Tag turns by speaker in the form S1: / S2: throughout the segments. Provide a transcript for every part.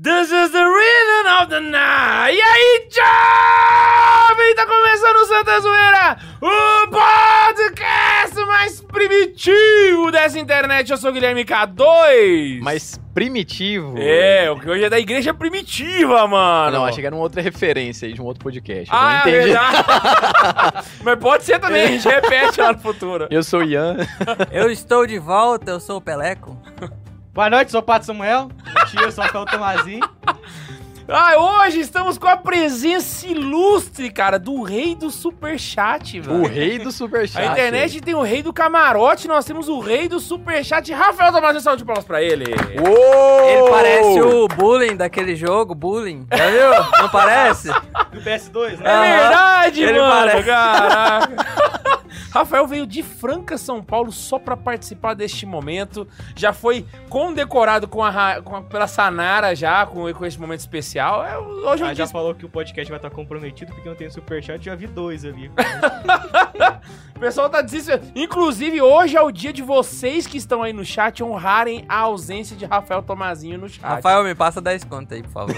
S1: This is the rhythm of the night. E aí, jovem? Tá começando o Santa Zoeira, o podcast mais primitivo dessa internet. Eu sou o Guilherme K2.
S2: Mas primitivo.
S1: É, o que hoje é da igreja primitiva,
S2: Ah,
S1: mano.
S2: não, achei que era uma outra referência aí de um outro podcast. Eu não
S1: Ah, é
S2: entendi.
S1: verdade. Mas pode ser também, a gente repete lá no futuro.
S2: Eu sou o Ian.
S3: Eu estou de volta, eu sou o Peleco.
S4: Boa noite, sou o Pato Samuel. Mentira, eu sou o Rafael Tomazinho.
S1: Ah, hoje estamos com a presença ilustre, cara, do rei do superchat, velho.
S2: o rei do
S3: Ah,
S2: superchat.
S1: A internet tem o rei do camarote, nós temos o rei do superchat, Rafael Damasio, saúde de palmas pra ele.
S2: Uou!
S3: Ele parece o bullying daquele jogo, bullying. Já viu? Não parece?
S4: Do PS2,
S1: É
S4: né?
S3: Ah. Aham.
S1: verdade,
S3: Ele
S1: mano,
S3: parece.
S1: caraca. Rafael veio de Franca, São Paulo, só pra participar deste momento. Já foi condecorado com a, Ra- com a- pela Sanara já, com, com esse momento especial. É, hoje eu
S4: Ah, já
S1: disse,
S4: falou que o podcast vai estar comprometido porque não tem superchat, já vi dois ali.
S1: o pessoal tá desesperado. Inclusive, hoje é o dia de vocês que estão aí no chat honrarem a ausência de Rafael Tomazinho no chat.
S3: Rafael, me passa 10 conto aí, por favor.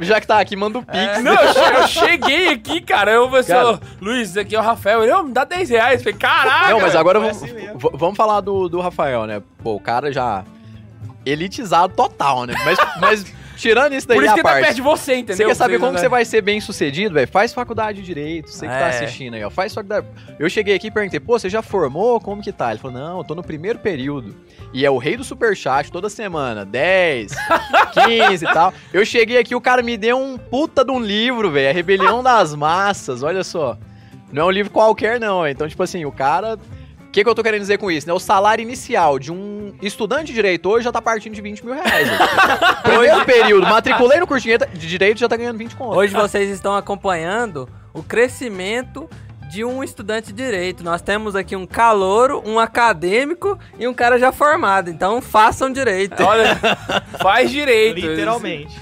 S2: Já que tá aqui, manda o pix.
S3: É.
S1: Não, eu che- eu cheguei aqui, cara. Eu falei assim,
S2: Cara.
S1: ó, Luiz, esse aqui é o Rafael. Ele, ô, me dá 10 reais. Eu falei, caraca.
S2: Não, mas agora
S4: foi
S2: vamos-
S4: assim mesmo.
S2: v- vamos falar do, do Rafael, né? Pô, o cara já elitizado total, né? Mas, mas tirando isso daí
S1: Por isso
S2: à
S1: que ele tá
S2: parte.
S1: perto de você, entendeu? né?
S2: Você quer saber como que você
S1: vai.
S2: vai ser bem sucedido, velho? Faz faculdade de direito, você que tá
S3: É.
S2: assistindo aí, ó. Faz faculdade. Eu cheguei aqui e perguntei, pô, você já formou? Como que tá? Ele falou, não, eu tô no primeiro período. E é o rei do superchat toda semana, 10, 15 e tal. Eu cheguei aqui, o cara me deu um puta de um livro, velho. A Rebelião das Massas, olha só. Não é um livro qualquer, não. Então, tipo assim, o cara. O que, que eu tô querendo dizer com isso? Né? O salário inicial de um estudante de direito hoje já tá partindo de 20 mil reais. velho. Primeiro período, matriculei no curso de direito- de direito já tá ganhando 20 conto.
S3: Hoje vocês estão acompanhando o crescimento de um estudante de direito. Nós temos aqui um calouro, um acadêmico e um cara já formado. Então façam direito.
S1: Olha, faz direito.
S4: Literalmente.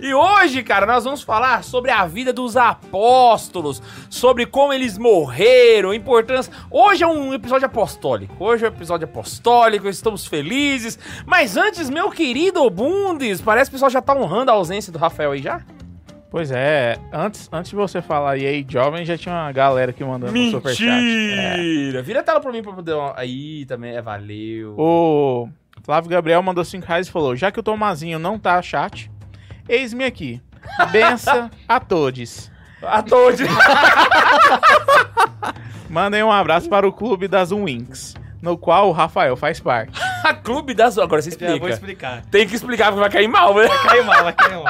S1: E hoje, cara, nós vamos falar sobre a vida dos apóstolos, sobre como eles morreram, importância. Hoje é um episódio apostólico. Hoje é um episódio apostólico, estamos felizes. Mas antes, meu querido Bundes, parece que o pessoal já tá honrando a ausência do Rafael aí já?
S5: Pois é, antes, antes de você falar e aí, jovem, já tinha uma galera que mandando um superchat. É.
S1: Mentira! Vira a tela pra mim pra poder. Aí também, é, valeu.
S5: O Flávio Gabriel mandou 5 reais e falou: já que o Tomazinho não tá chat, eis-me aqui. Bença a todos.
S1: A todos.
S5: Mandem um abraço para o clube das Winx, no qual o Rafael faz parte.
S1: a clube da sua. Agora você
S4: Já Então, vou
S1: explica.
S4: explicar.
S1: Tem que explicar porque vai cair mal, né?
S4: Vai cair mal, vai cair mal.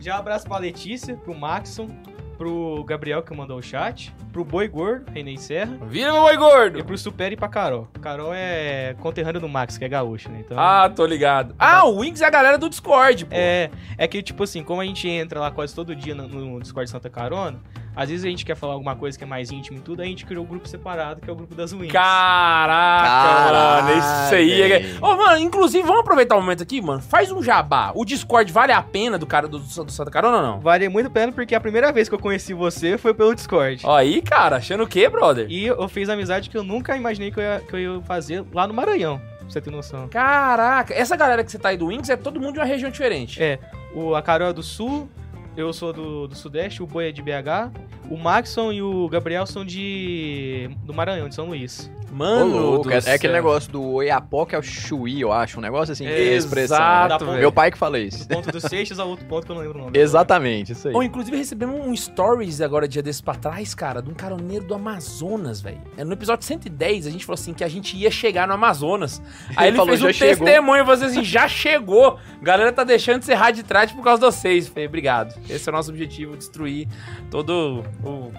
S4: Já um abraço pra Letícia, pro Maxon, pro Gabriel que mandou o chat, pro Boi Gordo, Renê Serra,
S1: Vira, meu boi gordo!
S4: e pro Super e pra Carol. Carol é conterrânea do Max, que é gaúcho, né? Então...
S1: Ah, tô ligado. Ah, o Wings é a galera do Discord, pô.
S4: É, é que, tipo assim, como a gente entra lá quase todo dia no, no Discord Santa Carona, às vezes a gente quer falar alguma coisa que é mais íntima e tudo, a gente criou um grupo separado, que é o grupo das ruins.
S1: Caraca,
S2: Caralho,
S1: mano, isso aí é.
S2: velho.
S1: Ô, mano, inclusive, vamos aproveitar o momento aqui, mano. Faz um jabá. O Discord vale a pena do cara do, do Santa Carona ou não?
S4: Vale muito a pena porque a primeira vez que eu conheci você foi pelo Discord.
S1: Ó, aí, cara, achando o quê, brother?
S4: E eu fiz amizade que eu nunca imaginei que eu ia, que eu ia fazer lá no Maranhão, pra você ter noção.
S1: Caraca, essa galera que você tá aí do Wings é todo mundo de uma região diferente.
S4: É. O, a Carol é do Sul, eu sou do, do Sudeste, o Boi é de BH, o Maxon e o Gabriel são de. do Maranhão, de São Luís. Um
S2: Ô,
S1: Mano,
S2: louco,
S1: do
S2: é, é aquele
S1: céu.
S2: negócio do Oiapó que é o Chuí, eu acho. Um negócio assim, que é a expressão. né?
S1: Exato,
S4: Da
S1: velho.
S2: Meu pai que fala isso.
S4: Do um ponto dos Seixas ao outro ponto que eu não lembro o nome.
S2: Exatamente, isso aí.
S1: Ou, inclusive, recebemos um stories agora, dia desse pra trás, cara, de um caroneiro do Amazonas, velho. É, No episódio 110, a gente falou assim que a gente ia chegar no Amazonas. Aí ele,
S2: Ele falou,
S1: fez um
S2: "Já chegou."
S1: testemunho, falou assim, já chegou. Galera tá deixando de serrar de trás por causa de vocês. Falei, obrigado. Esse é o nosso objetivo, destruir todo o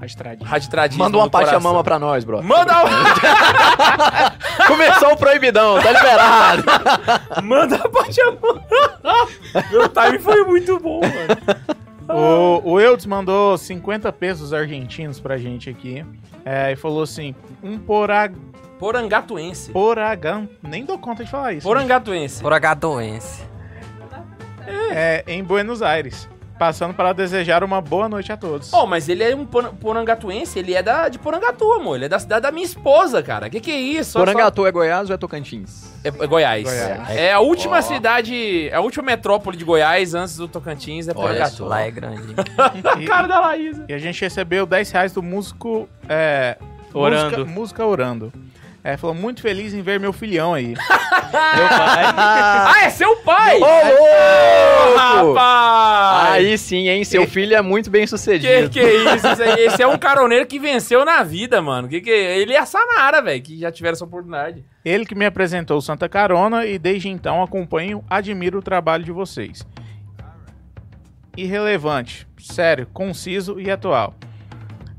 S4: Rastradinho.
S1: raditradismo
S2: Manda uma
S1: do coração.
S2: pachamama pra nós, bro.
S1: Manda uma...
S2: Começou o proibidão, tá liberado.
S1: Manda a pachamama. Meu time foi muito bom, mano.
S5: O, o Eudes mandou 50 pesos argentinos pra gente aqui. É, e falou assim: um porag,
S1: Porangatuense.
S5: poragão. Nem dou conta de falar isso.
S1: É. Porangatuense.
S3: Por H doense.
S5: é, em Buenos Aires. Passando para desejar uma boa noite a todos.
S1: Bom, mas ele é um pon- porangatuense, ele é da, de Porangatu, amor. Ele é da cidade da minha esposa, cara. Que que é isso? Olha só.
S2: Porangatu é Goiás ou é Tocantins?
S1: É, é Goiás.
S5: Goiás.
S1: É a última
S2: Ó.
S1: cidade, é a última metrópole de Goiás antes do Tocantins, é
S2: Olha
S1: Porangatu.
S2: só.
S3: Lá é grande.
S5: E-
S4: Cara da Laísa.
S5: E a gente recebeu 10 reais do músico. É,
S4: Orando.
S5: Música, música Orando. É, falou, muito feliz em ver meu filhão aí.
S4: Meu pai.
S1: Ah, é seu pai!
S2: Ô, louco!
S1: Rapaz!
S2: Aí sim, hein? Seu filho é muito bem
S1: Que
S2: sucedido.
S1: que é isso? Esse é- Esse é um caroneiro que venceu na vida, mano. Que que é? Ele é a Sanara, velho, que já tiveram essa oportunidade.
S5: Ele que me apresentou o Santa Carona e desde então acompanho, admiro o trabalho de vocês. Irrelevante, sério, conciso e atual.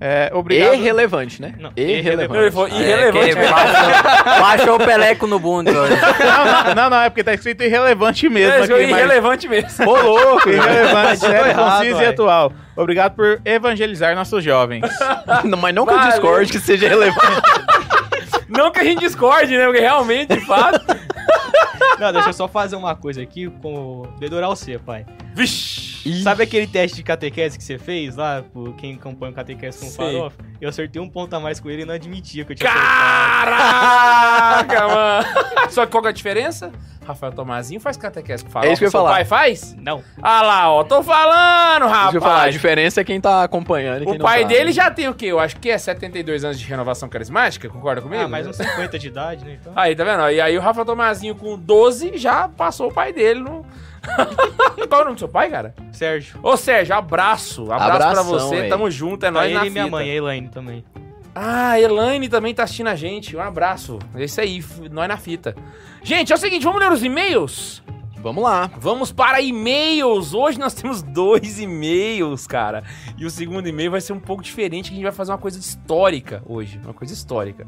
S5: É, obrigado.
S2: Irrelevante, Ah, né?
S4: Não,
S1: Não, ele falou,
S2: Irrelevante.
S1: irrelevante.
S3: É, que baixou, baixou o Peleco no bundo hoje.
S5: Não, não, não, não, é porque tá escrito irrelevante mesmo.
S1: É,
S5: aqui,
S1: é
S5: mas-
S1: irrelevante mesmo.
S5: Ô, louco, irrelevante, É, sério,
S4: errado,
S5: conciso e
S4: uai.
S5: atual. Obrigado por evangelizar nossos jovens.
S2: Não, Mas não que eu
S1: Valeu.
S2: discorde que seja relevante.
S1: Não que a gente discorde, né? Porque realmente, de fato.
S4: Não, deixa eu só fazer uma coisa aqui com o dedorar você, pai.
S1: Vixe!
S4: Sabe aquele teste de catequese que você fez lá, por quem acompanha o catequese com
S1: Sei.
S4: farofa? Eu acertei um ponto a mais com ele e não admitia que eu tinha acertado.
S1: Caraca, mano! Só que qual que é a diferença? Rafael Tomazinho faz catequese com farofa.
S2: É isso que eu ia
S1: seu
S2: falar.
S1: pai faz?
S4: Não.
S1: Ah lá, ó, tô falando,
S2: Deixa eu falar, a
S1: rapaz!
S2: diferença é quem tá acompanhando e quem
S1: O
S2: não
S1: pai
S2: tá,
S1: dele
S2: né?
S1: já tem o quê? Eu acho que é 72 anos de renovação carismática, concorda comigo?
S4: Ah, mais uns 50 de idade, né? Então.
S1: Aí, tá vendo? E aí o Rafa Tomazinho com 12 já passou o pai dele no... Qual é o nome do seu pai, cara?
S4: Sérgio.
S1: Ô, Sérgio, abraço. Abraço pra
S2: Abração,
S1: você.
S2: véi.
S1: Tamo junto, é
S4: Tá
S1: nóis
S4: ele
S1: na
S4: e minha
S1: fita.
S4: mãe, a Elaine também.
S1: Ah, a Elaine também tá assistindo a gente. Um abraço. É isso aí, f- nós na fita. Gente, é o seguinte, vamos ler os e-mails?
S2: Vamos lá.
S1: Vamos para e-mails! Hoje nós temos dois e-mails, cara. E o segundo e-mail vai ser um pouco diferente, que a gente vai fazer uma coisa histórica hoje. Uma coisa histórica.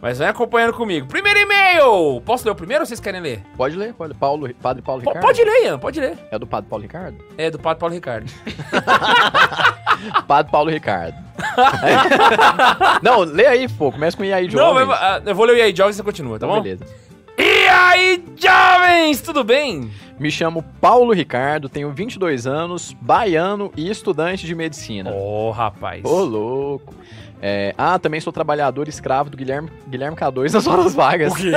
S1: Mas vem acompanhando comigo. Primeiro e-mail! Posso ler o primeiro ou vocês querem ler?
S2: Pode ler, pode. Paulo, padre Paulo
S1: Po-
S2: Ricardo?
S1: pode ler, Ian, pode ler.
S2: É do padre Paulo Ricardo?
S1: É do Padre Paulo Ricardo.
S2: Padre Paulo Ricardo. não, lê aí, pô. Começa com Iaí de
S1: Não,
S2: homem.
S1: vai- ah, eu vou ler o E aí, Jovens, e você continua, tá
S2: Então,
S1: bom?
S2: beleza.
S1: E aí, jovens, tudo bem?
S2: Me chamo Paulo Ricardo, tenho 22 anos, baiano e estudante de medicina.
S1: Ô, rapaz.
S2: Ô, louco. É, ah, também sou trabalhador escravo do Guilherme, Guilherme K2 nas horas vagas.
S1: quê?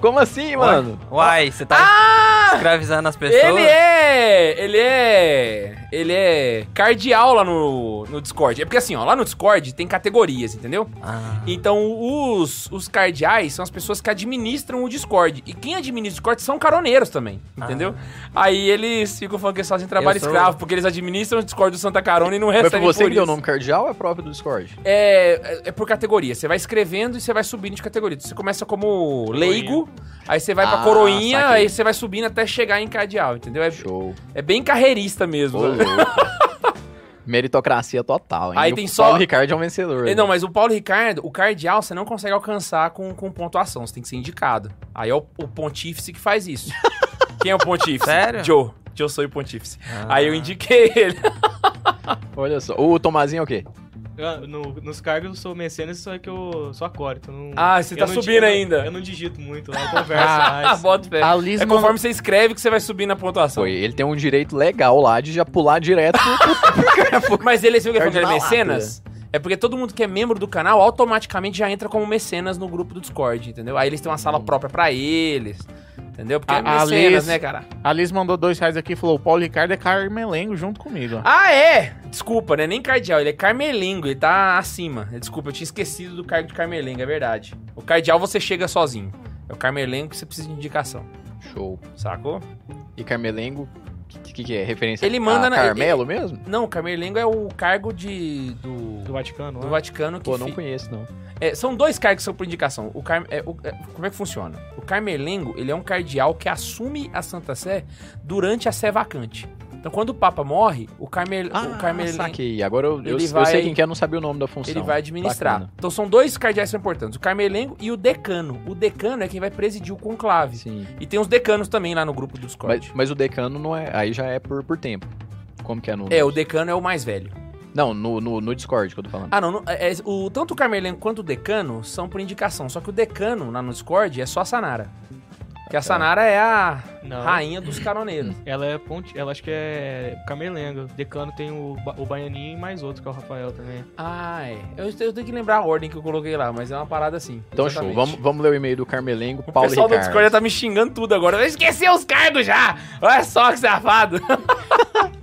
S2: Como assim, mano?
S3: Uai, você tá escravizando as pessoas?
S1: Ele é. Ele é. Ele é cardeal lá no, no Discord. É porque assim, ó, lá no Discord tem categorias, entendeu?
S3: Ah.
S1: Então os, os cardeais são as pessoas que administram o Discord. E quem administra o Discord são caroneiros também,
S2: Ah.
S1: entendeu? Aí eles ficam falando que eles fazem trabalho
S3: Eu sou-
S1: escravo, porque eles administram o Discord do Santa Carona e não
S2: Foi
S1: recebem
S2: pra você
S1: é por
S2: que deu o
S1: isso.
S2: nome cardeal ou é próprio do Discord?
S1: É, é- é por categoria. Você vai escrevendo e você vai subindo de categoria. Então, Você começa como leigo, aí você vai pra
S2: Ah,
S1: coroinha,
S2: saquei.
S1: aí você vai subindo até chegar em cardeal, entendeu? É,
S2: Show.
S1: é bem carreirista mesmo.
S2: Ô, louco. Meritocracia total, hein?
S1: Aí
S2: E o
S1: tem só-
S2: Paulo Ricardo é um vencedor.
S1: É, Não, mas o Paulo Ricardo, o cardeal, você não consegue alcançar com, com pontuação, você tem que ser indicado. Aí é o, o pontífice que faz isso. Quem é o pontífice?
S3: Sério?
S1: Joe. Joe sou o pontífice. Aí eu indiquei ele.
S2: Olha só. O Tomazinho é o quê?
S1: Ah.
S4: Eu, no- nos cargos eu sou mecenas, só que eu sou acólito. eu não-
S1: Ah, você
S4: eu
S1: tá
S4: não
S1: subindo
S4: di- eu não-
S1: ainda. Ah,
S4: Eu não digito muito lá, eu converso mais.
S1: bota fé.
S5: A
S1: É conforme você escreve que você vai subir na pontuação.
S2: Ah, Foi, ele tem um direito legal lá de já pular direto pro... pro-
S1: Mas ele, você viu que ele falou que ele é
S2: Cardeal lá,
S1: mecenas? É porque todo mundo que é membro do canal automaticamente já entra como mecenas no grupo do Discord, entendeu? Aí eles têm uma sala
S2: Hum.
S1: própria pra eles, entendeu? Porque é
S5: A- a
S1: mecenas,
S5: Liz-
S1: né, cara?
S5: A Liz mandou dois reais aqui e falou: o Paulo Ricardo é Carmelengo junto comigo.
S1: Ah, é! Desculpa, né? Nem cardeal, ele é carmelengo, ele tá acima. Desculpa, eu tinha esquecido do cargo de carmelengo, é verdade. O cardeal você chega sozinho. É o carmelengo que você precisa de indicação,
S2: Show.
S1: sacou?
S2: E Carmelengo, o que, que, que é? Referência
S1: Ele manda
S2: a
S1: na-
S2: Carmelo mesmo?
S1: Não, o carmelengo é o cargo de. do.
S4: Do Vaticano, né?
S1: do
S4: lá.
S1: Vaticano que
S2: Pô, não
S1: fi-
S2: conheço, não.
S1: É, são dois cargos que são por indicação. O car... é, o- é, como é que funciona? O Carmelengo, ele é um cardeal que assume a Santa Sé durante a Sé vacante. Então, quando o Papa morre, o, Carmel... o Carmelengo...
S2: Ah, saquei. Agora eu, eu,
S1: ele
S2: eu
S1: vai-
S2: sei quem quer, não sabia o nome da função.
S1: Ele vai administrar.
S2: Bacana.
S1: Então são dois cardeais que são importantes, o Carmelengo e o decano. O decano é quem vai presidir o conclave.
S2: Sim.
S1: E tem os decanos também lá no grupo do Discord.
S2: Mas, mas o decano não é... Aí já é por, por tempo. Como que é no...
S1: É, o decano é o mais velho.
S2: Não, no, no, no Discord que eu tô falando.
S1: Ah, não. não- é- é- o, tanto o Carmelengo quanto o decano são por indicação. Só que o decano lá no Discord é só a Sanara. Que a Sanara é a
S4: Não.
S1: rainha dos caroneiros.
S4: Ela é ponte. Ela acho que é Camelenga. Decano tem o, Ba- o Baianinho e mais outro, que é o Rafael também.
S1: Ai, Ah, é. eu, eu tenho que lembrar a ordem que eu coloquei lá, mas é uma parada assim.
S2: Então, show.
S1: exatamente.
S2: Vamos, vamos ler o e-mail do Carmelengo,
S1: O
S2: Paulo
S1: pessoal do
S2: Ricardo.
S1: Discord já tá me xingando tudo agora. Eu esqueci os cargos já! Olha só que safado! é-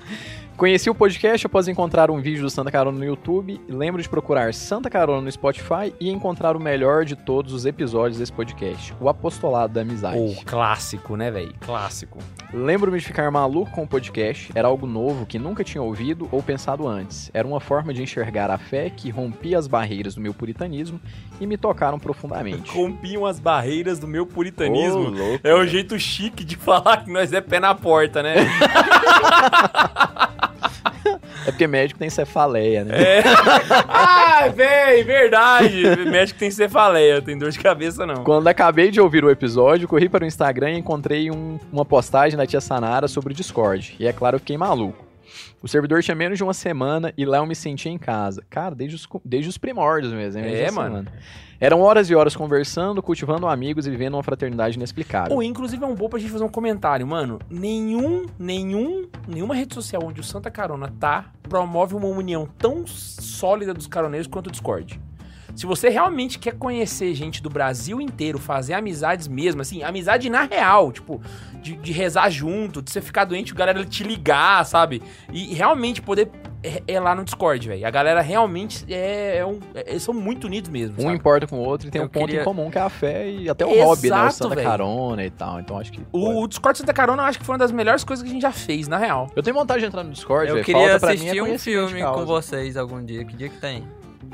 S2: Conheci o podcast após encontrar um vídeo do Santa Carona no YouTube. e Lembro de procurar Santa Carona no Spotify e encontrar o melhor de todos os episódios desse podcast, o Apostolado da Amizade.
S1: clássico, né, velho? Clássico.
S2: Lembro-me de ficar maluco com o podcast, era algo novo que nunca tinha ouvido ou pensado antes. Era uma forma de enxergar a fé que rompia as barreiras do meu puritanismo e me tocaram profundamente.
S1: Rompiam as barreiras do meu
S2: Ô,
S1: puritanismo.
S2: louco.
S1: é o jeito chique de falar que nós é pé na porta, né?
S2: É porque médico tem cefaleia, né?
S1: É. Ai, véi, verdade. Médico tem cefaleia, tem dor de cabeça não.
S2: Quando acabei de ouvir o episódio, corri para o Instagram e encontrei um- uma postagem da tia Sanara sobre o Discord. E é claro, eu fiquei maluco. O servidor tinha menos de uma semana e lá eu me senti em casa. Cara, desde os, co- desde os primórdios mesmo. hein? Desde
S1: É,
S2: a
S1: mano.
S2: semana. Eram horas e horas conversando, cultivando amigos e vivendo uma fraternidade inexplicável.
S1: Ou inclusive é um bom pra gente fazer um comentário, mano. Nenhum, nenhum, nenhuma rede social onde o Santa Carona tá promove uma união tão sólida dos caroneiros quanto o Discord. Se você realmente quer conhecer gente do Brasil inteiro, fazer amizades mesmo, assim, amizade na real, tipo, de, de rezar junto, de você ficar doente, o galera te ligar, sabe? E realmente poder é, é lá no Discord, velho. A galera realmente é, é um. é- eles são muito unidos mesmo.
S2: Um
S1: sabe?
S2: importa com o outro e tem
S3: Eu
S2: um ponto
S3: queria-
S2: em comum que é a fé e até o
S1: Exato,
S2: hobby, né? O Santa
S1: velho.
S2: Carona e tal. Então acho que.
S1: O, o Discord Santa Carona eu acho que foi uma das melhores coisas que a gente já fez, na real.
S2: Eu tenho vontade de entrar no Discord,
S3: Eu
S2: velho.
S3: queria
S2: Falta pra mim é
S3: assistir um
S2: conhecimento de
S3: filme
S2: causa.
S3: com vocês algum dia. Que dia que tem?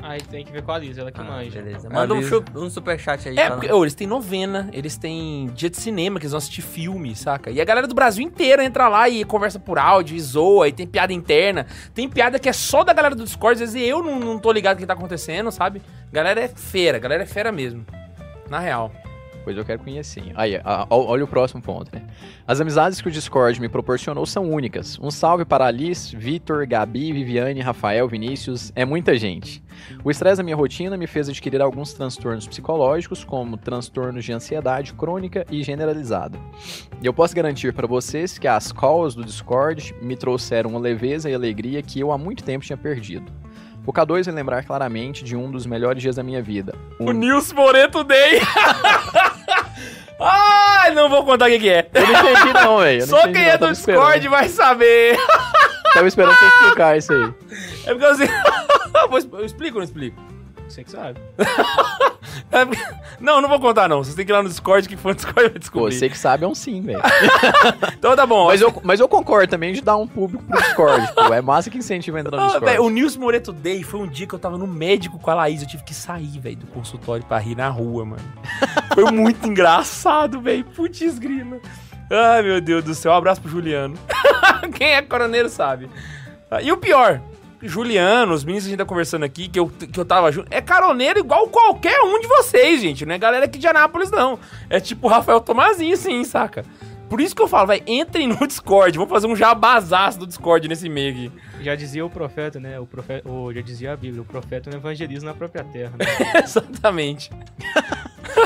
S4: Aí tem que ver com a Liz, ela que
S3: Ah,
S4: manja.
S3: beleza. Manda um,
S1: Beleza.
S3: chu- um superchat aí.
S2: Tá.
S1: É,
S3: falando.
S1: porque ô, eles têm novena, eles têm dia de cinema, que eles vão assistir filme, saca? E a galera do Brasil inteiro entra lá e conversa por áudio, e zoa, e tem piada interna. Tem piada que é só da galera do Discord, às vezes eu não, não tô ligado o que tá acontecendo, sabe? Galera é fera, galera é fera mesmo. Na real.
S2: Pois eu quero conhecer. Aí, a- a- olha o próximo ponto, né? As amizades que o Discord me proporcionou são únicas. Um salve para Alice, Vitor, Gabi, Viviane, Rafael, Vinícius. É muita gente. O estresse da minha rotina me fez adquirir alguns transtornos psicológicos, como transtornos de ansiedade crônica e generalizada. E eu posso garantir para vocês que as calls do Discord me trouxeram uma leveza e alegria que eu há muito tempo tinha perdido. O K2 vai lembrar claramente de um dos melhores dias da minha vida.
S1: O Nils Moreto Day! Ai, não vou contar o que, que é.
S2: Eu não entendi não, velho. Eu não
S1: Só
S2: entendi
S1: quem
S2: não,
S1: é do
S2: tava
S1: Discord
S2: esperando.
S1: vai saber.
S2: Tava esperando você explicar isso aí.
S1: É porque assim. Vou expl- eu explico ou não explico?
S4: Você que sabe.
S1: É porque- Não, não vou contar, não. Vocês têm que ir lá no Discord, que foi no Discord vai
S2: Pô,
S1: descobrir.
S2: você que sabe é um sim, velho.
S1: Então tá bom.
S2: Mas eu, mas eu concordo também de dar um público pro Discord. Pô, é massa que incentiva a entrar no
S1: Ah,
S2: Discord.
S1: velho, o Nils Moreto Day foi um dia que eu tava no médico com a Laís. Eu tive que sair, velho, do consultório pra rir na rua, mano. Foi muito engraçado, velho. Putz, grila. Ai, meu Deus do céu. Um abraço pro Juliano. Quem é coroneiro sabe. Ah, E o pior, Juliano, os meninos que a gente tá conversando aqui, que eu, que eu tava junto, é caroneiro igual qualquer um de vocês, gente. Não é galera aqui de Anápolis, não. É tipo o Rafael Tomazinho, sim, saca? Por isso que eu falo, velho, entrem no Discord. Vamos fazer um jabazaço do Discord nesse meio aqui.
S4: Já dizia o profeta, né? O profe... o- já dizia a Bíblia, o profeta não evangeliza na própria terra, né?
S1: Exatamente.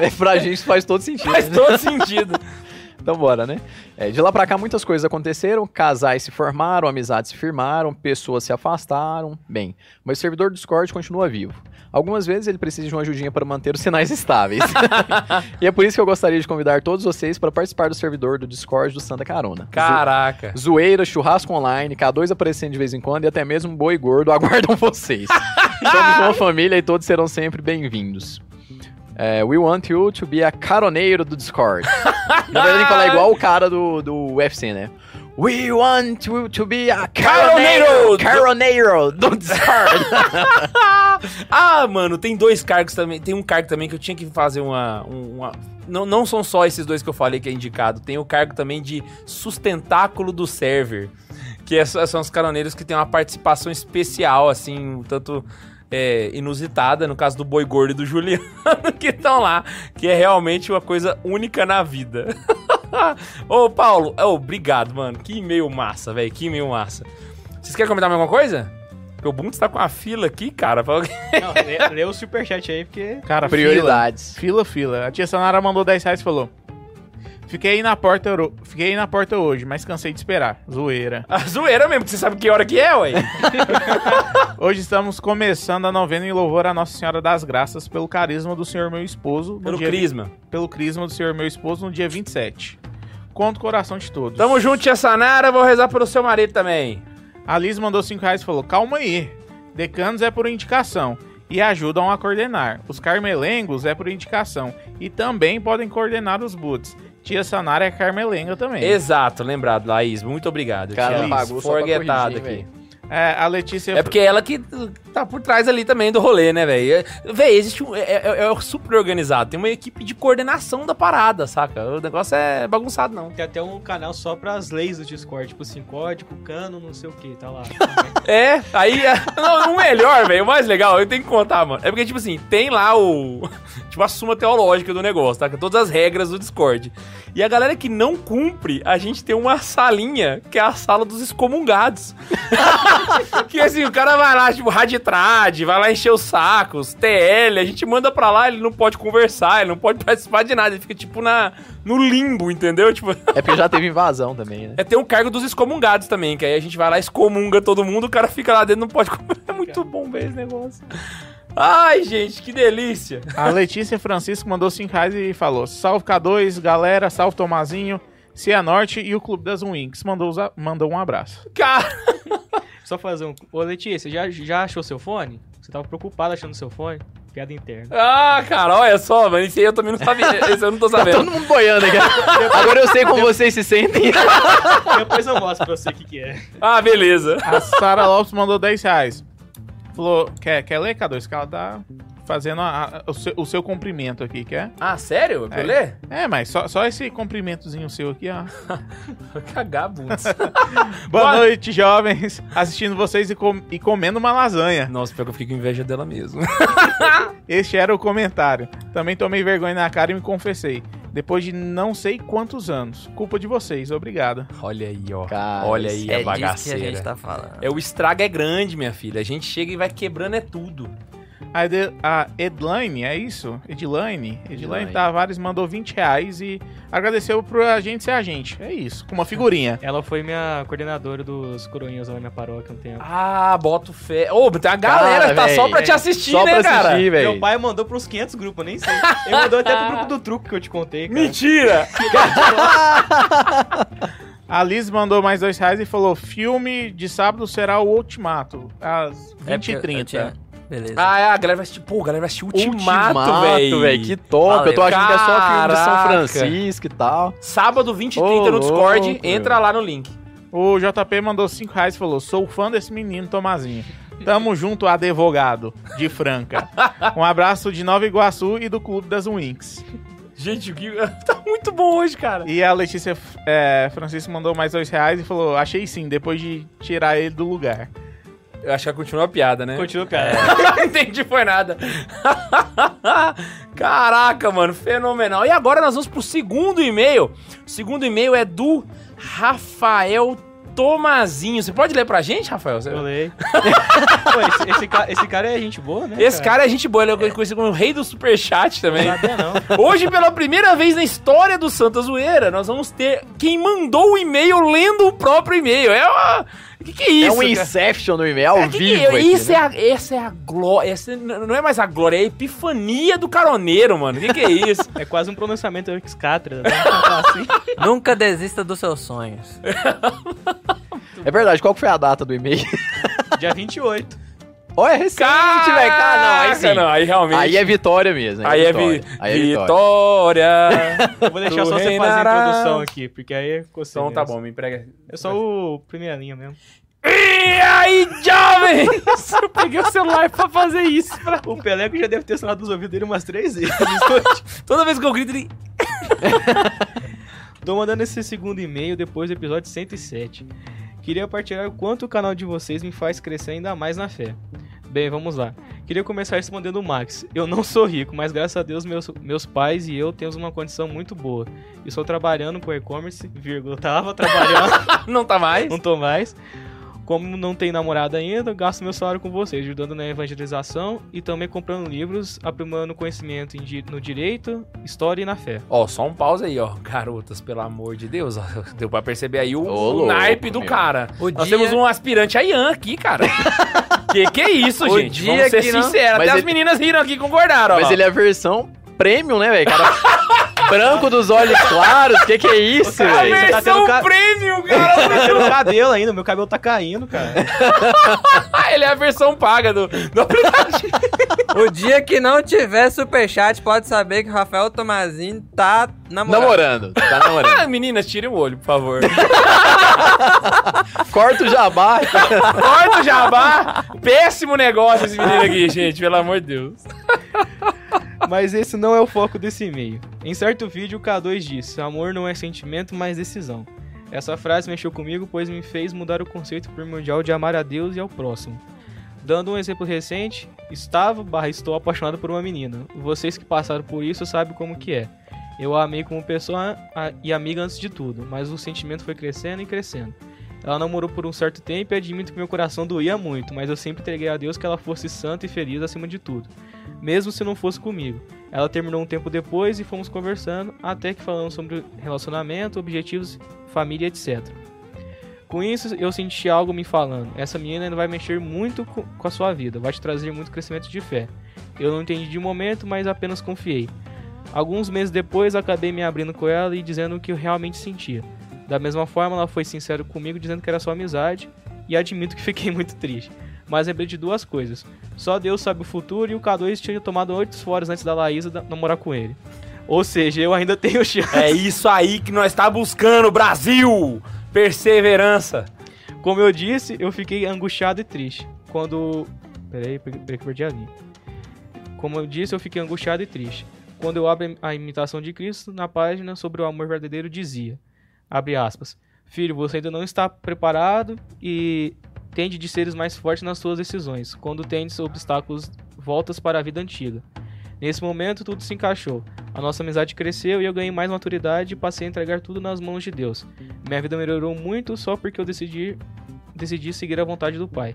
S2: É, pra gente faz todo sentido. né?
S1: Faz todo sentido.
S2: Então bora, né? É, de lá pra cá muitas coisas aconteceram, casais se formaram, amizades se firmaram, pessoas se afastaram. Bem, mas o servidor do Discord continua vivo. Algumas vezes ele precisa de uma ajudinha para manter os sinais estáveis. e é por isso que eu gostaria de convidar todos vocês para participar do servidor do Discord do Santa Carona.
S1: Caraca.
S2: Zoeira, churrasco online, K2 aparecendo de vez em quando e até mesmo boi gordo aguardam vocês. Somos uma família e todos serão sempre bem-vindos. É, we want you to be a caroneiro do Discord. Na verdade, tem que falar igual o cara do, do UFC, né? We want you to be a
S1: Caroneiro
S2: caroneiro,
S1: do-
S2: caroneiro do Discord.
S1: Ah, mano, tem dois cargos também. Tem um cargo também que eu tinha que fazer uma. um- uma- Não, não são só esses dois que eu falei que é indicado. Tem o cargo também de sustentáculo do server. Que é- são os caroneiros que têm uma participação especial, assim, um tanto é, inusitada, no caso do Boi Gordo e do Juliano, que estão lá. Que é realmente uma coisa única na vida. Ô, Paulo, ô, obrigado, mano. Que e-mail massa, velho. Que e-mail massa. Vocês querem comentar mais alguma coisa? Porque o Bundes tá com a fila aqui, cara. pra-
S4: Não, lê, lê o superchat aí, porque.
S5: Cara,
S2: Prioridades.
S5: Fila, fila. fila. A tia Sanara mandou 10 reais e falou: Fiquei na porta, oro- fiquei na porta hoje, mas cansei de esperar. Zoeira.
S1: A zoeira mesmo, que você sabe que hora que é, ué.
S5: Hoje estamos começando a novena em louvor à Nossa Senhora das Graças pelo carisma do Senhor meu esposo. no
S1: Pelo
S5: dia-
S1: Crisma.
S5: pelo crisma do Senhor meu esposo no dia 27. Conto o coração de todos.
S1: Tamo junto, tia Sanara. Vou rezar pelo seu marido também.
S5: A Liz mandou 5 reais e falou: Calma aí, decanos é por indicação e ajudam a coordenar. Os carmelengos é por indicação e também podem coordenar os boots. Tia Sanara é carmelenga também.
S1: Exato, lembrado, Laís. Muito obrigado.
S2: Cara,
S1: tia
S5: ela
S1: Laís,
S2: pagou só pra
S1: forgetado
S2: corrigir,
S1: aqui.
S5: É, a Letícia.
S1: É porque ela que tá por trás ali também do rolê, né, velho? É- Véi, existe um. É, é- é super organizado. Tem uma equipe de coordenação da parada, saca? O negócio é bagunçado, não.
S4: Tem até um canal só pras leis do Discord, tipo assim, código, cano, não sei o que, tá lá.
S1: É, aí. é- Não, o melhor, velho, o mais legal, eu tenho que contar, mano. É porque, tipo assim, tem lá o. Tipo, a suma teológica do negócio, tá? Com todas as regras do Discord. E a galera que não cumpre, a gente tem uma salinha, que é a sala dos excomungados. que assim, o cara vai lá, tipo, raditrade, vai lá encher os sacos, TL, a gente manda pra lá, ele não pode conversar, ele não pode participar de nada, ele fica, tipo, na, no limbo, entendeu? Tipo,
S2: É porque já teve invasão também, né?
S1: é ter um cargo dos excomungados também, que aí a gente vai lá, excomunga todo mundo, o cara fica lá dentro, não pode comer. É muito bom ver esse negócio. Ai, gente, que delícia.
S5: A Letícia Francisco mandou 5 reais e falou: Salve K2, galera, salve Tomazinho, Cianorte e o Clube das Wings. Mandou, os a- mandou um abraço.
S1: Cara,
S4: Só fazer um. Ô Letícia, já, já achou seu fone? Você tava preocupado achando seu fone? Piada interna.
S1: ah, cara, olha só, mano, isso aí eu também não sabia, isso eu não tô
S2: Tá
S1: sabendo.
S2: todo mundo boiando aqui. Agora eu sei como vocês se sentem.
S4: Depois eu mostro pra você o que, que é.
S1: Ah, beleza.
S5: A Sara Lopes mandou 10 reais. Falou: Quer, quer ler, K2? Que ela tá fazendo a- a- o, seu, o seu cumprimento aqui, quer?
S1: Ah, sério? Pra eu
S5: É.
S1: ler?
S5: É, mas só, só esse cumprimentozinho seu aqui, ó.
S1: Cagabundos.
S5: Boa
S1: Bora.
S5: noite, jovens. Assistindo vocês e, com- e comendo uma lasanha.
S1: Nossa, pior que eu fiquei com inveja dela mesmo.
S5: Este era o comentário. Também tomei vergonha na cara e me confessei. Depois de não sei quantos anos. Culpa de vocês, obrigada.
S1: Olha aí, ó.
S2: Cara,
S1: olha aí
S2: isso
S1: a
S3: é disso que a
S1: bagaceira.
S3: gente tá falando.
S1: É, o estrago é grande, minha filha. A gente chega e vai quebrando é tudo.
S5: A, Ed- a Edlaine, é isso? Edlaine? Edlaine
S2: Edlaine.
S5: Tavares mandou 20 reais e agradeceu pra gente ser a gente. É isso, com uma figurinha.
S4: Ela foi minha coordenadora dos coroinhas lá na minha paróquia um tempo.
S1: Ah, boto fé. Ô, tem uma galera que tá
S2: véi.
S1: só pra te assistir,
S2: Só
S1: né,
S2: pra
S1: cara?
S2: assistir,
S4: Meu
S2: velho.
S4: pai mandou pros 500 grupos, eu nem sei. Ele mandou até pro grupo do truque que eu te contei, cara.
S1: Mentira!
S5: A Liz mandou mais dois reais e falou: filme de sábado será o Ultimato, às
S3: É
S5: 20h30.
S3: porque eu- eu tinha- Beleza.
S1: Ah, é, a galera vai assistir. Pô, a galera vai assistir Ultimato,
S2: Ultimato,
S1: velho.
S2: Que top.
S3: Falei,
S2: eu tô achando que é só filme de São
S1: caraca.
S2: Francisco e tal.
S1: Sábado, 20 e
S2: Ô,
S1: 30 no Discord.
S2: louco,
S1: entra lá no link.
S5: O JP mandou 5 reais e falou: Sou fã desse menino, Tomazinho. Tamo junto, advogado de Franca. Um abraço de Nova Iguaçu e do Clube das Winx.
S1: Gente, o Gui tá muito bom hoje, cara.
S5: E a Letícia é, Francisco mandou mais dois reais e falou: Achei sim, depois de tirar ele do lugar.
S1: Eu acho que ela continua a piada, né?
S4: É. Continua, cara.
S1: Não entendi, foi nada. Caraca, mano, fenomenal. E agora nós vamos pro segundo e-mail. O segundo e-mail é do Rafael Tomazinho. Você pode ler pra gente, Rafael? Você-
S4: Eu leio. Pô, esse, esse ca- esse cara é gente boa, né?
S1: Esse cara é gente boa, ele é conhecido como o rei do superchat também.
S4: Não sabia, não.
S1: Hoje, pela primeira vez na história do Santa Zoeira, nós vamos ter quem mandou o e-mail lendo o próprio e-mail. É uma... Que que é isso?
S2: é um
S1: cara?
S2: Inception no e-mail, ao
S1: É, que que
S2: vivo.
S1: é-
S2: aqui,
S1: isso
S2: né?
S1: é a, essa é a glória. Essa n- não é mais a glória, é a epifania do caroneiro, mano. Que que é isso?
S4: É quase um pronunciamento excatra. Né? Assim.
S1: Ah.
S3: Nunca desista dos seus sonhos.
S2: é... verdade, qual que foi a data do e-mail?
S4: Dia 28.
S2: Olha, é recente, velho. Cara, não, aí sim.
S1: Caraca, não, aí realmente.
S2: Aí é vitória mesmo.
S1: aí é vi-
S2: vitória. Aí é vitória.
S1: vitória.
S4: Eu vou deixar
S1: Tu
S4: só você fazer a
S1: reinarás.
S4: introdução aqui, porque aí você.
S1: então tá bom, me emprega.
S4: É só o primeira linha mesmo.
S1: E aí, jovens? Eu peguei o celular pra fazer isso. pra-
S4: O Peleco já deve ter sonado os ouvidos dele umas três vezes.
S1: Toda vez que eu grito, ele.
S4: Tô mandando esse segundo e-mail depois do episódio 107. Queria partilhar o quanto o canal de vocês me faz crescer ainda mais na fé. Bem, vamos lá. Queria começar respondendo o Max. Eu não sou rico, mas graças a Deus meus, meus pais e eu temos uma condição muito boa. E estou trabalhando com e-commerce, vírgula, tava trabalhando,
S1: Não tá mais.
S4: não tô mais. Como não tenho namorada ainda, gasto meu salário com vocês, ajudando na evangelização e também comprando livros, aprimorando conhecimento em di- no direito, história e na fé.
S1: Ó, só um pause aí, ó. Garotas, pelo amor de Deus. ó, Deu pra perceber aí o,
S2: Ô,
S1: o
S2: louco,
S1: naipe do
S2: meu.
S1: cara.
S3: O
S1: Nós
S3: dia-
S1: temos um aspirante a Ian aqui, cara. que que é isso,
S3: O
S1: gente?
S3: dia
S1: Vamos ser
S3: que não-
S1: sinceros.
S2: Mas
S1: Até as
S2: ele-
S1: meninas riram aqui e concordaram, ó.
S2: Mas
S1: lá.
S2: ele é a versão premium, né, velho? Cara branco dos olhos claros, que que é isso,
S1: A
S4: Você
S2: velho?
S4: tá
S1: versão
S4: tendo ca-
S1: premium, cara.
S4: meu cabelo ainda, meu cabelo tá caindo, cara.
S1: Ah, ele é a versão paga do, do aplicativo.
S3: O dia que não tiver superchat, pode saber que o Rafael Tomazini tá namorando.
S2: Namorando, tá namorando.
S1: Ah, meninas, tirem o olho, por favor.
S2: Corta o jabá.
S1: Corta o jabá. Péssimo negócio esse menino aqui, gente. Pelo amor de Deus.
S4: Mas esse não é o foco desse e-mail. Em certo vídeo, o K2 disse: Amor não é sentimento, mas decisão. Essa frase mexeu comigo, pois me fez mudar o conceito primordial de amar a Deus e ao próximo. Dando um exemplo recente, estava barra estou apaixonado por uma menina. Vocês que passaram por isso sabem como que é. Eu a amei como pessoa a- e amiga antes de tudo, mas o sentimento foi crescendo e crescendo. Ela namorou por um certo tempo e admito que meu coração doía muito, mas eu sempre entreguei a Deus que ela fosse santa e feliz acima de tudo mesmo se não fosse comigo. Ela terminou um tempo depois e fomos conversando, até que falamos sobre relacionamento, objetivos, família, etc. Com isso, eu senti algo me falando. Essa menina ainda vai mexer muito co- com a sua vida, vai te trazer muito crescimento de fé. Eu não entendi de momento, mas apenas confiei. Alguns meses depois, acabei me abrindo com ela e dizendo o que eu realmente sentia. Da mesma forma, ela foi sincera comigo, dizendo que era só amizade, e admito que fiquei muito triste. Mas lembrei de duas coisas. Só Deus sabe o futuro e o K2 tinha tomado 8 foras antes da Laísa da- namorar com ele. Ou seja, eu ainda tenho chance.
S1: É isso aí que nós tá buscando, Brasil. Perseverança.
S4: Como eu disse, eu fiquei angustiado e triste. Quando. Peraí, per- peraí que eu perdi a linha. Como eu disse, eu fiquei angustiado e triste. Quando eu abro a imitação de Cristo, na página sobre o amor verdadeiro dizia. Abre aspas. Filho, você ainda não está preparado e tende de seres mais fortes nas suas decisões. Quando tendes obstáculos, voltas para a vida antiga. Nesse momento, tudo se encaixou. A nossa amizade cresceu e eu ganhei mais maturidade e passei a entregar tudo nas mãos de Deus. Minha vida melhorou muito só porque eu decidi, decidi seguir a vontade do Pai.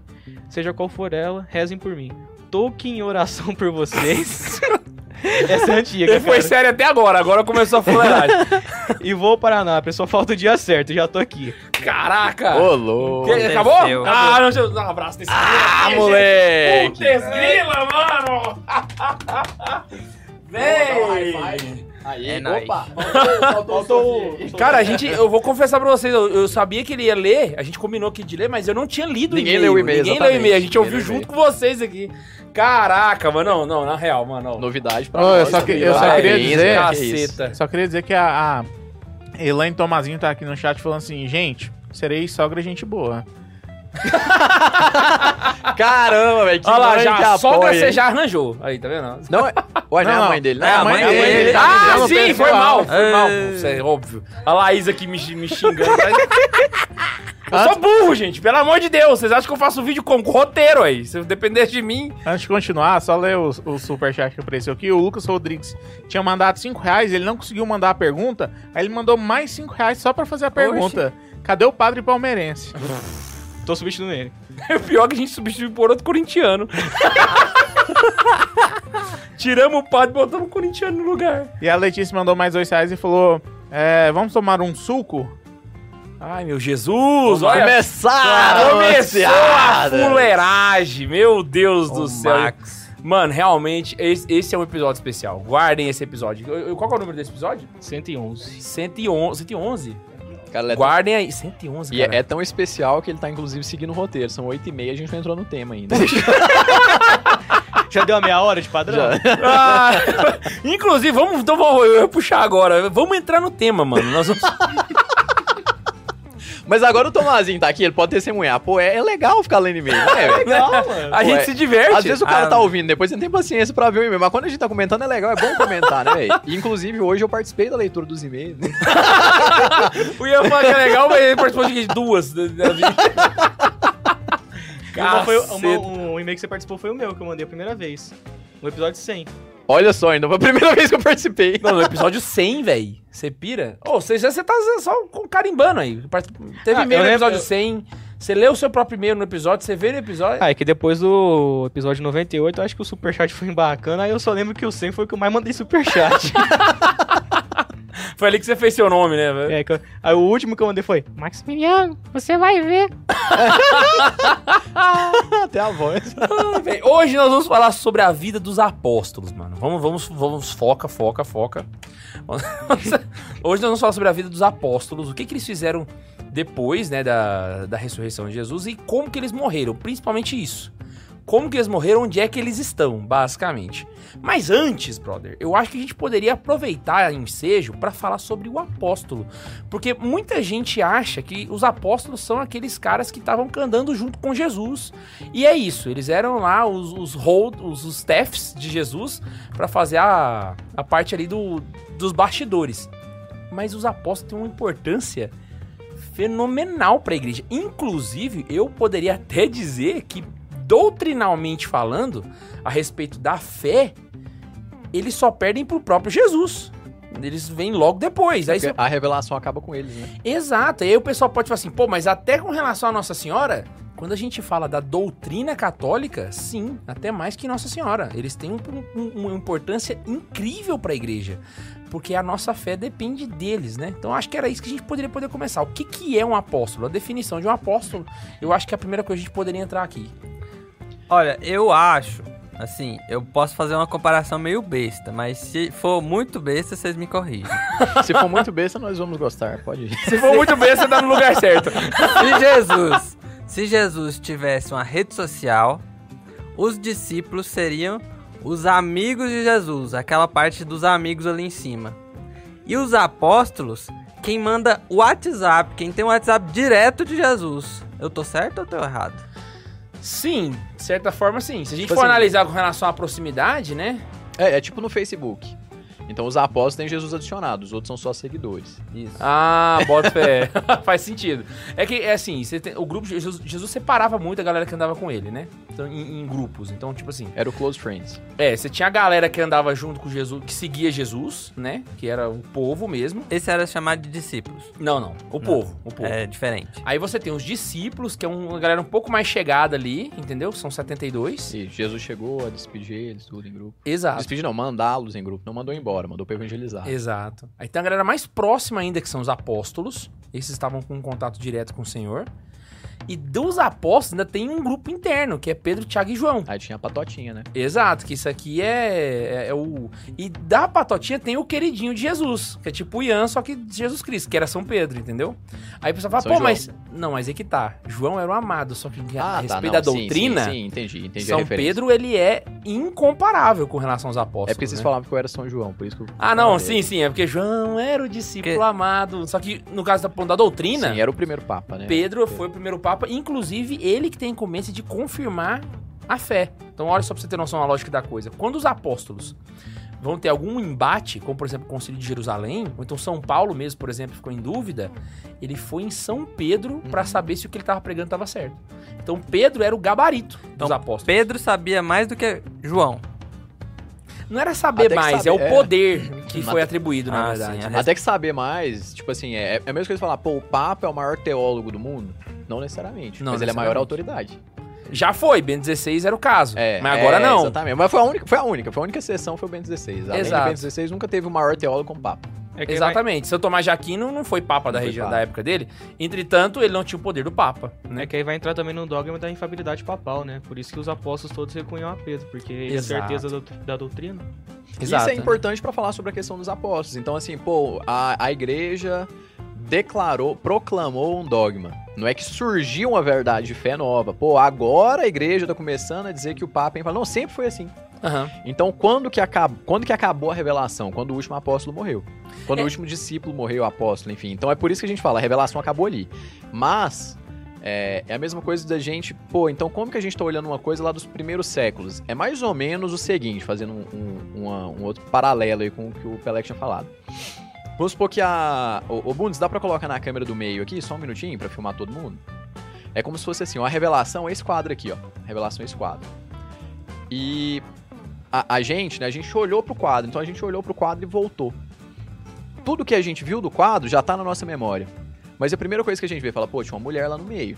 S4: Seja qual for ela, rezem por mim. Tolkien em oração por vocês. Essa é antiga,
S1: Ele foi
S4: cara.
S1: sério até agora. Agora começou a fuleiragem.
S4: E vou ao Paraná, pessoal. Falta o dia certo, já tô aqui.
S1: Caraca.
S2: Ô, louco.
S1: Que- acabou?
S3: Aconteceu.
S1: Ah, não, deixa eu dar um abraço nesse
S2: Ah,
S1: aqui, gente.
S2: moleque.
S1: Putz, grila, mano. Véi.
S2: Aí,
S3: É nóis. opa.
S1: Cara, a gente, eu vou confessar pra vocês, eu, eu sabia que ele ia ler, a gente combinou aqui de ler, mas eu não tinha lido
S2: Ninguém leu o e-mail,
S1: Ninguém leu
S2: exatamente.
S1: o e-mail, a gente
S2: Ninguém
S1: ouviu
S2: leu o
S1: junto
S2: e-mail.
S1: com vocês aqui. Caraca, mano, não, não, na real, mano. ó.
S2: Novidade pra
S5: Ô, eu
S2: nós.
S5: só que- eu
S2: novidade.
S5: só queria
S2: Parabéns,
S5: dizer-
S2: velho, que é isso.
S1: Caceta.
S5: Só queria dizer que a, a Elaine Tomazinho tá aqui no chat falando assim, gente, serei sogra gente boa.
S2: Caramba, velho. Que
S1: Olha lá,
S2: mãe que
S1: já,
S2: apoia,
S1: sogra você
S2: hein?
S1: já arranjou. Aí, tá vendo?
S2: Não, é- ué, não, é
S5: Não,
S2: a mãe dele, né?
S1: É, a mãe dele.
S5: dele.
S1: Ah,
S5: Ah, não
S1: sim,
S5: pensei
S1: foi
S5: lá.
S1: mal, foi mal.
S3: É.
S1: Isso um é óbvio. A Laís aqui me, me xingando. mas- Eu sou burro, gente, pelo amor de Deus. Vocês acham que eu faço vídeo com roteiro aí? Se dependesse de mim.
S5: Antes de continuar, só ler o, o superchat que apareceu aqui. O Lucas Rodrigues tinha mandado 5 reais, ele não conseguiu mandar a pergunta, aí ele mandou mais 5 reais só pra fazer a pergunta. Cadê o padre palmeirense?
S4: Tô substituindo ele.
S1: O pior é que a gente substituiu por outro corintiano. Tiramos o padre e botamos o corintiano no lugar.
S5: E a Letícia mandou mais 2 reais e falou: é, vamos tomar um suco?
S1: Ai, meu Jesus, olha.
S2: Começaram!
S1: Começou a
S2: as piadas.
S1: fuleiragem, meu Deus do
S3: O
S1: céu.
S3: Max.
S1: Mano, realmente, esse, esse é um episódio especial. Guardem esse episódio. Eu- eu- Qual que é o número desse episódio?
S4: 111.
S1: 111. 111?
S2: Cara, ele é tão-
S1: Guardem aí. 111,
S2: E é,
S1: cara.
S2: é tão especial que ele tá, inclusive, seguindo o roteiro. São 8h30 a gente não entrou no tema ainda.
S4: Já deu a meia hora de padrão?
S2: Já.
S1: Ah, inclusive, vamos. Então, vou, eu vou puxar agora. Vamos entrar no tema, mano. Nós vamos.
S2: Mas agora o Tomazinho tá aqui, ele pode testemunhar. Pô, é, é legal ficar lendo e-mail, né, velho?
S4: Legal, mano.
S1: A gente
S2: Ué,
S1: se diverte.
S2: Às vezes o cara
S1: Ah,
S2: tá ouvindo, depois você não tem paciência pra ver o e-mail. Mas quando a gente tá comentando, é legal, é bom comentar, né, velho? E, Inclusive, hoje eu participei da leitura dos e-mails. né? tá-
S1: O Ian falou que é legal, mas ele participou de duas. da- da vida.
S4: Uma foi- uma-
S1: Caceta.
S4: um e-mail que você participou foi o meu, que eu mandei a primeira vez. No episódio 100.
S2: Olha só, ainda foi a primeira vez que eu participei.
S1: Não, no episódio 100, velho. Você pira? Ô, você já você tá só com- carimbando aí. Part- Teve
S4: Ah,
S1: e-mail
S4: eu
S1: no
S4: lembro-
S1: episódio
S4: eu-
S1: 100. Você lê o seu próprio e-mail no episódio, você vê no episódio.
S4: Ah, é que depois do episódio 98, eu acho que o superchat foi bacana. Aí eu só lembro que o 100 foi o que eu mais mandei superchat. Ah.
S1: Foi ali que você fez seu nome, né? velho?
S4: é, que eu- aí o último que eu mandei foi: Maximiliano, você vai ver.
S2: Até a voz.
S1: Ah, velho, Hoje nós vamos falar sobre a vida dos apóstolos, mano. Vamos, vamos, vamos, foca, foca, foca. Hoje nós vamos falar sobre a vida dos apóstolos, o que, que eles fizeram depois, né, da, da ressurreição de Jesus e como que eles morreram, principalmente isso. Como que eles morreram, onde é que eles estão, basicamente. Mas antes, brother, eu acho que a gente poderia aproveitar o ensejo para falar sobre o apóstolo. Porque muita gente acha que os apóstolos são aqueles caras que estavam andando junto com Jesus e é isso, eles eram lá os, os hold, os, os staffs de Jesus pra fazer a, a parte ali do, dos bastidores. Mas os apóstolos têm uma importância fenomenal pra igreja. Inclusive, eu poderia até dizer que, doutrinalmente falando, a respeito da fé, eles só perdem pro próprio Jesus. Eles vêm logo depois. Aí você
S2: A revelação acaba com eles, né?
S1: Exato. E aí o pessoal pode falar assim, pô, mas até com relação a Nossa Senhora, quando a gente fala da doutrina católica, sim, até mais que Nossa Senhora. Eles têm um- um- uma importância incrível pra igreja, porque a nossa fé depende deles, né? Então acho que era isso que a gente poderia poder começar. O que, que é um apóstolo? A definição de um apóstolo, eu acho que é a primeira coisa que a gente poderia entrar aqui.
S3: Olha, eu acho, assim, eu posso fazer uma comparação meio besta, mas se for muito besta, vocês me corrigem.
S2: Se for muito besta, nós vamos gostar. Pode ir.
S1: Se for muito bem, você tá no lugar certo.
S3: Se Jesus, se Jesus tivesse uma rede social, os discípulos seriam os amigos de Jesus, aquela parte dos amigos ali em cima. E os apóstolos, quem manda o WhatsApp, quem tem o WhatsApp direto de Jesus. Eu tô certo ou tô errado?
S1: Sim, de certa forma, sim. Se a gente
S2: Tipo
S1: for
S2: assim,
S1: analisar com relação à proximidade, né?
S2: É, é tipo no Facebook. Então os apóstolos têm Jesus adicionado, os outros são só seguidores.
S3: Isso.
S1: Ah, bota fé. Faz sentido. É que, é assim, você tem- o grupo de Jesus, Jesus separava muito a galera que andava com ele, né? Então, em, em grupos. Então, tipo assim,
S2: Era o Close Friends.
S1: é, você tinha a galera que andava junto com Jesus, que seguia Jesus, né? Que era o povo mesmo.
S3: Esse era chamado de discípulos.
S1: Não, não, o povo, o povo.
S3: É diferente.
S1: Aí você tem os discípulos, que é uma galera um pouco mais chegada ali, entendeu? São 72.
S2: E Jesus chegou a despedir eles, tudo em grupo.
S1: Exato.
S2: Despedir não, mandá-los em grupo. Não mandou embora, mandou pra evangelizar.
S1: Exato. Aí tem a galera mais próxima ainda, que são os apóstolos. Esses estavam com um contato direto com o Senhor. E dos apóstolos ainda tem um grupo interno, que é Pedro, Tiago e João.
S2: Aí tinha a patotinha, né?
S1: Exato, que isso aqui é, é- é o. E da patotinha tem o queridinho de Jesus, que é tipo o Ian, só que de Jesus Cristo, que era São Pedro, entendeu? Aí o pessoal fala,
S2: São
S1: pô,
S2: João. Ah,
S1: mas. Não, mas é que tá. João era o amado, só que a Ah, respeito da
S2: tá, não, sim,
S1: doutrina,
S2: Sim, sim, entendi, entendi a
S1: São
S2: referência.
S1: Pedro ele é incomparável com relação aos apóstolos.
S2: É porque vocês
S1: né?
S2: falavam que eu era São João, por isso que eu...
S1: Ah, não, sim, sim. É porque João era o discípulo
S3: Que-
S1: amado. Só que no caso da, da doutrina,
S2: Sim, era o primeiro papa, né?
S1: Pedro foi o primeiro papa. Inclusive, ele que tem a incumbência de confirmar a fé. Então, olha só pra você ter noção da lógica da coisa. Quando os apóstolos vão ter algum embate, como por exemplo o Concílio de Jerusalém, ou então São Paulo mesmo, por exemplo, ficou em dúvida, ele foi em São Pedro pra saber se o que ele tava pregando tava certo. Então, Pedro era o gabarito dos
S3: Então,
S1: apóstolos.
S3: Pedro sabia mais do que João.
S1: Não era saber
S2: Até que
S1: mais,
S2: sabe-
S1: é o
S2: é.
S1: poder que
S2: Mas- é.
S1: foi atribuído, na
S3: Ah,
S1: verdade.
S3: sim, a
S2: Até que saber mais, tipo assim, é, é a mesma coisa que falar, pô, o Papa é o maior teólogo do mundo? Não necessariamente.
S1: Não
S2: mas ele é a maior autoridade.
S1: Já foi, Bento 16 era o caso.
S2: É,
S1: mas agora
S2: é,
S1: não.
S2: Exatamente. Mas foi a única, foi a única, foi a única exceção foi o Bento XVI. Além
S1: Exato.
S2: do Bento XVI, nunca teve o maior teólogo como Papa.
S4: É que vai-
S1: Exatamente. Seu Tomás de Aquino não foi papa da
S2: Não foi
S1: região
S2: papa.
S1: da época dele. Entretanto, ele não tinha o poder do papa,
S4: É
S1: né?
S4: que aí vai entrar também no dogma da infabilidade papal, né? Por isso que os apóstolos todos recunham a Pedro, porque ele é
S1: Exato.
S4: certeza da, dout- da doutrina.
S1: Exato.
S2: Isso é importante pra falar sobre a questão dos apóstolos. Então, assim, pô, a, a igreja declarou, proclamou um dogma. Não é que surgiu uma verdade de fé nova. Pô, agora a igreja tá começando a dizer que o Papa é infalível. Não, sempre foi assim.
S1: Aham.
S2: Então, quando que, acab... quando que acabou a revelação? Quando o último apóstolo morreu. Quando
S1: É.
S2: o último discípulo morreu, o apóstolo, enfim. Então, é por isso que a gente fala, a revelação acabou ali. Mas, é, é a mesma coisa da gente... Pô, então como que a gente tá olhando uma coisa lá dos primeiros séculos? É mais ou menos o seguinte, fazendo um, um- uma- um outro paralelo aí com o que o Pelé tinha falado. Vamos supor que a... Ô, ô Bundes, dá pra colocar na câmera do meio aqui, só um minutinho, pra filmar todo mundo? É como se fosse assim, ó, a revelação é esse quadro aqui, ó. Revelação é esse quadro. E a, a gente, né, a gente olhou pro quadro, então a gente olhou pro quadro e voltou. Tudo que a gente viu do quadro já tá na nossa memória. Mas a primeira coisa que a gente vê, fala, pô, tinha uma mulher lá no meio.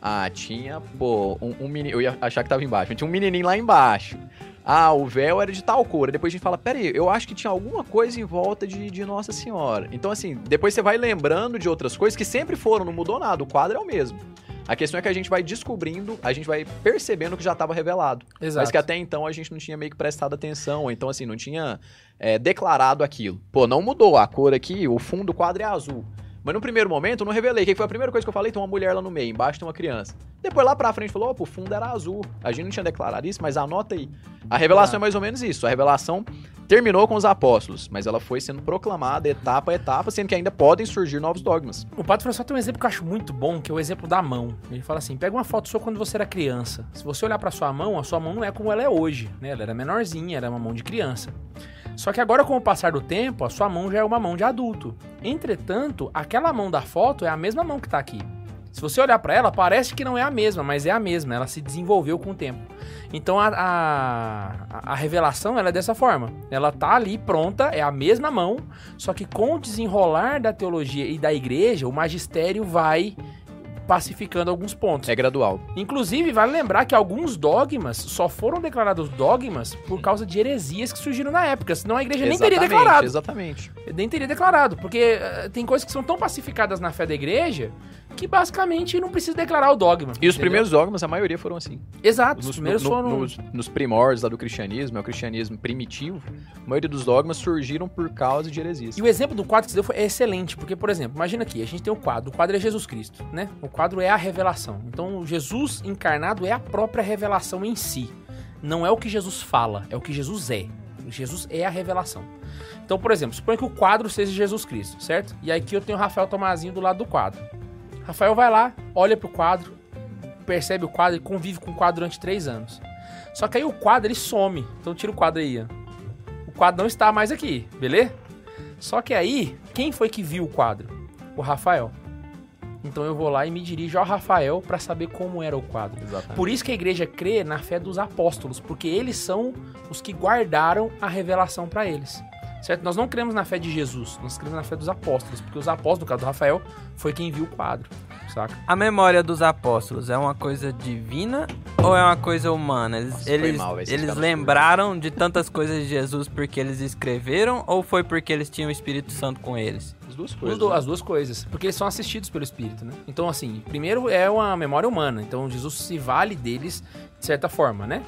S2: Ah, tinha, pô, um, um menino. Eu ia achar que tava embaixo, mas tinha um menininho lá embaixo. Ah, o véu era de tal cor. Aí Depois a gente fala, peraí, eu acho que tinha alguma coisa em volta de, de Nossa Senhora. Então, assim, depois você vai lembrando de outras coisas que sempre foram, não mudou nada, o quadro é o mesmo. A questão é que a gente vai descobrindo, a gente vai percebendo que já estava revelado. Mas que até então a gente não tinha meio que prestado atenção, ou então assim, não tinha é, declarado aquilo. Pô, não mudou a cor aqui, o fundo do quadro é azul. Mas no primeiro momento eu não revelei. O que que foi a primeira coisa que eu falei? Tem uma mulher lá no meio, embaixo tem uma criança. Depois lá pra frente falou, ó, pô, o fundo era azul. A gente não tinha declarado isso, mas anota aí. A
S1: Tá.
S2: revelação é mais ou menos isso. A revelação terminou com os apóstolos, mas ela foi sendo proclamada etapa a etapa, sendo que ainda podem surgir novos dogmas.
S1: O Padre François tem um exemplo que eu acho muito bom, que é o exemplo da mão. Ele fala assim: pega uma foto sua quando você era criança. Se você olhar pra sua mão, a sua mão não é como ela é hoje, né? Ela era menorzinha, era uma mão de criança. Só que agora, com o passar do tempo, a sua mão já é uma mão de adulto. Entretanto, aquela mão da foto é a mesma mão que tá aqui. Se você olhar pra ela, parece que não é a mesma, mas é a mesma. Ela se desenvolveu com o tempo. Então a, a, a- a revelação ela é dessa forma. Ela tá ali pronta, é a mesma mão, só que com o desenrolar da teologia e da igreja, o magistério vai pacificando alguns pontos.
S2: É gradual.
S1: Inclusive, vale lembrar que alguns dogmas só foram declarados dogmas por causa de heresias que surgiram na época, senão a igreja nem teria
S2: Exatamente,
S1: declarado.
S2: Exatamente.
S1: Nem teria declarado, porque eh, tem coisas que são tão pacificadas na fé da igreja que basicamente não precisa declarar o dogma.
S2: E os
S1: entendeu?
S2: primeiros dogmas, a maioria foram assim.
S1: Exato, Ah, os
S2: Nos,
S1: primeiros
S2: no- no-
S1: foram.
S2: nos, nos primórdios lá do cristianismo, é o cristianismo primitivo, a maioria dos dogmas surgiram por causa de heresias.
S1: E o exemplo do quadro que você deu foi, é excelente, porque, por exemplo, imagina aqui, a gente tem o quadro, o quadro é Jesus Cristo, né? O quadro é a revelação. Então, o Jesus encarnado é a própria revelação em si. Não é o que Jesus fala, é o que Jesus é. Jesus é a revelação. Então, por exemplo, suponha que o quadro seja Jesus Cristo, certo? E aqui eu tenho o Rafael Tomazinho do lado do quadro. Rafael vai lá, olha pro quadro, percebe o quadro e convive com o quadro durante três anos. Só que aí o quadro ele some. Então tira o quadro aí, ó. O quadro não está mais aqui, beleza? Só que aí, quem foi que viu o quadro? O Rafael. Então eu vou lá e me dirijo ao Rafael para saber como era o quadro.
S2: Exatamente.
S1: Por isso que a igreja crê na fé dos apóstolos, porque eles são os que guardaram a revelação para eles. Certo? Nós não cremos na fé de Jesus, nós cremos na fé dos apóstolos, porque os apóstolos, no caso do Rafael, foi quem viu o quadro, saca?
S3: A memória dos apóstolos é uma coisa divina ou é uma coisa humana? Eles,
S2: Nossa, foi
S3: eles,
S2: mal, esses
S3: eles
S2: caras
S3: lembraram de tantas coisas de Jesus porque eles escreveram ou foi porque eles tinham o Espírito Santo com eles?
S2: As duas
S1: Os
S2: coisas.
S1: do-
S2: né?
S1: As duas coisas, porque eles são assistidos pelo Espírito, né? Então, assim, primeiro é uma memória humana, então Jesus se vale deles de certa forma, né?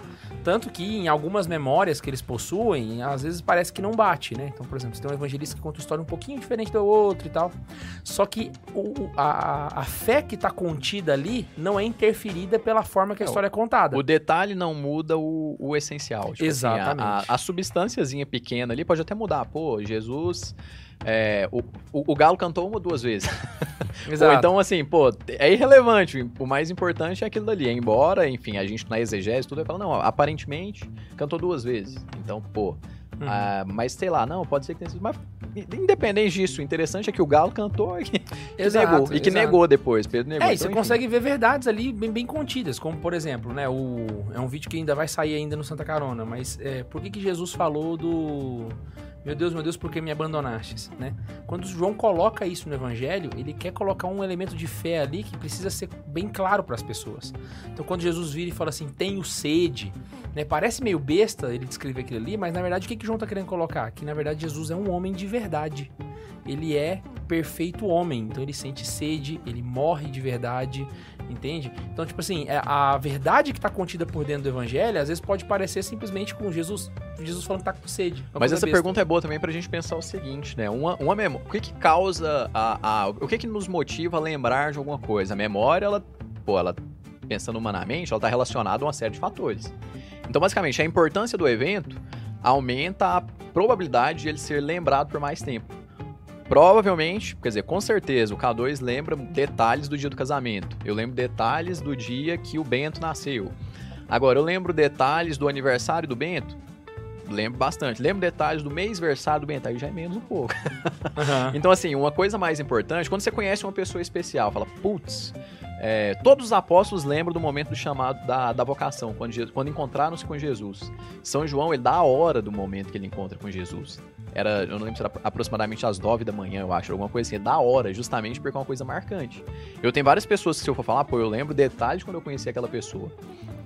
S1: Tanto que em algumas memórias que eles possuem, às vezes parece que não bate, né? Então, por exemplo, você tem um evangelista que conta uma história um pouquinho diferente do outro e tal. Só que o- o- a, a- a fé que tá contida ali não é interferida pela forma que a
S2: Não.
S1: história é contada.
S2: O detalhe não muda o, o essencial. Tipo assim, a-
S1: Exatamente.
S2: a, a substânciazinha pequena ali pode até mudar. Pô, Jesus. é, o, o, o Galo cantou uma ou duas vezes. Ou então, assim, pô, é irrelevante. O mais importante é aquilo dali. Embora, enfim, a gente na exegese, tudo vai falar, não, ó, aparentemente cantou duas vezes. Então, pô,
S1: Uhum.
S2: ah, mas sei lá, não, pode ser que tenha sido. Mas independente disso, o interessante é que o Galo cantou e que, que
S1: Exato,
S2: negou. E que
S1: exato.
S2: negou depois. Pedro negou.
S1: É, e
S2: Então,
S1: você
S2: enfim.
S1: consegue ver verdades ali bem, bem contidas, como por exemplo, né, o é um vídeo que ainda vai sair ainda no Santa Carona, mas é, por que que Jesus falou do meu Deus, meu Deus, por que me abandonastes, né? Quando João coloca isso no evangelho, ele quer colocar um elemento de fé ali que precisa ser bem claro para as pessoas. Então quando Jesus vira e fala assim, tenho sede, né, parece meio besta ele descrever aquilo ali, mas na verdade o que que João tá querendo colocar? Que na verdade Jesus é um homem de verdade. Ele é perfeito homem. Então ele sente sede, ele morre de verdade, entende? Então, tipo assim, é- a verdade que tá contida por dentro do evangelho, às vezes pode parecer simplesmente com Jesus, Jesus falando que tá com sede. Uma
S2: Mas
S1: coisa
S2: essa
S1: besta.
S2: pergunta é boa também pra gente pensar o seguinte, né? Uma, uma memória. O que que causa a, a- O que que nos motiva a lembrar de alguma coisa? A memória, ela. Pô, ela. Pensando humanamente, ela tá relacionada a uma série de fatores. Então, basicamente, a importância do evento aumenta a probabilidade de ele ser lembrado por mais tempo. Provavelmente, quer dizer, com certeza, o K2 lembra detalhes do dia do casamento. Eu lembro detalhes do dia que o Bento nasceu. Agora, eu lembro detalhes do aniversário do Bento? Lembro bastante. Lembro detalhes do mês-versário do Bento? Aí já é menos um pouco.
S1: Aham.
S2: Então, assim, uma coisa mais importante, quando você conhece uma pessoa especial, fala, putz, é, todos os apóstolos lembram do momento do chamado da, da vocação, quando, Jesus- quando encontraram-se com Jesus. São João, ele dá a hora do momento que ele encontra com Jesus. Era, eu não lembro se era aproximadamente às 9 da manhã, eu acho, alguma coisa assim, da hora, justamente porque é uma coisa marcante. Eu tenho várias pessoas que, se eu for falar, pô, eu lembro detalhes quando eu conheci aquela pessoa.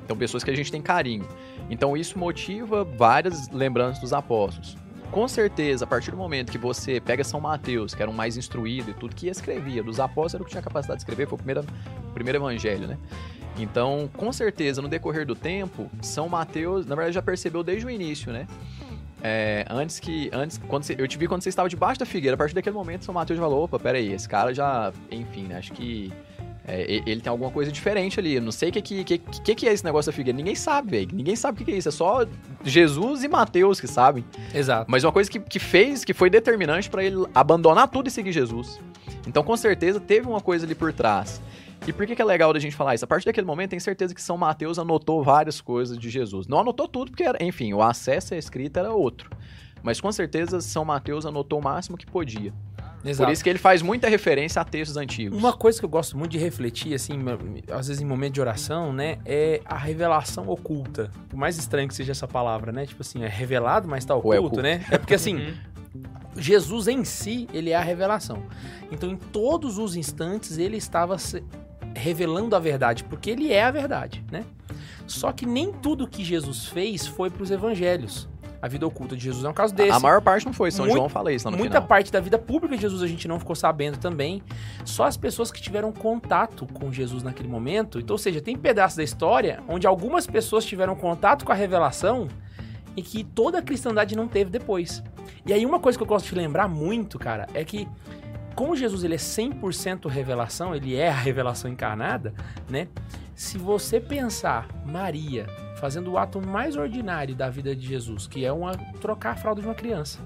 S2: Então, pessoas que a gente tem carinho. Então, isso motiva várias lembranças dos apóstolos. Com certeza, a partir do momento que você pega São Mateus, que era um mais instruído e tudo, que escrevia, dos apóstolos era o que tinha capacidade de escrever, foi o primeiro, o primeiro evangelho, né? Então, com certeza, no decorrer do tempo, São Mateus, na verdade, já percebeu desde o início, né? É, antes que. Antes, quando você- eu te vi quando você estava debaixo da figueira, a partir daquele momento, São Mateus falou: opa, peraí, esse cara já. Enfim, né, acho que. é, e- ele tem alguma coisa diferente ali. Eu não sei o que, que, que, que, que é esse negócio da figueira. Ninguém sabe, velho. Ninguém sabe o que, que é isso. É só Jesus e Mateus que sabem.
S1: Exato.
S2: Mas uma coisa que, que fez, que foi determinante pra ele abandonar tudo e seguir Jesus. Então, com certeza, teve uma coisa ali por trás. E por que, que é legal da gente falar isso? A partir daquele momento, tenho certeza que São Mateus anotou várias coisas de Jesus. Não anotou tudo, porque, era, enfim, o acesso à escrita era outro. Mas com certeza, São Mateus anotou o máximo que podia.
S1: Exato.
S2: Por isso que ele faz muita referência a textos antigos.
S1: Uma coisa que eu gosto muito de refletir, assim, m- às vezes em momento de oração, né, é a revelação oculta. Por mais estranho que seja essa palavra, né? Tipo assim, é revelado, mas tá
S2: Ou é
S1: oculto,
S2: oculto.
S1: né? É porque assim,
S4: Uhum.
S1: Jesus em si, ele é a revelação. Então, em todos os instantes, ele estava se- revelando a verdade, porque ele é a verdade, né? Só que nem tudo que Jesus fez foi para os evangelhos. A vida oculta de Jesus é um caso desse.
S2: A maior parte não foi. São
S1: Muito-
S2: João fala isso lá no
S1: Muita
S2: final.
S1: parte da vida pública de Jesus a gente não ficou sabendo também. Só as pessoas que tiveram contato com Jesus naquele momento. Então, ou seja, tem pedaço da história onde algumas pessoas tiveram contato com a revelação e que toda a cristandade não teve depois. E aí uma coisa que eu gosto de lembrar muito, cara, é que como Jesus ele é 100% revelação, ele é a revelação encarnada, né? Se você pensar Maria fazendo o ato mais ordinário da vida de Jesus, que é uma trocar a fralda de uma criança.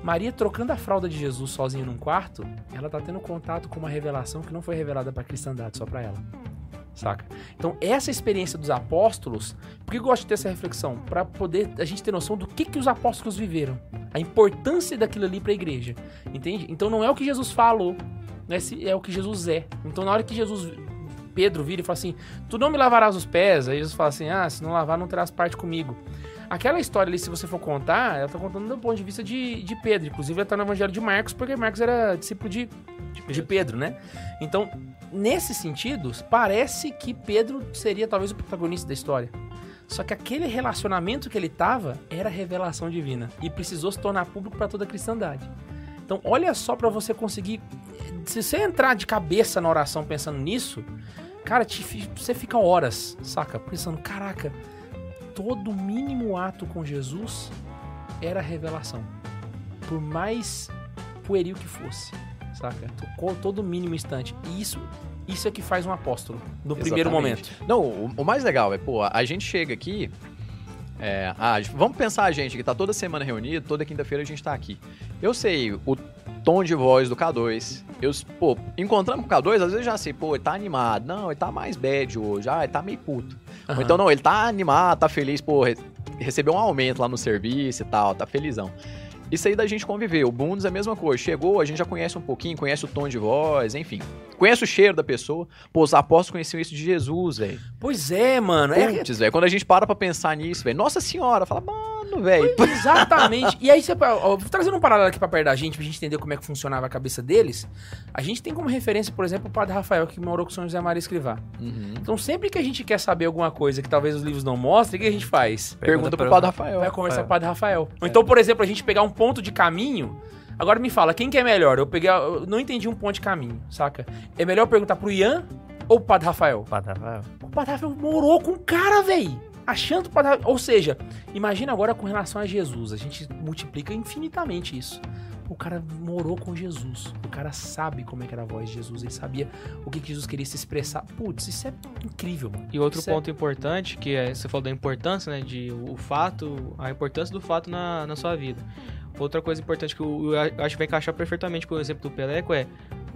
S1: Maria trocando a fralda de Jesus sozinha num quarto, ela tá tendo contato com uma revelação que não foi revelada pra cristandade, só pra ela. Saca? Então, essa experiência dos apóstolos, por que eu gosto de ter essa reflexão? Pra poder a gente ter noção do que, que os apóstolos viveram, a importância daquilo ali pra igreja, entende? Então, não é o que Jesus falou, né? Se- é o que Jesus é. Então, na hora que Jesus. Pedro vira e fala assim: Tu não me lavarás os pés. Aí Jesus fala assim: Ah, se não lavar, não terás parte comigo. Aquela história ali, se você for contar, ela tá contando do ponto de vista de, de Pedro. Inclusive, ela tá no Evangelho de Marcos, porque Marcos era discípulo de, de Pedro, né? Então, nesse sentido, parece que Pedro seria talvez o protagonista da história. Só que aquele relacionamento que ele tava era revelação divina e precisou se tornar público para toda a cristandade. Então, olha só pra você conseguir. eh, Se você entrar de cabeça na oração pensando nisso, cara, te fi- você fica horas, saca? Pensando, caraca, todo mínimo ato com Jesus era revelação. Por mais pueril que fosse, saca? Tocou todo mínimo instante. E isso, isso é que faz um apóstolo, no primeiro
S2: Exatamente.
S1: momento.
S2: Não, o, o mais legal é, pô, a gente chega aqui. é, ah, vamos pensar a gente que tá toda semana reunido, toda quinta-feira a gente tá aqui. Eu sei o tom de voz do K2. Eu, pô, encontrando com o K2, às vezes eu já sei, pô, ele tá animado. Não, ele tá mais bad hoje. Ah, ele tá meio puto. Ou
S1: Aham.
S2: então não, ele tá animado, tá feliz, pô, re- recebeu um aumento lá no serviço e tal, tá felizão. Isso aí da gente conviver. O Bundes é a mesma coisa. Chegou, a gente já conhece um pouquinho, conhece o tom de voz, enfim. Conhece o cheiro da pessoa. Pô, os apóstolos conheciam isso de Jesus, velho.
S1: Pois é, mano. É,
S2: Putz, velho. Quando a gente para pra pensar nisso, velho. Nossa senhora, fala, mano, velho.
S1: Exatamente. E aí, você, ó, trazendo um paralelo aqui pra perto da gente, pra gente entender como é que funcionava a cabeça deles, a gente tem como referência, por exemplo, o padre Rafael, que morou com São José Maria Escrivá.
S2: Uhum.
S1: Então, sempre que a gente quer saber alguma coisa que talvez os livros não mostrem, o que a gente faz?
S2: Pergunta pro Padre Rafael.
S1: Vai conversar com o padre Rafael. Ou então, por exemplo, a gente pegar um ponto de caminho. Agora me fala, quem que é melhor? Eu peguei. Eu não entendi um ponto de caminho, saca? É melhor perguntar pro Ian ou pro padre Rafael?
S3: Padaval.
S1: O Padre Rafael morou com o cara, velho. Achando o Padre Rafael- Ou seja, imagina agora com relação a Jesus. A gente multiplica infinitamente isso. O cara morou com Jesus. O cara sabe como é que era a voz de Jesus. Ele sabia o que que Jesus queria se expressar. Putz, isso é incrível, mano.
S4: E outro
S1: Isso é-
S4: ponto importante, que é, você falou da importância, né? De o fato, a importância do fato na, na sua vida. Outra coisa importante que eu, eu acho que vai encaixar perfeitamente com o exemplo do Peleco é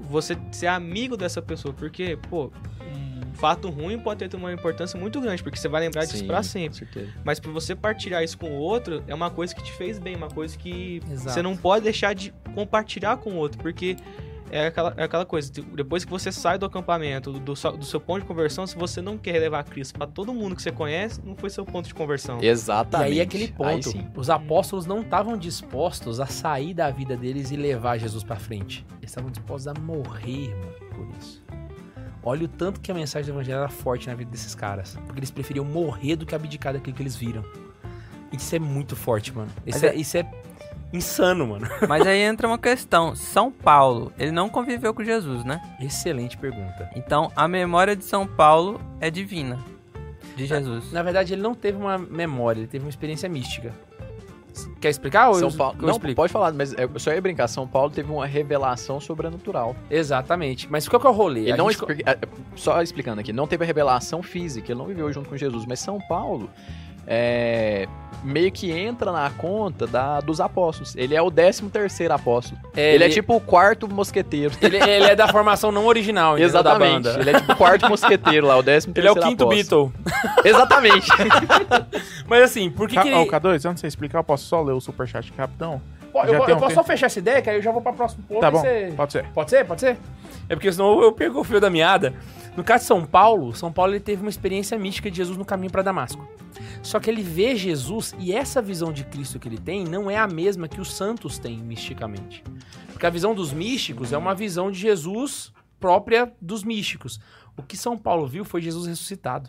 S4: você ser amigo dessa pessoa, porque, pô, um fato ruim pode ter uma importância muito grande, porque você vai lembrar disso
S2: Sim,
S4: pra sempre.
S2: Com certeza.
S4: Mas pra você partilhar isso com o outro, é uma coisa que te fez bem, uma coisa que
S1: Exato.
S4: você não pode deixar de compartilhar com o outro, porque é aquela, é aquela coisa, de- depois que você sai do acampamento, do, so- do seu ponto de conversão, se você não quer levar Cristo pra todo mundo que você conhece, não foi seu ponto de conversão.
S1: E
S2: Exatamente.
S1: aí aquele ponto,
S2: sim.
S1: os apóstolos não estavam dispostos a sair da vida deles e levar Jesus pra frente. Eles estavam dispostos a morrer, mano, por isso. Olha o tanto que a mensagem do evangelho era forte na vida desses caras, porque eles preferiam morrer do que abdicar daquilo que eles viram. Isso é muito forte, mano. Isso,
S3: Mas
S1: é,
S3: é-
S1: isso é insano, mano.
S3: Mas aí entra uma questão. São Paulo, ele não conviveu com Jesus, né?
S1: Excelente pergunta.
S3: Então a memória de São Paulo é divina. De Jesus.
S1: Na verdade, ele não teve uma memória, ele teve uma experiência mística. Quer explicar ou
S2: São
S1: eu,
S2: Paulo.
S1: eu
S2: Não,
S1: explico?
S2: pode falar, mas eu só ia brincar. São Paulo teve uma revelação sobrenatural.
S1: Exatamente. Mas qual que é o rolê?
S2: Ele
S1: A
S2: não
S1: gente co-
S2: expli- é, Só explicando aqui, não teve a revelação física, ele não viveu junto com Jesus, mas São Paulo é, meio que entra na conta da- dos apóstolos. Ele é o 13 terceiro apóstolo.
S1: é,
S2: Ele, é tipo o quarto mosqueteiro.
S1: Ele, ele é da formação não original, entendeu?
S2: Exatamente.
S1: Da banda.
S2: Ele é tipo o quarto mosqueteiro lá, o décimo
S1: Ele é o
S2: terceiro
S1: quinto
S2: apóstolo.
S1: Beatle.
S2: Exatamente.
S1: Mas assim, por que,
S5: Ca-
S1: que
S5: Ó,
S1: ele...
S5: K2, antes de você explicar, eu posso só ler o superchat aqui rapidão?
S1: Pô,
S5: já
S1: eu,
S5: tem
S1: eu
S5: um
S1: posso
S5: tempo.
S1: só fechar essa ideia, que aí eu já vou pra próximo ponto.
S5: Tá
S1: e
S5: bom,
S1: você-
S5: pode ser.
S1: Pode ser? Pode ser? É porque senão eu perco o fio da meada. No caso de São Paulo, São Paulo ele teve uma experiência mística de Jesus no caminho para Damasco. Só que ele vê Jesus e essa visão de Cristo que ele tem não é a mesma que os santos têm misticamente. Porque a visão dos místicos é uma visão de Jesus própria dos místicos. O que São Paulo viu foi Jesus ressuscitado.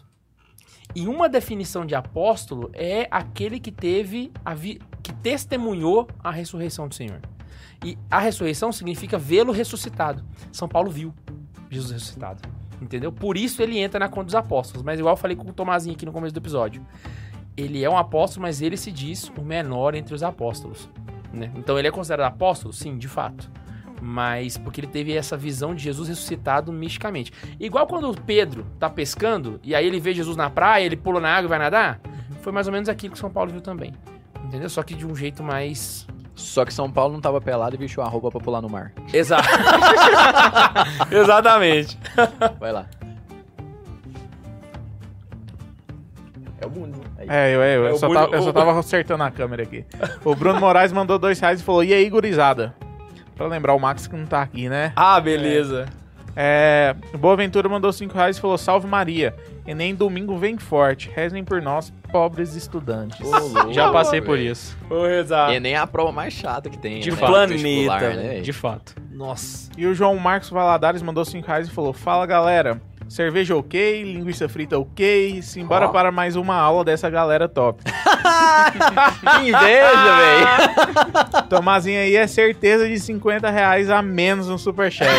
S1: E uma definição de apóstolo é aquele que teve a vi- que testemunhou a ressurreição do Senhor. E a ressurreição significa vê-lo ressuscitado. São Paulo viu Jesus ressuscitado. Entendeu? Por isso ele entra na conta dos apóstolos. Mas igual eu falei com o Tomazinho aqui no começo do episódio. Ele é um apóstolo, mas ele se diz o menor entre os apóstolos. né? Então ele é considerado apóstolo? Sim, de fato. Mas porque ele teve essa visão de Jesus ressuscitado misticamente. Igual quando o Pedro tá pescando e aí ele vê Jesus na praia, ele pula na água e vai nadar. Foi mais ou menos aquilo que São Paulo viu também. Entendeu? Só que de um jeito mais
S2: Só que São Paulo não tava pelado e vestiu a roupa pra pular no mar.
S1: Exato. Exatamente.
S2: Vai lá. É o mundo. Aí.
S5: É, eu, eu,
S1: É,
S5: eu,
S1: o
S5: só
S1: Bruno-
S5: tava, eu só
S1: o-
S5: tava acertando a câmera aqui. O Bruno Moraes mandou dois reais e falou, e aí, gurizada? Pra lembrar o Max que não tá aqui, né?
S1: Ah, beleza.
S5: É, Boa Ventura mandou cinco reais e falou, salve Maria. Enem domingo vem forte, rezem por nós, pobres estudantes.
S2: Ô, louco,
S4: Já passei por
S2: velho.
S4: isso,
S1: Vou rezar.
S2: E nem é a prova mais chata que tem.
S4: De
S2: né?
S4: fato.
S2: Vestibular,
S1: Planeta,
S2: né?
S4: de fato.
S1: Nossa.
S5: E o João Marcos Valadares mandou 5 reais e falou: Fala galera, cerveja ok, linguiça frita ok, simbora
S2: Ó.
S5: para mais uma aula dessa galera top.
S2: Que inveja, velho.
S5: Tomazinho aí é certeza de 50 reais a menos no superchat.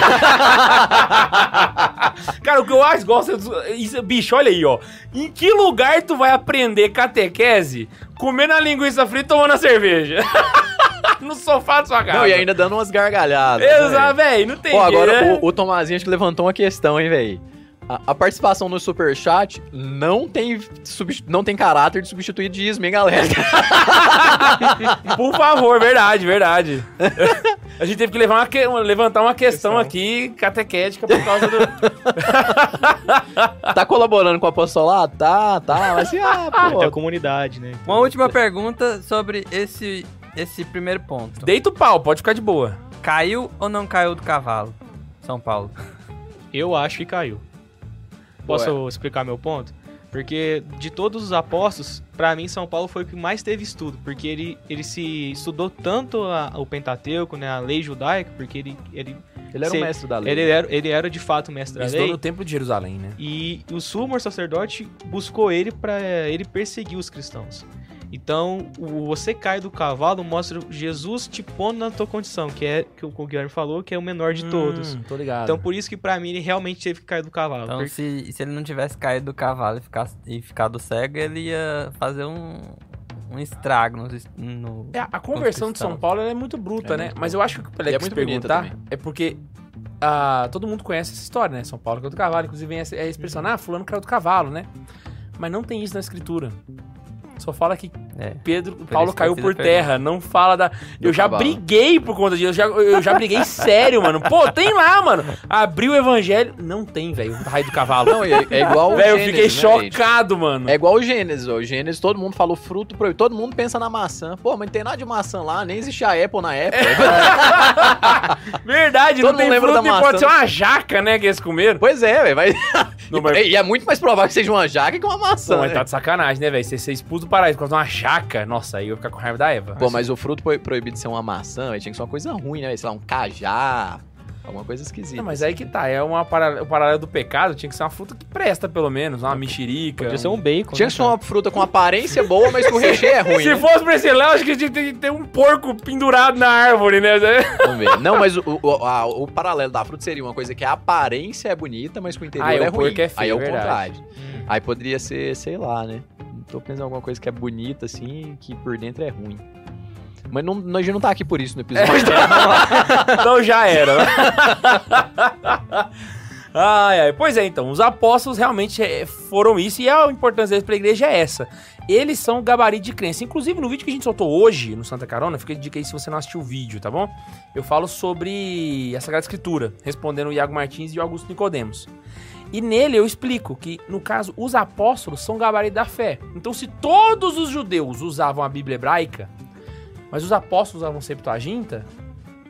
S1: Cara, o que eu mais gosto é. dos- isso- bicho, olha aí, ó. Em que lugar tu vai aprender catequese comendo a linguiça frita e tomando a cerveja? no sofá da sua casa.
S2: Não, e ainda dando umas gargalhadas. né,
S1: Exato, velho. Não tem
S2: Pô, agora
S1: jeito, né?
S2: o, o Tomazinho acho que levantou uma questão, hein, velho. A, a participação no Superchat não tem, substitu- não tem caráter de substituir dízimo, hein, galera?
S1: Por favor, verdade, verdade. A gente teve que levar uma que- uma- levantar uma questão
S5: Questão.
S1: aqui catequética por causa do.
S2: tá colaborando com o apostolado? Tá, tá. Mas assim, ah,
S4: É a
S1: então,
S2: pô.
S4: comunidade, né?
S3: Uma última pergunta sobre esse, esse primeiro ponto.
S1: Deita o pau, pode ficar de boa.
S3: Caiu ou não caiu do cavalo? São Paulo.
S4: Eu acho que caiu. Posso explicar meu ponto? Porque de todos os apostos, pra mim São Paulo foi o que mais teve estudo, porque ele, ele se estudou tanto a- o Pentateuco, né, a lei judaica, porque ele, ele,
S2: Ele era
S4: Sim,
S2: o mestre da lei.
S4: ele, era, ele era de fato o mestre da
S1: Estou
S4: lei.
S1: no tempo de Jerusalém, né?
S4: E o sumo sacerdote buscou ele para ele perseguir os cristãos. Então, o você cai do cavalo mostra Jesus te pondo na tua condição, que é que o que o Guilherme falou, que é o menor de todos.
S1: Hum, tô ligado.
S4: Então, por isso que pra mim ele realmente teve que cair do cavalo.
S3: Então,
S4: porque-
S3: se, se ele não tivesse caído do cavalo e, ficasse, e ficado cego, ele ia fazer um, um estrago no, no-
S1: É, a conversão de
S3: Conquistar.
S1: São Paulo ela é muito bruta,
S2: É
S1: né?
S2: muito
S1: Mas eu acho que o que o Alex
S2: E é muito bonita
S1: perguntar
S2: também.
S1: é porque ah, todo mundo conhece essa história, né? São Paulo caiu do cavalo, inclusive vem
S2: Uhum.
S1: essa- é a expressão, ah, fulano caiu do cavalo, né? Mas não tem isso na escritura. Só fala que
S3: É.
S1: Pedro, Paulo
S3: isso que eu
S1: caiu
S3: fiz
S1: por
S3: a pergunta.
S1: terra, não fala da. Eu já
S2: cavalo.
S1: briguei por conta disso, eu já, eu já briguei sério, mano. Pô, tem lá, mano. Abri o evangelho, não tem, velho, o raio do cavalo.
S2: Não, é, é igual o
S1: Velho, eu
S2: Gênesis,
S1: fiquei
S2: né, gente?
S1: chocado, mano.
S2: É igual o Gênesis, ó. O Gênesis, todo mundo falou fruto proibido. Todo mundo pensa na maçã. Pô, mas não tem nada de maçã lá, nem existia a Apple na época.
S1: É. Verdade,
S2: Todo
S1: não tem
S2: mundo lembra
S1: fruta
S2: da
S1: e
S2: maçã,
S1: pode ser uma jaca, né, que eles comeram.
S2: pois é, velho. vai-
S1: Não,
S2: E-
S1: mas-
S2: E é muito mais provável que seja uma jaca que uma maçã.
S1: Pô, mas
S2: né?
S1: tá de sacanagem, né, velho? Você ser expulso do paraíso por causa de uma jaca, nossa, aí eu ia ficar com raiva da Eva.
S2: Pô, mas o fruto pro- proibido de ser uma maçã, velho, tinha que ser uma coisa ruim, né? velho? Sei lá, um cajá, alguma coisa esquisita.
S1: Não, mas aí que tá, é uma para... o paralelo do pecado, tinha que ser uma fruta que presta, pelo menos, uma mexerica.
S4: Podia
S1: um-
S4: ser um bacon.
S2: Tinha
S4: né,
S2: que ser uma fruta com aparência boa, mas com recheio é ruim,
S1: tá- Se
S2: né?
S1: fosse pra esse Léo, acho que tinha que ter um porco pendurado na árvore, né?
S2: Vamos ver. Não, mas o, o- a- o paralelo da fruta seria uma coisa que a aparência é bonita, mas com o interior
S1: Ah, é,
S2: é
S1: o
S2: ruim.
S1: porco é feio,
S2: aí é o
S1: verdade. Hum.
S2: contrário. Aí poderia ser, sei lá, né? Tô pensando em alguma coisa que é bonita, assim, que por dentro é ruim. Mas não, nós não tá aqui por isso no episódio.
S1: É. Então já era. né? ai, ai. Pois é, então, os apóstolos realmente é, foram isso, e a importância deles pra igreja é essa. Eles são o gabarito de crença. Inclusive, no vídeo que a gente soltou hoje, no Santa Carona, fica de dica aí se você não assistiu o vídeo, tá bom? Eu falo sobre a Sagrada Escritura, respondendo o Iago Martins e o Augusto Nicodemos. E nele eu explico que, no caso, os apóstolos são o gabarito da fé. Então, se todos os judeus usavam a Bíblia hebraica, mas os apóstolos usavam Septuaginta,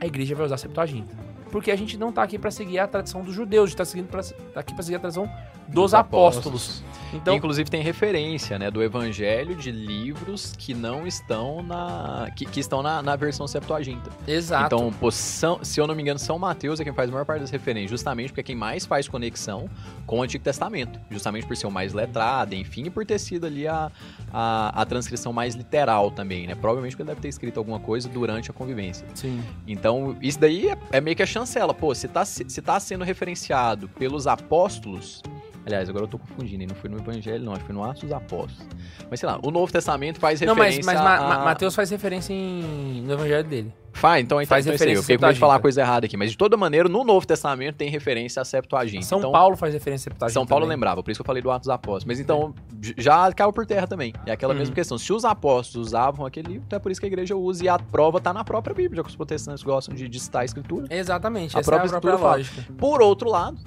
S1: a igreja vai usar a Septuaginta. Porque a gente não tá aqui para seguir a tradição dos judeus, a gente tá, seguindo pra, tá aqui pra seguir a tradição dos, apóstolos. Então,
S2: Inclusive tem referência, né, do evangelho de livros que não estão na... que, que estão na, na versão Septuaginta.
S1: exato.
S2: Então, pô, São- se eu não me engano, São Mateus é quem faz a maior parte das referências, justamente porque é quem mais faz conexão com o Antigo Testamento. Justamente por ser o mais letrado, enfim, e por ter sido ali a, a, a transcrição mais literal também, né? Provavelmente porque ele deve ter escrito alguma coisa durante a convivência.
S1: Sim.
S2: Então, isso daí é, é meio que a chancela. Pô, se tá, se, se tá sendo referenciado pelos apóstolos. Aliás, agora eu tô confundindo, hein? não foi no Evangelho, não, acho que foi no Atos dos Apóstolos. Mas sei lá, o Novo Testamento faz
S1: Não, mas,
S2: referência.
S1: mas Ma-
S2: a-
S1: Ma- Mateus faz referência em- no evangelho dele.
S2: Faz, então, então,
S1: Faz
S2: então é isso aí.
S1: referência à
S2: Eu fiquei com medo de falar
S1: Septuaginta.
S2: uma coisa errada aqui, mas de toda maneira, no Novo Testamento tem referência a Septuaginta.
S1: São
S2: então,
S1: Paulo faz referência à Septuaginta.
S2: São Paulo
S1: também. É.
S2: lembrava, por isso que eu falei do Atos dos Apóstolos. Mas então, j- já caiu por terra também. É aquela
S1: Uhum.
S2: mesma questão. Se os apóstolos usavam aquele livro, então é por isso que a igreja usa. E a prova tá na própria Bíblia, já que os protestantes gostam de, de citar a escritura.
S1: Exatamente,
S2: A
S1: essa
S2: própria
S1: é a própria
S2: escritura fala.
S1: lógica.
S2: Por outro lado,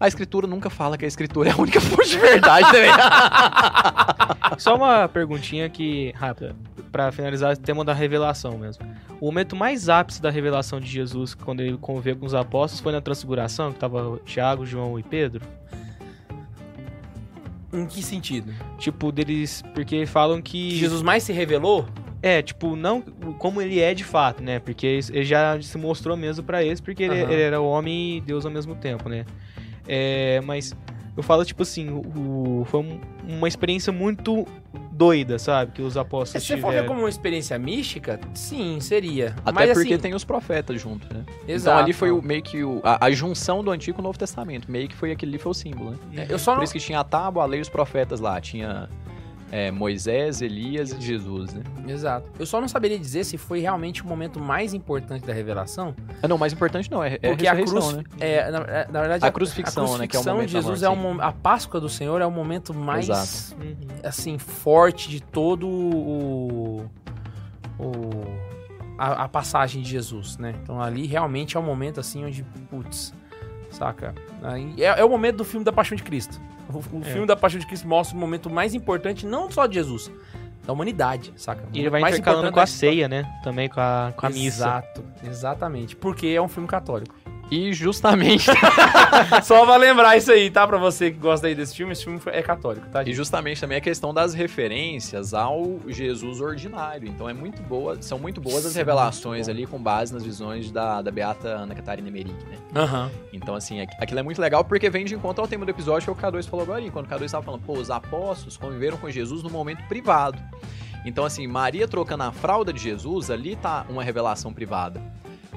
S2: a escritura nunca fala que a escritura é a única fonte de verdade né? também.
S4: cara? Só uma perguntinha que, rápida, pra finalizar o tema da revelação mesmo. O momento mais ápice da revelação de Jesus, quando ele conviveu com os apóstolos, foi na transfiguração, que tava Tiago, João e Pedro.
S1: Em que sentido?
S4: Tipo, deles. Porque falam que.
S1: Que Jesus mais se revelou?
S4: É, tipo, não como ele é de fato, né? Porque ele já se mostrou mesmo pra eles, porque ele,
S1: Aham.
S4: ele era homem e Deus ao mesmo tempo, né? É, mas eu falo, tipo assim, o, o- foi um- uma experiência muito doida, sabe? Que os
S1: É, Se
S4: apóstolos
S1: você for ver
S4: tiveram.
S1: como uma experiência mística, sim, seria.
S2: Até
S1: Mas,
S2: porque
S1: assim,
S2: tem os profetas junto, né?
S1: exato.
S2: Então ali foi o, meio que o- a, a junção do Antigo e Novo Testamento. Meio que foi aquele ali foi o símbolo, né?
S1: É, Eu só
S2: Por
S1: não...
S2: isso que tinha a tábua, a lei e os profetas lá. Tinha é, Moisés, Elias e Jesus, né?
S1: Exato. Eu só não saberia dizer se foi realmente o momento mais importante da revelação,
S2: Ah, não, o mais importante não, é, é
S1: porque
S2: a
S1: a
S2: ressurreição,
S1: cruz,
S2: né?
S1: é, na, é, na verdade,
S2: A crucifixão, né, que é o
S1: crucifixão
S2: momento
S1: de
S2: da
S1: Jesus
S2: morte,
S1: é o
S2: sim.
S1: mom- a Páscoa do Senhor é o momento mais
S2: Exato.
S4: Uhum.
S1: assim forte de todo o, o- a, a passagem de Jesus, né? Então ali realmente é o momento assim onde putz, saca? Aí É, é o momento do filme da Paixão de Cristo. O, o
S4: É.
S1: filme da Paixão de Cristo mostra o momento mais importante não só de Jesus, da humanidade, saca?
S4: E ele vai
S1: mais
S4: intercalando
S1: importante
S4: com
S1: da
S4: a ceia, né? Também com a, com a missa.
S1: Exato, exatamente. Porque é um filme católico.
S2: E justamente,
S1: Só pra lembrar isso aí, tá? Pra você que gosta aí desse filme, esse filme é católico, tá?
S2: e
S1: gente?
S2: justamente também a questão das referências ao Jesus ordinário. Então é muito boa, são muito boas as
S1: Isso é
S2: revelações
S1: muito
S2: ali com base nas visões da, da Beata Ana Catarina Emerick, né?
S1: Aham.
S2: Então, assim, aqu- aquilo é muito legal porque vem de encontro ao tema do episódio que o K2 falou agora. aí, Quando o K2 estava falando, pô, os apóstolos conviveram com Jesus no momento privado. Então, assim, Maria trocando a fralda de Jesus, ali tá uma revelação privada.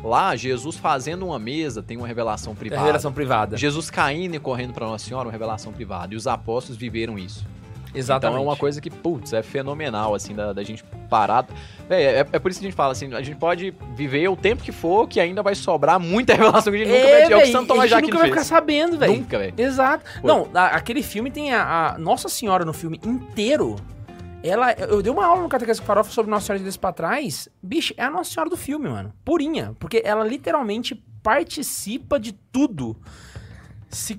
S2: Lá, Jesus fazendo uma mesa tem uma revelação
S1: É
S2: privada.
S1: revelação privada.
S2: Jesus caindo e correndo para Nossa Senhora, uma revelação privada. E os apóstolos viveram isso. Então
S1: Exatamente.
S2: é uma coisa que, putz, é fenomenal, assim, da, da gente parar. Véi, É, é por isso que a gente fala, assim, a gente pode viver o tempo que for, que ainda vai sobrar muita revelação que a gente nunca vai
S1: É,
S2: ter. É o que
S1: véi,
S2: Santo
S1: a
S2: Tomás de
S1: gente
S2: Aquino
S1: nunca vai
S2: fez.
S1: ficar sabendo, velho.
S2: Nunca, velho.
S1: Exato.
S2: Pô.
S1: Não, a- aquele filme tem a, a Nossa Senhora no filme inteiro. Ela, eu dei uma aula no Catequese com Farofa sobre Nossa Senhora de Deus pra trás. Bicho, é a Nossa Senhora do filme, mano. Purinha. Porque ela literalmente participa de tudo. Se,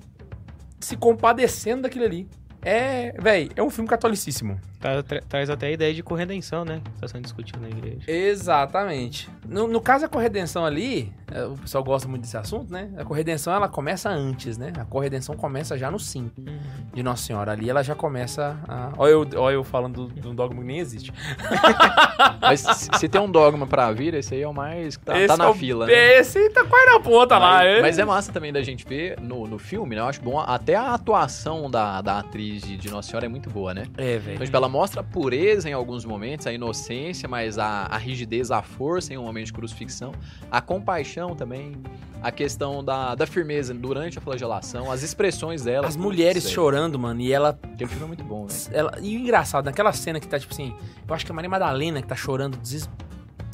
S1: se compadecendo daquilo ali. É, véi, é um filme catolicíssimo.
S4: Tá- tra- traz até a ideia de corredenção, né? Que tá sendo discutido na igreja.
S1: Exatamente. No, no caso, a corredenção ali, é, o pessoal gosta muito desse assunto, né? A corredenção, ela começa antes, né? A corredenção começa já no sim de Nossa Senhora. Ali ela já começa a... Olha eu, olha eu falando do- de um dogma que nem existe.
S2: Mas se se tem um dogma pra vir, esse aí é o mais que tá, tá
S1: Esse
S2: na
S1: é o-
S2: fila, né?
S1: Esse tá quase na ponta lá.
S2: mas,
S1: é.
S2: mas é massa também da gente ver no, no filme, né? Eu acho bom. Até a atuação da, da atriz de, de Nossa Senhora é muito boa, né?
S1: É,
S2: Então,
S1: velho.
S2: tipo, ela mostra a pureza em alguns momentos, a inocência, mas a, a rigidez, a força em um momento de crucifixão, a compaixão também, a questão da, da firmeza durante a flagelação, as expressões dela.
S1: As mulheres
S2: Putz,
S1: chorando, mano, e ela,
S2: velho, Aquele filme é muito bom, velho.
S1: ela. E o engraçado, naquela cena que tá, tipo assim, eu acho que é a Maria Madalena que tá chorando des-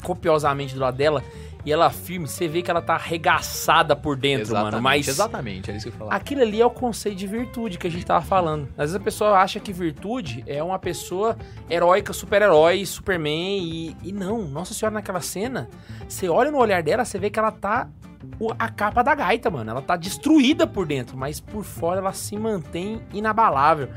S1: copiosamente do lado dela, e ela firme, você vê que ela tá arregaçada por dentro,
S2: Exatamente,
S1: mano. Mas
S2: Exatamente, é isso que eu falava.
S1: aquilo ali é o conceito de virtude que a gente tava falando. Às vezes a pessoa acha que virtude é uma pessoa heróica, super-herói, Superman, e, e não. Nossa Senhora, naquela cena, você olha no olhar dela, você vê que ela tá o- a capa da gaita, mano. Ela tá destruída por dentro, mas por fora ela se mantém inabalável.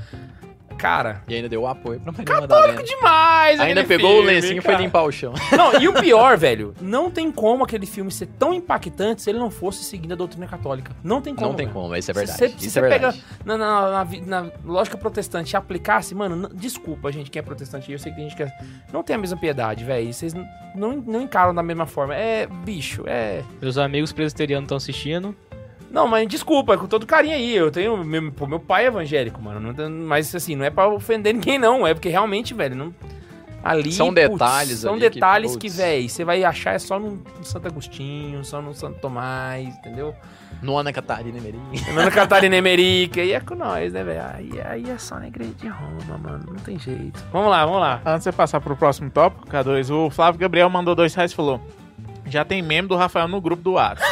S1: Cara, é
S2: E ainda deu o apoio pra Maria Madalena.
S1: demais!
S2: Ainda
S1: aquele
S2: pegou o
S1: filme,
S2: lencinho e foi
S1: cara.
S2: limpar o chão.
S1: Não, e o pior, velho, não tem como aquele filme ser tão impactante se ele não fosse seguindo a doutrina católica. Não tem como.
S2: Não tem
S1: velho.
S2: como, isso é
S1: Se
S2: verdade.
S1: você- se
S2: isso
S1: você
S2: é verdade.
S1: na, na- na vi- na lógica protestante e aplicasse, mano, n- desculpa, gente, quem é protestante, eu sei que tem gente que é, não tem a mesma piedade, velho. Vocês n- não, não encaram da mesma forma. É bicho, é.
S4: Meus amigos presbiterianos estão assistindo.
S1: Não, mas desculpa, com todo carinho aí. Eu tenho. Meu, pô, meu pai é evangélico, mano. não tem- mas assim, não é pra ofender ninguém, não. É porque realmente, velho, não. Ali,
S2: São detalhes
S1: São
S2: ali que,
S1: detalhes que,
S2: putz.
S1: velho, você vai achar é só no Santo Agostinho, só no Santo Tomás, entendeu?
S2: No Ana Catarina Emerim.
S1: Fernando Catarina Emerick, aí é com nós, né, velho? Aí, aí é só na igreja de Roma, mano. Não tem jeito. Vamos lá, vamos lá.
S5: Antes de você passar pro próximo tópico, K2, o Flávio Gabriel mandou dois reais e falou: Já tem meme do Rafael no grupo do Atos.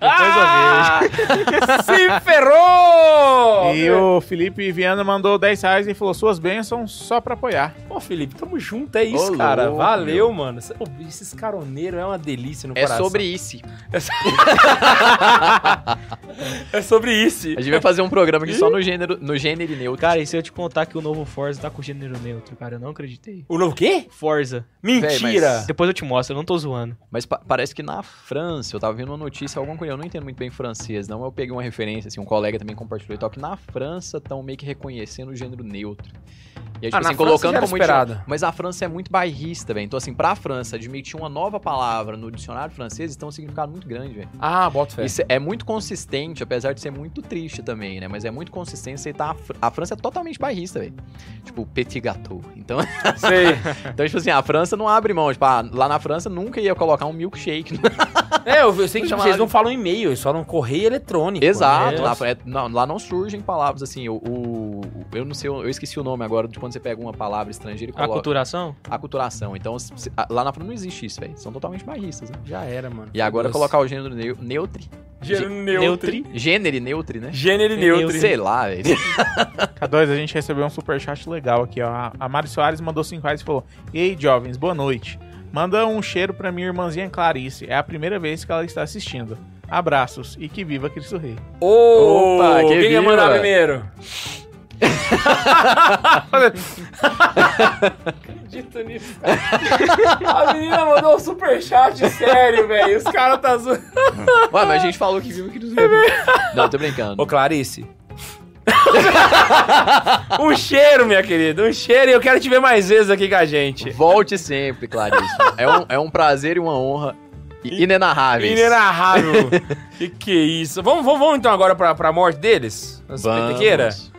S2: Ah!
S1: Se ferrou!
S5: e o Felipe Viana mandou 10 reais e falou: Suas bênçãos só pra apoiar.
S1: Pô, Felipe, tamo junto, é isso,
S2: Ô,
S1: cara.
S2: louco,
S1: Valeu, mano. Cê- ô, Esses caroneiros é uma delícia no
S2: É
S1: coração.
S2: sobre isso.
S1: É sobre isso.
S2: A gente vai fazer um programa aqui só no gênero, no gênero neutro.
S4: Cara, e se eu te contar que o novo Forza tá com gênero neutro, cara? Eu não acreditei.
S1: O novo quê?
S4: Forza.
S1: Mentira!
S2: mas-
S4: Depois eu te mostro, eu não tô zoando.
S2: Mas pa- parece que na França, eu tava vendo uma notícia, alguma coisa, eu não entendo muito bem francês, não, mas eu peguei uma referência, assim, um colega também compartilhou e tal, que na França estão meio que reconhecendo o gênero neutro. E aí, tipo
S1: Ah, na França
S2: assim, colocando
S1: já era
S2: como
S1: esperado.
S2: idioma- Mas a França é muito bairrista, velho. Então, assim, pra França, admitir uma nova palavra no dicionário francês tem um significado muito grande, velho.
S1: Ah, bota fé.
S2: Isso é muito consistente, apesar de ser muito triste também, né? Mas é muito consistente aceitar. A, Fr- a França é totalmente bairrista, velho. Tipo, petit gâteau. Então,
S1: Sei.
S2: então, tipo assim, a França não abre mão. Tipo, ah, lá na França nunca ia colocar um milkshake
S1: É, eu eu sei que
S2: Chama-
S1: vocês não falam e-mail, eles falam correio eletrônico. né?
S2: Exato, lá, é- não, lá não surgem palavras assim, o, o- eu não sei, eu esqueci o nome agora de quando você pega uma palavra estrangeira e
S4: A
S2: coloca
S4: culturação?
S2: aculturação. Então, se- se- a- lá na França não existe isso, velho. São totalmente barristas, né?
S1: Já era, mano.
S2: E agora
S1: Nossa.
S2: colocar o gênero neu- neutri,
S1: Gênero neutro.
S2: gênero neutri, né?
S1: Gênero
S4: Neutro.
S1: neutro.
S2: Sei lá, velho.
S5: K2, a gente recebeu um superchat legal aqui, ó. A- A Mari Soares mandou 5 reais e falou: Ei, jovens, boa noite. Manda um cheiro pra minha irmãzinha Clarice. É a primeira vez que ela está assistindo. Abraços e que viva Cristo Rei.
S1: Ô,
S2: Opa, que
S1: quem ia mandar
S2: viva.
S1: primeiro? Acredito nisso, cara. A menina mandou um superchat sério, velho. Os caras tá zoando.
S2: Ué, mas a gente falou que viu que nos viu. Não, tô brincando.
S1: Ô, Clarice. um cheiro, minha querida. Um cheiro e eu quero te ver mais vezes aqui com a gente.
S2: Volte sempre, Clarice. É um, é um prazer e uma honra i- inenarráveis.
S1: Inenarrável. que que é isso? Vamos, vamos, vamos então agora pra, pra morte deles? As petequeiras?
S2: Vamos.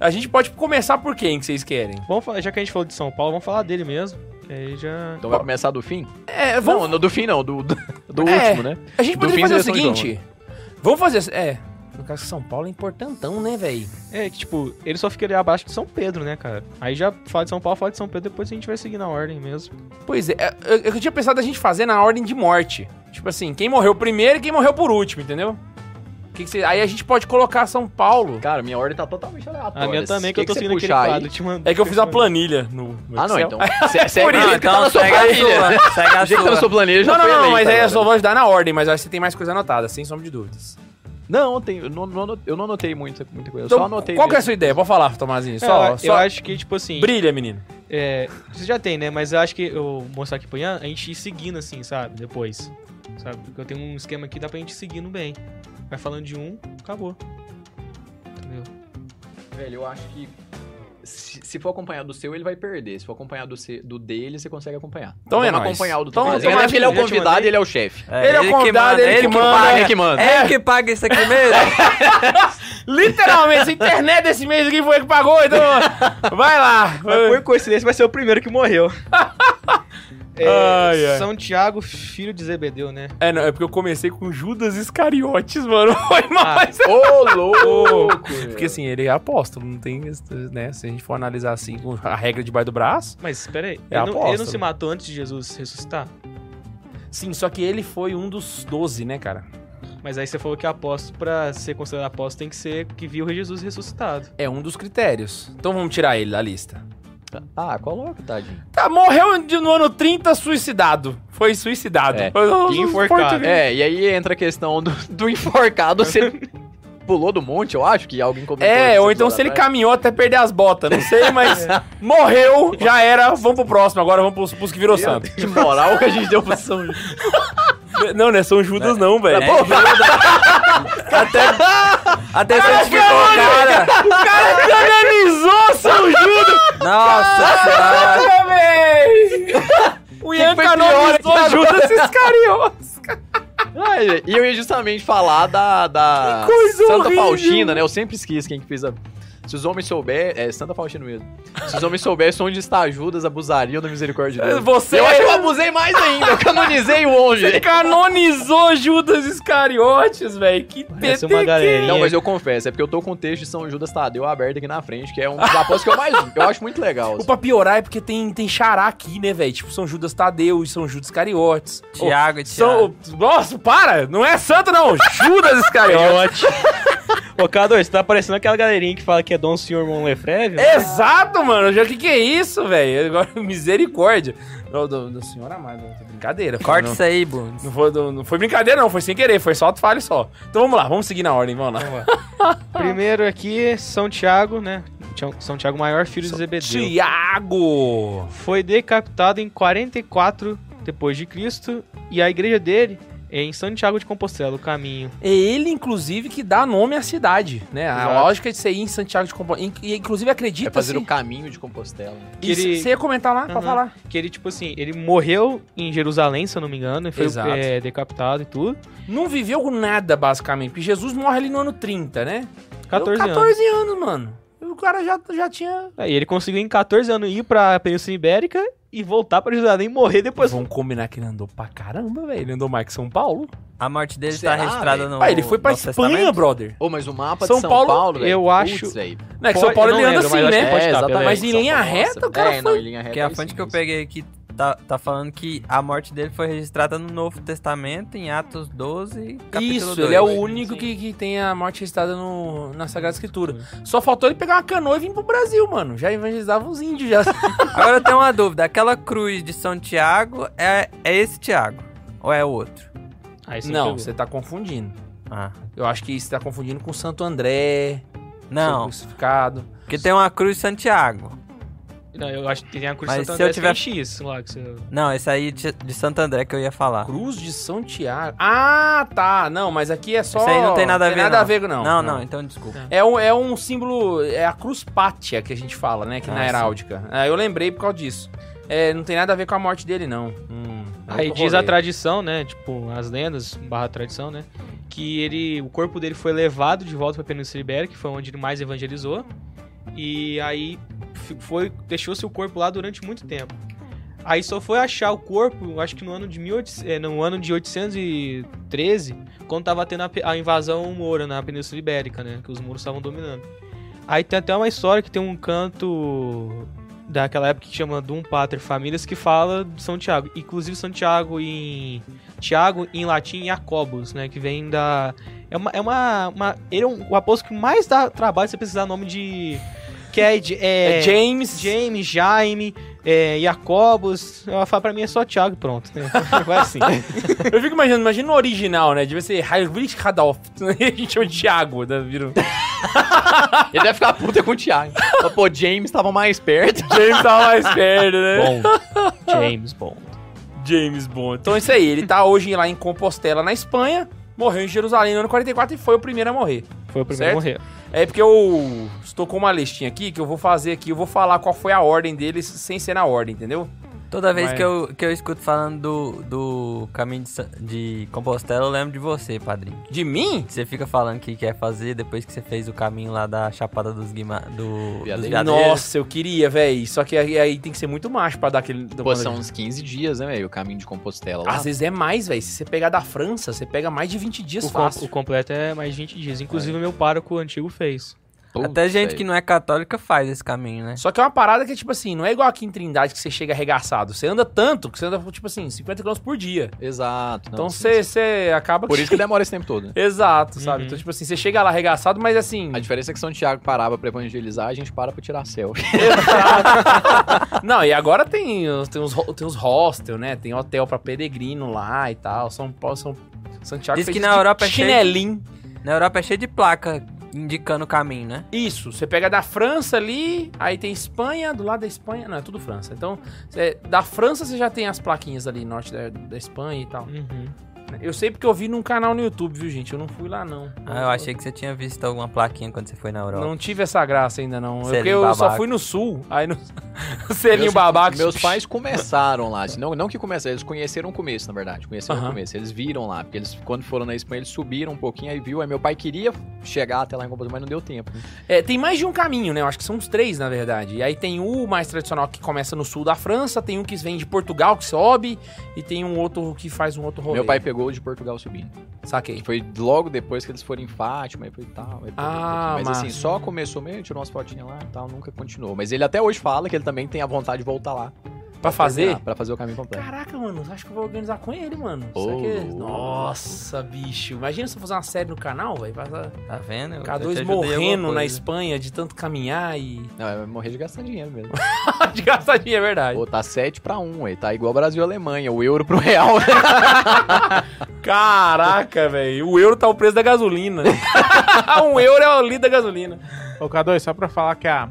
S1: A gente pode começar por quem que vocês querem?
S4: Vamos falar, já que a gente falou de São Paulo, vamos falar dele mesmo. Que aí já.
S2: Então vai começar do fim?
S1: É,
S2: Não, não do fim não, do, do, do
S1: É.
S2: último, né?
S1: A gente
S2: Do
S1: poderia
S2: fim
S1: fazer o
S2: seria São
S1: seguinte. Vamos fazer. É. No caso, São Paulo é importantão, né, velho?
S4: É, que tipo, ele só fica ali abaixo de São Pedro, né, cara? Aí já fala de São Paulo, fala de São Pedro, depois a gente vai seguir na ordem mesmo.
S1: Pois é. é, Eu, eu tinha pensado a gente fazer na ordem de morte. Tipo assim, quem morreu primeiro e quem morreu por último, entendeu? Que que você- aí a gente pode colocar São Paulo.
S2: Cara, minha ordem tá totalmente aleatória.
S4: A minha também, que, eu tô
S2: você
S4: seguindo aquele
S2: puxar aí?
S4: quadro. te mando-
S1: É que eu fiz uma planilha no no
S2: Ah, não,
S1: Excel.
S2: então. Se- Segue
S1: isso
S2: o jeito que tá na sua
S3: segue a
S2: planilha.
S3: sua. Segue a
S2: Do jeito que tá na
S3: sua.
S2: sua né? planilha, já
S1: Não, não,
S2: foi
S1: não,
S2: eleito
S1: mas aí eu
S2: agora.
S1: só vou ajudar na ordem, mas eu acho que você tem mais coisa anotada, sem sombra de dúvidas.
S2: Não, tem, eu não, não anotei- eu não anotei muita, muita coisa. Eu só
S1: Então,
S2: anotei.
S1: qual que é a
S2: mesmo.
S1: sua ideia? Vou falar, Tomazinho.
S4: É,
S1: Só,
S4: eu,
S1: só-
S4: eu acho que, tipo assim,
S1: brilha, menino.
S4: é, você já tem, né? Mas eu acho que eu vou mostrar aqui pro Ian, a gente ir seguindo assim, sabe? Depois. Sabe? Porque eu tenho um esquema aqui, dá pra gente ir seguindo bem. Vai falando de um, acabou. Entendeu?
S2: Velho, eu acho que. Se, se for acompanhar do seu, ele vai perder. Se for acompanhar do, se- do dele, você consegue acompanhar.
S1: Então é
S2: Vamos
S1: nóis.
S2: acompanhar o do
S1: Então,
S2: Tomás.
S1: então
S2: Ele
S1: acho
S2: ele é o
S1: que eu já te
S2: convidado
S1: mandei.
S2: e ele é o chefe.
S1: Ele é o convidado, ele que manda.
S2: Ele que manda.
S3: É ele que paga isso aqui mesmo.
S1: Literalmente, essa internet desse mês aqui foi que pagou, então. Vai lá.
S4: Mas por coincidência vai ser o primeiro que morreu. É,
S1: Ai, ai.
S4: São Tiago, filho de Zebedeu, né?
S1: É, não, é porque eu comecei com Judas Iscariotes, mano. Foi
S4: Ah,
S1: mais.
S2: Ô, louco!
S1: Porque assim, ele é apóstolo, não tem. Né? Se a gente for analisar assim, com a regra debaixo do braço.
S4: Mas espera aí,
S1: É
S4: ele, não, ele não
S1: apóstolo.
S4: se matou antes de Jesus ressuscitar?
S1: Sim, só que ele foi um dos doze, né, cara?
S4: Mas aí você falou que apóstolo, pra ser considerado apóstolo, tem que ser que viu Jesus ressuscitado.
S1: É um dos critérios. Então vamos tirar ele da lista.
S2: Ah, coloca, tadinho.
S1: Tá, morreu de- no ano 30 suicidado. Foi suicidado.
S2: É,
S1: Foi- um os- os
S4: enforcado.
S1: portugueses.
S2: É, e aí entra a questão do, do enforcado. Se ele pulou do monte, eu acho que alguém comentou.
S1: É,
S2: esse
S1: ou então se ele
S2: episódio
S1: caminhou até perder as botas, não sei, mas morreu, já era, vamos pro próximo, agora vamos pros, pros que virou
S2: atrás.
S1: santo.
S2: Que moral que a gente deu pra São João.
S1: Não, não é São Judas não, velho.
S3: É, Judas. Até, até se ele ficou, cara.
S1: O cara canonizou São Judas,
S3: Nossa senhora.
S1: velho! O Ian
S2: foi pior
S1: canonizou
S2: aqui
S1: Judas Iscariotes.
S2: Ah, e- e eu ia justamente falar da, da
S1: Que coisa
S2: Santa
S1: horrível.
S2: Faustina, né? Eu sempre esqueço quem que fez a. Se os homens souberem. É, Santa Faustina mesmo. Se os homens soubessem onde está Judas, abusariam da misericórdia de Deus.
S1: Você é-
S2: Eu acho que eu abusei mais ainda. Eu canonizei o
S1: Você
S2: onde.
S1: canonizou Judas Iscariotes, velho. Que
S4: Parece
S1: PT
S4: uma galerinha. né?
S2: Não, mas eu confesso, é porque eu tô com o texto de São Judas Tadeu aberto aqui na frente, que é um dos apostos que eu mais. Eu acho muito legal. assim.
S1: O pra piorar é porque tem, tem xará aqui, né, velho? Tipo, São Judas Tadeu e São Judas Iscariotes. Ô,
S3: Tiago e Tiago.
S1: São... Nossa, para! Não é santo, não! Judas Iscariotes!
S4: Ô, K2, tá parecendo aquela galerinha que fala que é Dom Senhor Mon né? Lefreve?
S1: Exato, mano! Já, que que é isso, velho? Agora, Misericórdia! Não, do, do senhor amado, não, brincadeira. foi-
S3: Corta
S1: não,
S3: isso aí, Bundes.
S1: não foi, não- não foi brincadeira, não. Foi sem querer. Foi só falha só. Então vamos lá, vamos seguir na ordem, vamos lá.
S4: Primeiro aqui, São Tiago, né? Tião- São Tiago Maior, filho de Zebedeu.
S1: Tiago!
S4: Foi decapitado em 44 depois de Cristo e a igreja dele é em São Tiago de Compostela, o caminho.
S1: É ele, inclusive, que dá nome à cidade, né? A
S4: Exato.
S1: lógica de ser ir em Santiago de Compostela. E, inclusive,
S2: É
S1: acredita
S2: fazer o caminho de Compostela.
S4: que ele-
S1: Você ia comentar lá, pra
S4: Uhum.
S1: falar.
S4: Que ele, tipo assim, ele morreu em Jerusalém, se eu não me engano, e foi
S1: Exato.
S4: é, decapitado e tudo.
S1: Não viveu com nada, basicamente. Porque Jesus morre ali no ano 30, né?
S4: 14
S1: Eu,
S4: anos.
S1: 14 anos, mano. O cara já, já tinha.
S4: É, E ele conseguiu em 14 anos ir pra Península Ibérica e voltar pra Jerusalém e morrer depois.
S1: Vamos combinar que ele andou pra caramba, velho. Ele andou mais que São Paulo.
S3: A morte dele
S2: Será,
S3: tá registrada
S2: velho?
S3: no.
S1: Ah, ele foi pra
S3: no
S1: Espanha,
S3: testamento?
S1: brother.
S2: Ô, mas o mapa
S1: São
S2: de São
S1: Paulo,
S2: Paulo, velho.
S4: eu acho-
S2: velho.
S1: Não é que
S4: Pode-
S1: São
S4: eu
S1: Paulo
S4: não
S1: ele anda
S4: lembro, mas
S1: assim,
S4: acho que
S1: né?
S4: pode dar,
S2: É, exatamente,
S1: Mas em
S2: São
S1: linha
S2: Paulo,
S1: reta,
S2: nossa.
S1: o cara
S2: É, não,
S1: foi-
S2: em linha reta
S3: Porque
S2: é
S3: a
S2: isso
S3: fonte que eu
S2: mesmo.
S3: peguei aqui tá, tá falando que a morte dele foi registrada no Novo Testamento, em Atos 12, capítulo
S1: Isso,
S3: 2.
S1: ele é o único que, que tem a morte registrada no, na Sagrada Escritura. Só faltou ele pegar uma canoa e vir pro Brasil, mano. Já evangelizava os índios, já.
S3: Agora eu tenho uma dúvida. Aquela cruz de São Tiago é, é esse Tiago? Ou é outro?
S4: Aí você
S1: não,
S4: Ah, pegou.
S1: você tá confundindo.
S3: Ah.
S1: Eu acho que você tá confundindo com Santo André,
S3: Não,
S1: Seu crucificado.
S3: porque tem uma cruz de Santiago.
S4: Não, eu acho que tem a cruz
S3: Mas
S4: de Santo
S3: se eu
S4: André,
S3: tiver-
S4: tem X lá que você...
S3: Não, esse aí de, de Santo André que eu ia falar.
S1: Cruz de São Tiago. Ah, tá. Não, mas aqui é só.
S3: Isso aí não tem nada a ver,
S1: nada
S3: não.
S1: a ver, não.
S3: Não, não, então desculpa.
S1: É um, é um símbolo, é a cruz pátia que a gente fala, né, que
S3: Ah,
S1: na
S3: sim.
S1: heráldica. Ah, eu lembrei por causa disso. É, não tem nada a ver com a morte dele, não. Hum, é
S4: Aí
S1: outro
S4: diz
S1: rolê.
S4: a tradição, né? Tipo, as lendas, barra tradição, né? Que ele, o corpo dele foi levado de volta pra Península Ibérica, que foi onde ele mais evangelizou. E aí f- foi deixou-se o corpo lá durante muito tempo. Aí só foi achar o corpo, acho que no ano de, 1800 eh, no ano de 813, quando tava tendo a, pe- a invasão moura na Península Ibérica, né? Que os muros estavam dominando. Aí tem até uma história que tem um canto daquela época que chama Dum Pater Famílias, que fala de São Tiago. Inclusive São Tiago em. Tiago em latim Jacobus, né? Que vem da. É uma. É uma, uma- ele é um, o apóstolo que mais dá trabalho se você precisar nome de. Que é. de-
S1: É,
S4: é,
S1: James.
S4: James, Jaime, é, Jacobus. Ela fala pra mim é só Tiago e pronto. Né? Vai assim.
S1: Eu fico imaginando, imagina o original, né? Devia ser Heinrich Radolf. né? A gente chama de Thiago, né? Vira um-
S2: Ele deve ficar puta com o Thiago. Mas, Pô, James tava mais perto.
S1: James tava mais perto, né?
S4: Bond. James Bond.
S1: James Bond. Então é isso aí, ele tá hoje lá em Compostela, na Espanha. Morreu em Jerusalém no ano 44 e foi o primeiro a morrer.
S4: Foi o
S1: Certo?
S4: primeiro a morrer.
S1: É porque eu estou com uma listinha aqui que eu vou fazer aqui, eu vou falar qual foi a ordem deles sem ser na ordem, entendeu?
S3: Toda vez
S1: Mas-
S3: que, eu, que eu escuto falando do, do caminho de, Sa- de Compostela, eu lembro de você, padrinho.
S1: De mim?
S3: Você fica falando que quer fazer depois que você fez o caminho lá da Chapada dos Guima... Do, dos
S2: Viadeiros.
S3: Veadeiros.
S1: Nossa, eu queria, véi. Só que aí, aí tem que ser muito macho pra dar aquele.
S2: Pô, são uns 15 dias, né, velho? O caminho de Compostela lá.
S1: Às vezes é mais, véi. Se você pegar da França, você pega mais de 20 dias
S4: O, com-
S1: fácil.
S4: o completo é mais de 20 dias. Inclusive, o meu pároco antigo fez.
S2: Puta,
S3: Até gente
S2: velho.
S3: que não é católica faz esse caminho, né?
S1: Só que é uma parada que é tipo assim, não é igual aqui em Trindade que você chega arregaçado. Você anda tanto que você anda, tipo assim, 50 km por dia.
S2: Exato. não,
S1: então
S2: sim,
S1: você
S2: sim.
S1: você acaba
S2: Por isso que demora esse tempo todo, né?
S1: Exato, sabe?
S4: Uhum.
S1: Então, tipo assim, você chega lá arregaçado, mas assim.
S2: A diferença é que São Tiago parava pra evangelizar, a gente para pra tirar céu.
S1: Não, e agora tem, os- tem, os, ho- tem os hostel, né? Tem hotel pra peregrino lá e tal. São Paulo, São Santiago.
S3: Diz que na Europa é cheio de-
S1: chinelim.
S3: Na Europa é cheio de placa indicando o caminho, né?
S1: Isso, você pega da França ali, aí tem Espanha, do lado da Espanha. Não, é tudo França. Então, cê- da França você já tem as plaquinhas ali, norte da, da Espanha e tal.
S4: Uhum.
S1: Eu sei porque eu vi num canal no YouTube, viu, gente? Eu não fui lá, não.
S3: Ah, eu achei que você tinha visto alguma plaquinha quando você foi na Europa.
S1: Não tive essa graça ainda, não. Eu,
S3: Selinho
S1: porque eu só
S3: é babaca.
S1: fui no sul, aí no. Selinho
S2: Meus-
S1: babaca.
S2: Meus pais começaram lá. assim, Não, não que começaram, eles conheceram o começo, na verdade. Conheceram
S1: Aham.
S2: o começo. Eles viram lá. Porque eles, quando foram na Espanha, eles subiram um pouquinho, aí viu. Aí meu pai queria chegar até lá em Compostela, mas não deu tempo. né?
S1: É, tem mais de um caminho, né? Eu acho que são uns três, na verdade. E aí tem o mais tradicional que começa no sul da França, tem um que vem de Portugal, que sobe, e tem um outro que faz um outro rolê.
S2: Meu pai pegou o de Portugal subindo. E
S1: Saquei.
S2: foi logo depois que eles foram em Fátima e foi tal. aí foi-
S1: Ah,
S2: mas assim,
S1: massa.
S2: só começou meio, tirou umas fotinhas lá e tal, nunca continuou. Mas ele até hoje fala que ele também tem a vontade de voltar lá.
S1: Pra fazer?
S2: terminar, Pra fazer o caminho completo.
S1: Caraca, mano, acho que eu vou organizar com ele, mano.
S2: Ô,
S1: Será que-
S2: louco.
S1: Nossa, bicho. Imagina se eu fazer uma série no canal, velho. passar
S3: Tá vendo? Eu- eu te
S1: K2
S3: ajudei em alguma
S1: morrendo na
S3: coisa.
S1: Espanha de tanto caminhar e.
S2: Não, é morrer de gastar dinheiro mesmo.
S1: de gastadinha, é verdade.
S2: Pô, tá 7 pra 1, aí tá igual Brasil e Alemanha, o euro pro real.
S1: Caraca, velho. O euro tá o preço da gasolina. um euro é o litro da gasolina.
S5: Ô, K2, só pra falar que a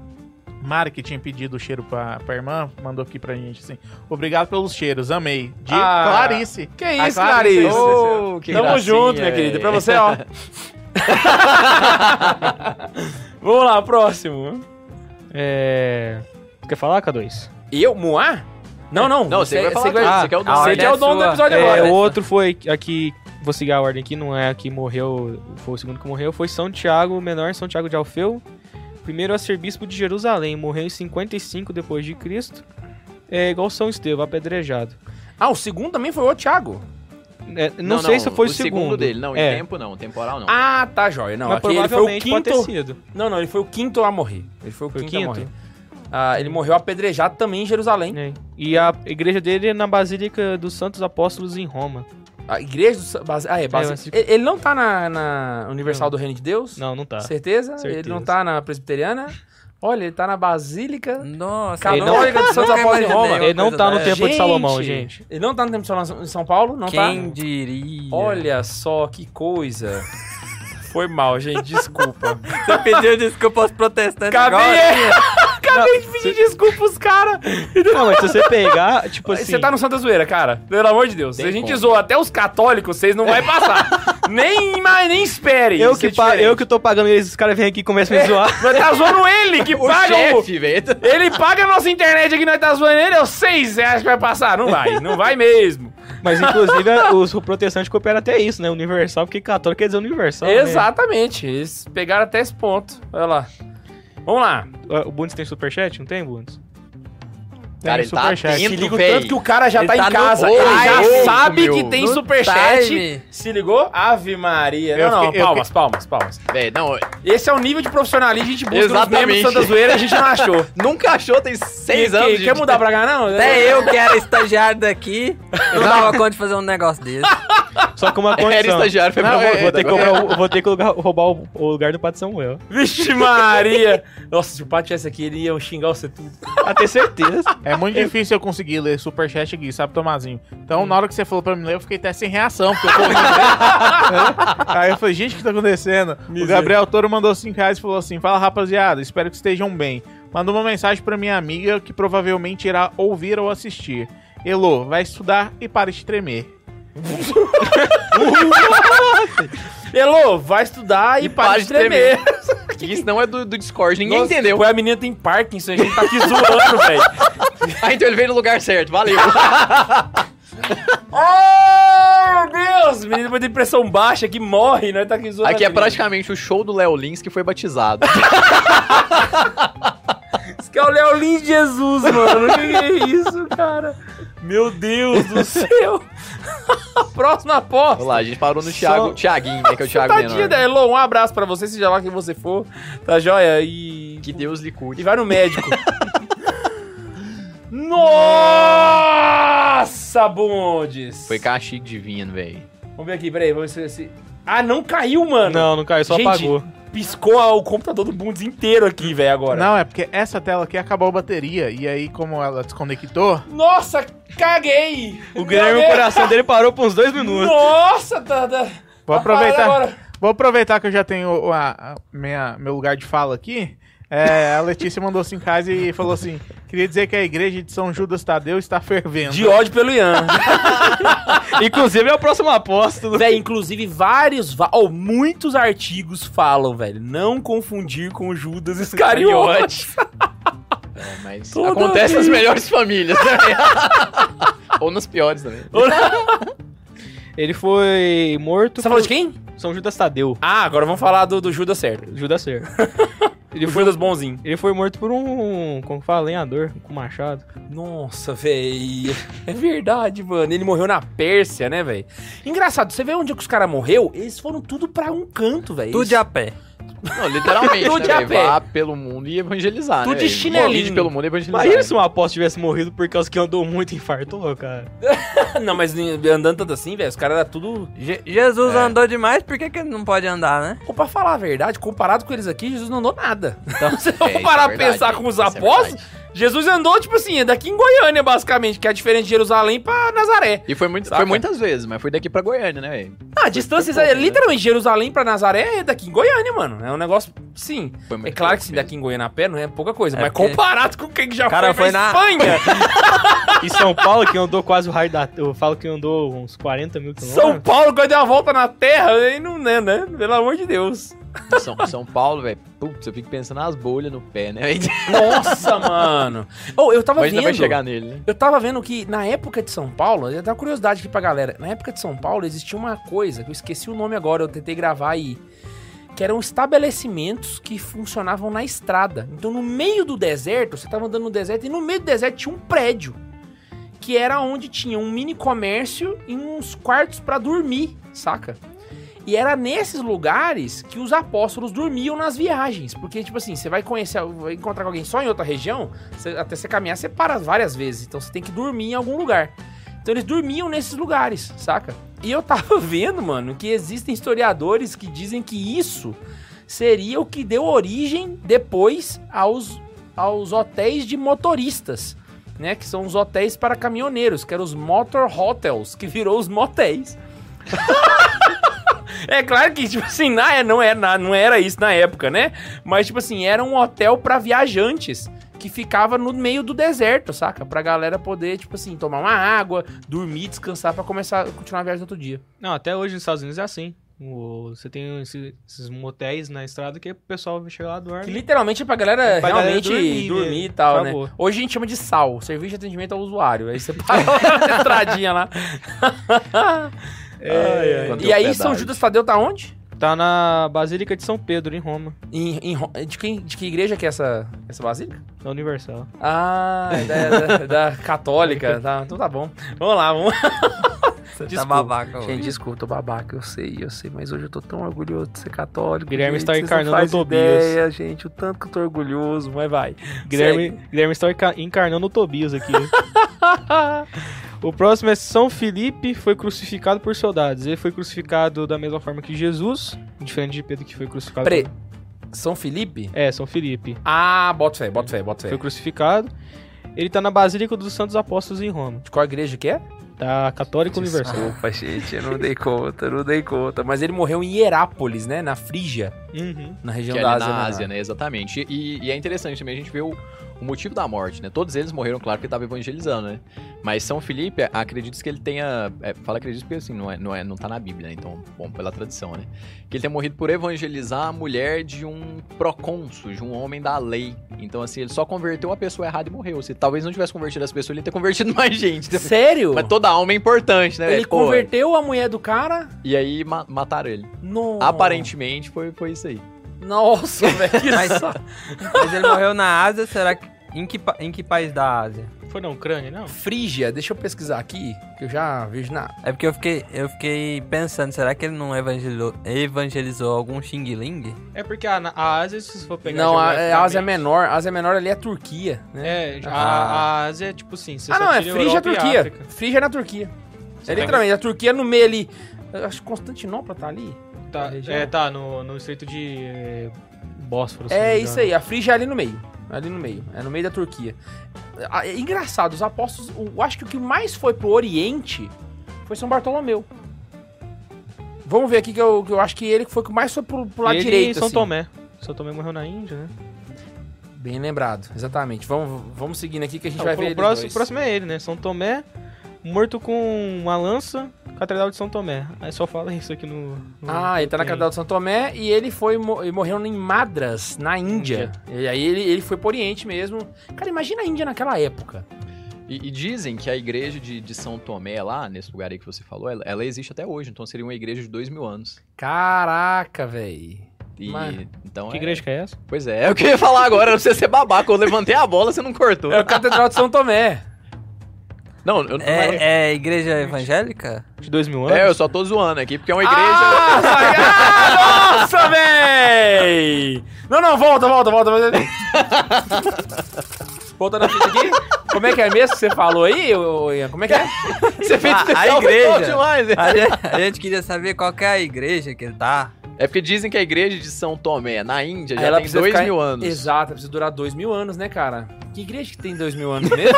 S5: Mari, que tinha pedido o cheiro pra, pra irmã, mandou aqui pra gente assim: Obrigado pelos cheiros, amei. De
S1: Ah,
S5: Clarice.
S1: Que
S5: A
S1: isso, Clarice?
S3: é.
S2: Ô, que
S1: Tamo
S2: gracinha,
S1: junto, minha
S2: velho.
S1: querida. Pra você, ó. Vamos lá, próximo.
S4: É... tu Quer falar, K2?
S1: Eu, Moá? Não, não.
S2: Não, você vai Ah, falar
S1: que
S2: tudo, você quer o dono.
S3: a
S1: você
S3: ordem
S1: que é o dono do
S3: sua.
S1: episódio
S4: É,
S1: agora.
S4: o outro foi aqui. Vou seguir a ordem aqui, não é a que morreu. Foi o segundo que morreu. Foi São Tiago Menor, São Tiago de Alfeu. Primeiro arcebispo de Jerusalém. Morreu em 55 depois de Cristo. É igual São Estevão, apedrejado.
S1: Ah, o segundo também foi o Thiago.
S4: É, não, sei se foi o segundo.
S2: dele, não,
S4: É.
S2: em tempo não, temporal não.
S1: Ah, tá, joia. Não,
S4: mas
S1: aqui ele foi o
S4: provavelmente pode ter
S1: quinto.
S4: sido.
S1: Não, não, ele foi o quinto a morrer. Ele foi o
S4: Foi o
S1: quinto, a
S4: quinto?
S1: morrer. Ah, ele morreu apedrejado também em Jerusalém.
S4: É. E a igreja dele é na Basílica dos Santos Apóstolos em Roma.
S1: A igreja do. Sa- Bas- Ah, é, Bas-
S4: É, mas-
S1: Ele ele não tá na, na Universal do Reino de Deus?
S4: Não, não tá.
S1: Certeza? Ele
S4: Certeza.
S1: não tá na Presbiteriana? Olha, ele tá na Basílica.
S3: Nossa,
S1: Ele
S4: não-
S3: nunca
S1: Santos
S3: imaginei
S1: Apóstolo de
S3: uma
S1: Roma.
S4: Ele não
S3: coisa
S4: tá no
S3: dessa.
S4: tempo de Salomão, gente.
S1: Ele não tá no tempo de Salomão em São Paulo? Não
S3: Quem
S1: tá?
S3: diria?
S1: Olha só que coisa. Foi mal, gente, desculpa.
S3: Você pediu desculpa aos protestantes agora?
S1: Acabei, acabei de pedir desculpa os caras.
S4: Não, mas se você pegar, tipo assim.
S1: Você tá no Santa Zoeira, cara. Pelo amor de Deus. Se
S2: Tem
S1: a gente
S2: como.
S1: zoa até os católicos, vocês não vai passar. nem, mas nem esperem.
S4: eu,
S1: isso é
S4: que pa-
S1: diferente.
S4: eu que tô pagando eles, os caras vêm aqui e começam a me zoar.
S1: Nós tá zoando ele, que
S2: o
S1: paga o...
S2: chefe, velho.
S1: Ele paga a nossa internet aqui, nós tá zoando ele, eu sei, você acha que vai passar? Não vai, não vai mesmo.
S4: Mas inclusive a- os protestantes cooperam até isso, né? Universal, porque católico quer dizer universal. né?
S1: Exatamente, eles pegaram até esse ponto. Olha lá. Vamos lá.
S4: Ah, O Bundes tem superchat? Não tem, Bundes?
S2: Cara,
S5: Tem
S2: ele tá
S5: superchat.
S1: Se
S2: atento,
S1: liga o
S2: velho.
S1: tanto que o cara já
S3: Ele
S1: tá,
S3: tá
S1: em
S3: no
S1: casa.
S2: olho,
S1: ele já
S2: meu.
S1: sabe que tem
S3: No
S1: superchat.
S3: time.
S1: Se ligou? Ave Maria.
S5: Eu
S1: não, não,
S5: fiquei- eu
S1: palmas, palmas, palmas.
S2: Velho, não,
S1: Esse é o nível de profissionalismo que a gente busca
S2: Exatamente.
S1: nos membros do Santa Zoeira, a gente não achou.
S2: nunca achou, tem seis
S1: Que-
S2: anos. É
S1: que-
S2: de-
S1: Quer mudar pra cá, não?
S3: Até eu que era estagiário daqui, não dava conta de fazer um negócio desse.
S4: Só com uma
S2: É, Era
S4: condição.
S2: estagiário, foi pra
S4: Não, eu
S1: é,
S4: vou,
S2: Voda.
S4: ter que comprar um o- vou ter que lugar- roubar o, o lugar do Pato Samuel.
S1: Vixe Maria. Nossa, se o Pato tivesse aqui, ele ia xingar você tudo.
S4: A ter Ah, certeza.
S5: É muito difícil eu conseguir ler superchat aqui, sabe, Tomazinho? Então, na hora que você falou pra me ler, eu fiquei até sem reação, porque eu tô ouvindo, né? Aí eu falei, gente, o que tá acontecendo? O Gabriel Toro mandou 5 reais e falou assim, fala, rapaziada, espero que estejam bem. Mandou uma mensagem pra minha amiga, que provavelmente irá ouvir ou assistir. Elô, vai estudar e pare de tremer.
S1: Elô, vai estudar e, para de tremer.
S2: Isso não é do, do Discord, ninguém entendeu.
S1: Foi a menina tem Parkinson, a gente tá aqui zoando, velho.
S2: Ah, então ele veio no lugar certo, valeu.
S1: Oh, meu Deus! Menino depois de pressão baixa que morre, né? Tá aqui zoando.
S2: Aqui
S1: a
S2: é
S1: menina.
S2: praticamente o show do Léo Lins que foi batizado.
S1: Esse que é o Léo Lins de Jesus, mano. O que que é isso, cara? Meu Deus do céu! Próxima aposta.
S2: Vamos lá, a gente parou no Thiago,
S1: Só-
S2: Thiaguinho, né, que é o Thiago
S1: Tadinha
S2: Menor.
S1: da Elô, um abraço pra você, seja lá quem você for. Tá joia? E.
S2: Que Deus lhe
S1: E
S2: cuide.
S1: vai no médico. Nossa, bondes!
S2: Foi castigo divino, velho.
S1: Vamos ver aqui, peraí, vamos ver se. Ah, não caiu, mano!
S4: Não, não caiu, só
S1: Gente,
S4: apagou.
S1: Piscou a- o computador do Bundes inteiro aqui, velho, agora.
S5: Não, é porque essa tela aqui acabou a bateria, e aí, como ela desconectou...
S1: Nossa, caguei!
S4: O
S1: é.
S4: Guilherme, o coração dele parou por uns dois minutos.
S1: Nossa, tá, tá.
S4: Ah,
S5: Vou
S1: tá parado
S5: aproveitar...
S1: Agora.
S5: Vou aproveitar que eu já tenho o- a, a minha, meu lugar de fala aqui. É, a Letícia mandou cinco reais e falou assim: queria dizer que a igreja de São Judas Tadeu está fervendo.
S1: De ódio pelo Ian.
S4: Inclusive, é o próximo apóstolo.
S1: velho, inclusive vários, va- oh, muitos artigos falam, velho, não confundir com Judas Iscariote.
S2: É, mas
S1: Toda
S2: acontece nas
S1: vez.
S2: melhores famílias, né? Ou nas piores também.
S4: Ele foi morto.
S1: Você falou de quem?
S4: quem? São Judas Tadeu.
S1: Ah, agora vamos falar do, do Judas certo.
S4: Judas Ser.
S1: Do Judas bonzinho.
S4: Ele foi morto por um. Como que fala? Lenhador, com machado.
S1: Nossa, velho. É verdade, mano. Ele morreu na Pérsia, né, velho? Engraçado, você vê onde que os caras morreu? Eles foram tudo pra um canto, velho.
S3: Tudo
S1: Eles-
S3: a pé.
S2: Não, literalmente,
S1: Tudo
S2: né,
S1: de a
S2: véi?
S1: pé.
S2: Vá pelo mundo e evangelizar,
S1: Tudo
S2: né?
S1: de
S2: véi?
S1: chinelinho.
S2: Movide pelo mundo e evangelizar. É,
S4: Imagina se um apóstolo tivesse morrido por causa que andou muito e infartou, cara.
S1: Não, mas andando tanto assim, velho, os caras eram tudo
S3: Je- Jesus andou demais, por que, que ele não pode andar, né?
S1: Pô, pra falar a verdade, comparado com eles aqui, Jesus não andou nada. Então, se eu
S2: É,
S1: for
S2: isso
S1: parar pra
S2: é verdade,
S1: pensar com os
S2: isso é
S1: apóstolos,
S2: verdade.
S1: Jesus andou, tipo assim, daqui em Goiânia, basicamente, que é diferente de Jerusalém pra Nazaré.
S2: E foi, muito,
S1: Saca?
S2: foi muitas vezes, mas foi daqui pra Goiânia, né, velho?
S1: Ah, a distância, é, literalmente, de Jerusalém pra Nazaré é daqui em Goiânia, mano. É um negócio, sim.
S2: Foi
S1: É
S2: muito
S1: claro que
S2: pouco
S1: sim,
S2: mesmo.
S1: daqui em Goiânia a pé não é pouca coisa,
S3: É
S1: mas
S3: porque-
S1: comparado com quem já
S3: Cara,
S1: foi,
S3: foi
S1: pra
S3: na-
S1: Espanha,
S4: E São Paulo, que andou quase o raio da. Eu falo que andou uns 40 mil quilômetros.
S1: São Paulo, quando deu uma volta na terra, aí não é, né? Pelo amor de Deus.
S2: São, São Paulo, velho. Putz, eu fico pensando nas bolhas no pé, né? véi?
S1: Nossa, mano. Oh, eu tava
S2: Mas ainda vai
S1: vendo...
S2: chegar nele, né?
S1: Eu tava vendo que na época de São Paulo, eu tenho uma curiosidade aqui pra galera. Na época de São Paulo existia uma coisa, que eu esqueci o nome agora, eu tentei gravar aí. Que eram estabelecimentos que funcionavam na estrada. Então no meio do deserto, você tava andando no deserto e no meio do deserto tinha um prédio. Que era onde tinha um mini comércio e uns quartos pra dormir, saca? E era nesses lugares que os apóstolos dormiam nas viagens. Porque, tipo assim, você vai conhecer, vai encontrar com alguém só em outra região, você- até você caminhar, você para várias vezes. Então você tem que dormir em algum lugar. Então eles dormiam nesses lugares, saca? E eu tava vendo, mano, que existem historiadores que dizem que isso seria o que deu origem depois aos, aos hotéis de motoristas, né? Que são os hotéis para caminhoneiros, que eram os motor hotels, que virou os motéis. É claro que, tipo assim, na- não, era, na- não era isso na época, né? Mas, tipo assim, era um hotel pra viajantes que ficava no meio do deserto, saca? Pra galera poder, tipo assim, tomar uma água, dormir, descansar pra começar, continuar a viagem no outro dia.
S4: Não, até hoje nos Estados Unidos é assim. O- você tem esse- esses motéis na estrada que o pessoal chega lá né? dorme.
S1: Que literalmente é pra galera
S4: Pra galera
S1: realmente dormir,
S4: dormir
S1: e
S4: mesmo.
S1: tal,
S4: Acabou.
S1: né? Hoje a gente chama de sal, serviço de atendimento ao usuário. Aí você para na entradinha lá. Ai, ai.
S2: Quanto
S1: E aí,
S4: É.
S2: hospedagem.
S1: São Judas Tadeu tá onde?
S4: Tá na Basílica de São Pedro, em Roma,
S1: Em- em Ro- de, quem- de que igreja que é essa, essa basílica?
S4: na Universal.
S1: Ah, é da, da- da católica. tá, então tá bom. Vamos lá, vamos
S3: Você tá
S1: Desculpa.
S3: babaca, mano.
S1: Gente, desculpa, eu tô babaca, eu sei, eu sei, mas hoje eu tô tão orgulhoso de ser católico.
S4: Guilherme
S1: gente,
S4: está
S1: vocês não
S4: encarnando
S1: fazem
S4: o Tobias.
S1: Ideia, gente, o tanto que eu tô orgulhoso, mas vai.
S4: Guilherme, Guilherme está enca- encarnando o Tobias aqui. o próximo é São Felipe foi crucificado por soldados. Ele foi crucificado da mesma forma que Jesus, diferente de Pedro que foi crucificado.
S1: Peraí,
S4: por-
S1: São Felipe?
S4: É, São Felipe.
S1: Ah, bota fé, bota fé, bota fé.
S4: Foi crucificado. Ele tá na Basílica dos Santos Apóstolos em Roma.
S1: De qual igreja que é?
S4: Tá católico universal.
S1: Opa, gente, eu não dei conta, eu não dei conta. Mas ele morreu em Hierápolis, né? Na Frígia,
S4: Uhum.
S1: na região
S2: Que é
S1: da
S2: ali
S1: Ásia.
S2: na
S1: Menor.
S2: Ásia, né? Exatamente. E, e é interessante também a gente ver o, o motivo da morte, né? Todos eles morreram, claro, porque estava evangelizando, né? Mas São Felipe, acredito que ele tenha. é, fala acredito porque assim, não, é, não, é, não tá na Bíblia, né? Então, bom, pela tradição, né? Que ele tenha morrido por evangelizar a mulher de um procônsul, de um homem da lei. Então, assim, ele só converteu a pessoa errada e morreu. Se talvez não tivesse convertido as pessoas, ele ia ter convertido mais gente.
S1: Sério?
S2: Mas toda alma é importante, né?
S1: Ele
S2: velho? Pô,
S1: converteu a mulher do cara?
S2: E aí ma- mataram ele.
S1: No...
S2: Aparentemente foi, foi isso aí.
S1: Nossa, velho. que
S3: Mas-
S1: sa-
S3: Mas ele morreu na Ásia, será que. Em que, pa- em que país da Ásia?
S4: Foi na Ucrânia, não?
S1: Frígia, deixa eu pesquisar aqui, que eu já vejo na.
S3: É porque eu fiquei, eu fiquei pensando, será que ele não evangelizou, evangelizou algum Xing Ling?
S4: É porque a, a Ásia, se você for pegar.
S1: Não, a, é Ásia
S4: geograficamente-
S1: Menor. Ásia Menor ali é Turquia, né?
S4: É, a,
S3: Ah.
S4: a Ásia é tipo assim. Você
S1: ah,
S4: só
S1: não, é
S4: tira
S1: Frígia é
S4: Europa e
S1: Turquia.
S4: África.
S1: Frígia é na Turquia. É
S4: Você
S1: literalmente, a Turquia é no meio ali. Eu Acho que Constantinopla tá ali.
S4: Tá,
S1: região.
S4: é, tá no, no estreito de eh, Bósforo. se não me
S1: É
S4: engano.
S1: isso aí, a Frígia é ali no meio. Ali no meio, é no meio da Turquia. Ah, É engraçado, os apóstolos, o- eu acho que o que mais foi pro Oriente foi São Bartolomeu. Vamos ver aqui que eu, que eu acho que ele que foi o que mais foi pro, pro lado
S4: Ele
S1: direito.
S4: e São
S1: assim.
S4: Tomé. São Tomé morreu na Índia, né?
S1: Bem lembrado, exatamente. Vamos, vamos seguindo aqui que a gente
S4: Não,
S1: vai
S4: o,
S1: ver eles
S4: próximo,
S1: dois.
S4: o próximo é ele, né? São Tomé, morto com uma lança, Catedral de São Tomé. Aí só fala isso aqui no. no-
S2: Hum,
S1: Ah, ele tá na
S4: tem.
S1: capital de São Tomé e ele foi mo- ele morreu em Madras, na Índia. E aí ele, ele foi pro Oriente mesmo. Cara, imagina a Índia naquela época.
S2: E, e dizem que a igreja de, de São Tomé, lá, nesse lugar aí que você falou, ela, ela existe até hoje, então seria uma igreja de dois mil anos.
S1: Caraca, velho.
S2: E,
S1: Mano,
S2: então
S4: Que
S2: é-
S4: igreja que é essa?
S2: Pois é, eu queria falar agora, não precisa ser babaca, eu levantei a bola, você não cortou.
S1: É a Catedral de São Tomé.
S2: Não, eu, não-
S3: É, é igreja evangélica?
S4: De dois mil anos?
S2: é, eu só tô zoando aqui, porque é uma igreja...
S1: Ah, sai- Ah, nossa, véi! Não, não, volta, volta, volta. volta. Volta na fita aqui. Como é que é mesmo que você falou aí, ô, Ian? Como é que é?
S2: Você fez
S3: a- a
S2: especial, foi
S3: igreja.
S2: bom demais, né?
S3: A gente, a gente queria saber qual que é a igreja que ele tá.
S2: É porque dizem que a igreja de São Tomé, na Índia, já
S1: Aí ela
S2: tem
S1: precisa
S2: dois
S1: ficar-
S2: mil anos.
S1: Exato, precisa durar dois mil anos, né, cara? Que igreja que tem dois mil anos mesmo?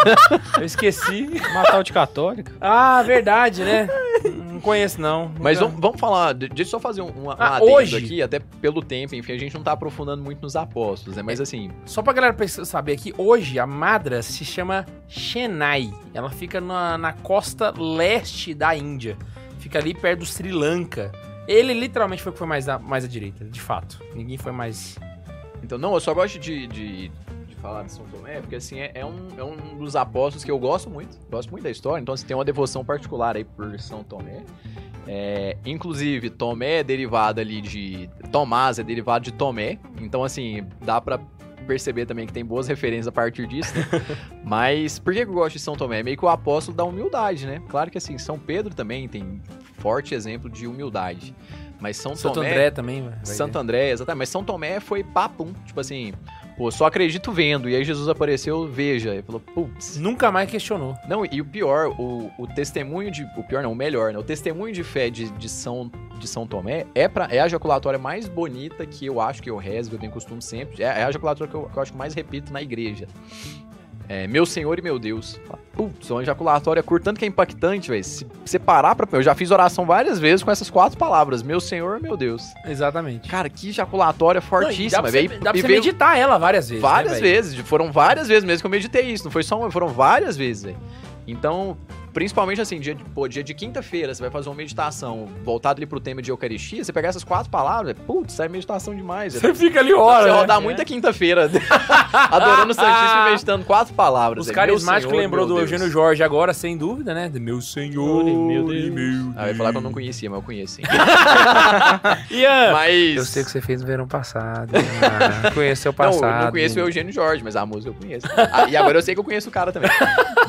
S1: Eu esqueci.
S4: Uma tal de católica.
S1: Ah, verdade, né? Não conheço, não.
S2: Mas um-
S1: Nunca-
S2: vamos, vamos falar, de- deixa eu só fazer um, um
S1: Ah,
S2: adendo
S1: hoje?
S2: aqui, até pelo tempo, enfim, a gente não tá aprofundando muito nos apóstolos, né? Mas assim,
S1: Só pra galera pens- saber aqui, hoje a Madras se chama Chennai. Ela fica na, na costa leste da Índia. Fica ali perto do Sri Lanka. Ele literalmente foi o que foi mais, à- mais à direita, de fato. Ninguém foi mais.
S2: Então, não, eu só gosto de, de, de falar de São Tomé, porque assim, é, é um, é um dos apóstolos que eu gosto muito, gosto muito da história, então assim, tem uma devoção particular aí por São Tomé. É, inclusive, Tomé é derivado ali de. Tomás é derivado de Tomé, então assim, dá pra perceber também que tem boas referências a partir disso, né? Mas por que que eu gosto de São Tomé? É Meio que o apóstolo da humildade, né? Claro que assim, São Pedro também tem forte exemplo de humildade. Mas São
S1: Santo
S2: Tomé.
S1: André também, vai ver.
S2: Santo André, exatamente. Mas São Tomé foi papum. Tipo assim, pô, só acredito vendo. E aí Jesus apareceu, veja. E falou, putz.
S1: Nunca mais questionou.
S2: Não, e o pior, o, o testemunho de. O pior não, o melhor, né? O testemunho de fé de, de, São, de São Tomé é, pra, é a jaculatória mais bonita que eu acho que eu rezo, que eu tenho costume sempre. É, é a jaculatória que eu, que eu acho que mais repito na igreja. É, meu Senhor e meu Deus. Fala, Putz, é uma jaculatória curta, tanto que é impactante, velho. Se você parar pra. Eu já fiz oração várias vezes com essas quatro palavras: Meu Senhor e meu Deus.
S1: Exatamente.
S2: Cara, que jaculatória fortíssima,
S1: Não, e
S2: velho.
S1: Dá pra você,
S2: E-
S1: dá pra
S2: e
S1: você
S2: veio
S1: meditar ela várias vezes. né,
S2: várias
S1: velho?
S2: vezes. Foram várias vezes mesmo que eu meditei isso. Não foi só uma, foram várias vezes, velho. Então, Principalmente assim, dia de, pô, dia de quinta-feira, você vai fazer uma meditação voltada ali pro tema de Eucaristia, você pegar essas quatro palavras, é, putz, sai meditação demais.
S1: Você
S2: velho.
S1: fica ali
S2: você
S1: hora. né?
S2: rodar muita quinta-feira adorando o Santíssimo e meditando quatro palavras.
S1: Os
S2: velho.
S1: carismáticos
S2: Meu Senhor,
S1: lembrou do
S2: meu Deus.
S1: Eugênio Jorge agora, sem dúvida, né? Do Meu Senhor
S4: Meu
S1: meu
S4: Deus.
S1: e meu
S2: Ah, eu ia falar que eu não
S1: Hum.
S2: conhecia, mas eu conheço, sim.
S1: Ian,
S2: Mas.
S3: Eu sei o que você fez no verão passado. conheço seu
S2: Não,
S3: passado.
S2: eu não conheço o Eugênio Jorge, mas a música eu conheço. Ah, e agora eu sei que eu conheço o cara também.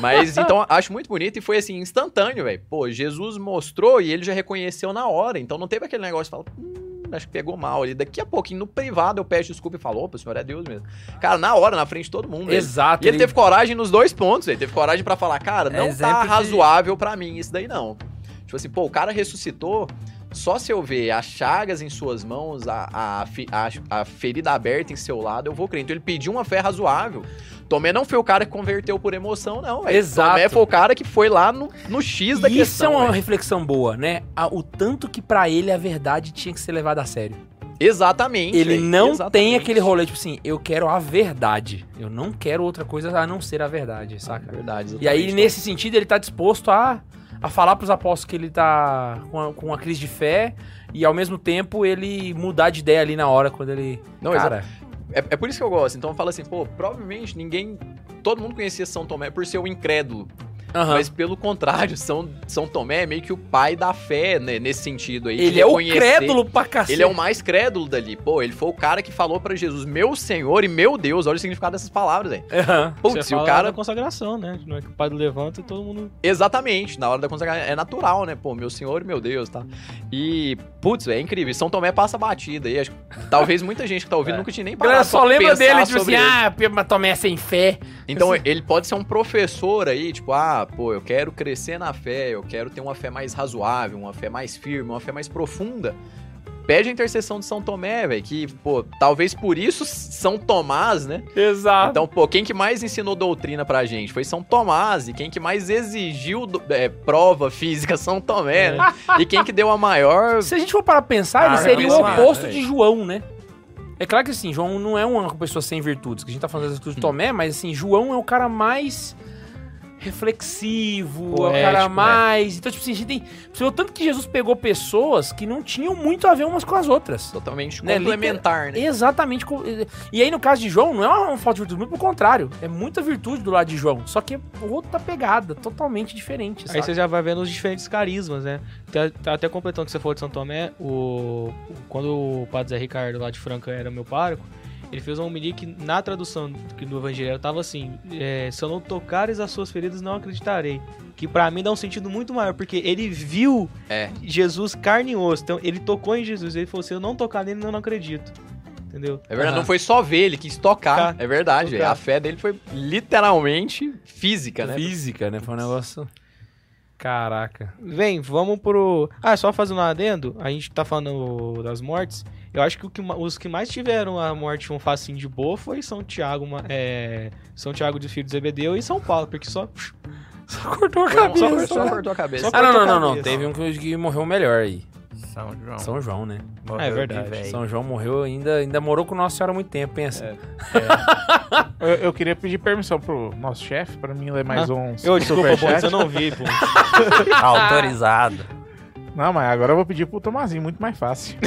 S2: Mas então acho muito bonito e foi assim, instantâneo, velho. Pô, Jesus mostrou e ele já reconheceu na hora. Então não teve aquele negócio de falar, hum, acho que pegou mal ali. Daqui a pouquinho, no privado, eu peço desculpa e falo, opa, o senhor é Deus mesmo. Cara, na hora, na frente de todo mundo. velho.
S1: Exato.
S2: E ele teve coragem nos dois pontos, ele teve coragem pra falar, cara,
S3: É
S2: não
S3: exemplo
S2: tá
S3: de-
S2: razoável pra mim isso daí não. Tipo assim, pô, o cara ressuscitou, só se eu ver as chagas em suas mãos, a, a, fi- a, a ferida aberta em seu lado, eu vou crer. Então ele pediu uma fé razoável. Tomé não foi o cara que converteu por emoção, não. velho.
S1: Exato.
S2: Tomé foi o cara que foi lá no, no X da
S1: Isso
S2: questão.
S1: é uma
S2: velho.
S1: reflexão boa, né? A- O tanto que pra ele a verdade tinha que ser levada a sério.
S2: Exatamente.
S1: Ele
S2: velho,
S1: não tem
S2: exatamente.
S1: aquele rolê, tipo assim, eu quero a verdade. Eu não quero outra coisa a não ser a verdade, saca?
S2: É Verdade,
S1: E aí,
S2: exatamente.
S1: nesse sentido, ele tá disposto a, a falar pros apóstolos que ele tá com, a- com uma crise de fé e, ao mesmo tempo, ele mudar de ideia ali na hora, quando ele...
S2: Não, exa-
S1: cara,
S2: É, é por isso que eu gosto. Então fala assim, pô, provavelmente ninguém. Todo mundo conhecia São Tomé por ser o incrédulo.
S1: aham.
S2: é, Mas pelo contrário, São, São Tomé é meio que o pai da fé, né, nesse sentido aí. de
S1: ele é o
S2: reconhecer-
S1: crédulo pra cacete.
S2: Ele é o mais crédulo dali. Pô, ele foi o cara que falou pra Jesus, meu Senhor e meu Deus. Olha o significado dessas palavras, velho.
S1: Aham.
S2: Putz, e o cara.
S4: consagração, né? Não é que o padre levanta e todo mundo.
S2: Exatamente, na hora da consagração. É natural, né? Pô, meu Senhor e meu Deus, tá? E, putz, véio, é incrível. São Tomé passa batida. E acho que talvez muita gente que tá ouvindo nunca tinha nem
S1: É. A galera
S2: parado
S1: só
S2: pra
S1: lembra
S2: pensar
S1: dele, tipo assim,
S2: sobre ele.
S1: ah, mas Tomé é sem fé.
S2: Então ele pode ser um professor aí, tipo, ah, pô, eu quero crescer na fé, eu quero ter uma fé mais razoável, uma fé mais firme, uma fé mais profunda. Pede a intercessão de São Tomé, velho, que, pô, talvez por isso São Tomás, né?
S1: Exato.
S2: Então, pô, quem que mais ensinou doutrina pra gente foi São Tomás, e quem que mais exigiu do- é, prova física, São Tomé, né? E quem que deu a maior.
S1: Se a gente for para pensar, ele
S3: Ah,
S1: seria o
S3: não, mas-
S1: oposto
S3: é.
S1: de João, né? É claro que assim, João não é uma pessoa sem virtudes, que a gente tá falando das virtudes de Tomé, mas assim, João é o cara mais reflexivo, é o
S4: Poético,
S1: cara
S4: né?
S1: mais. Então, tipo assim, a gente tem. Você vê o tanto que Jesus pegou pessoas que não tinham muito a ver umas com as outras.
S2: Totalmente
S1: Né,
S2: complementar, né?
S1: Exatamente. co- E aí, no caso de João, não é uma falta de virtude, muito pelo contrário. É muita virtude do lado de João. Só que é outra pegada, totalmente diferente.
S4: Aí
S1: Sabe?
S4: você já vai vendo os diferentes carismas, né? Tá, tá até completando o que você falou de São Tomé, o, o- quando o padre Zé Ricardo lá de Franca era meu pároco, ele fez uma homilia que na tradução que do evangelho tava assim, é, se eu não tocares as suas feridas, não acreditarei. Que pra mim dá um sentido muito maior, porque ele viu
S2: É.
S4: Jesus carne e osso. Então ele tocou em Jesus, ele falou, se eu não tocar nele, eu não acredito. Entendeu?
S2: É verdade,
S1: Aham.
S2: não foi só ver, ele quis tocar.
S4: Tocar.
S2: É verdade,
S4: Tocar.
S2: velho. A fé dele foi literalmente física, né?
S1: Física, né? Foi um negócio. Caraca.
S4: Vem, vamos pro. Ah, só fazendo um adendo, a gente tá falando das mortes. Eu acho que, o que ma- os que mais tiveram a morte um facinho de boa foi São Tiago, ma- é, São Tiago de Filho de Zebedeu e São Paulo, porque só.
S1: Só cortou a
S2: Só-
S1: cabeça.
S2: Só, só cortou a cabeça.
S4: Só
S1: Ah, não, não, não, não.
S4: cabeça.
S1: Teve um que que morreu melhor aí.
S3: São João.
S1: São João, né?
S3: Morreu
S4: É
S3: de
S4: verdade,
S3: velho.
S1: São João morreu ainda, ainda morou com Nossa Senhora há muito tempo, assim. pensa.
S2: É.
S5: Eu, eu queria pedir permissão pro nosso chefe pra mim ler mais um uns.
S4: Ah. Eu, desculpa,
S5: superchats.
S4: Bones, eu não vi, pô.
S3: Tá Autorizado.
S5: Não, mas agora eu vou pedir pro Tomazinho, muito mais fácil.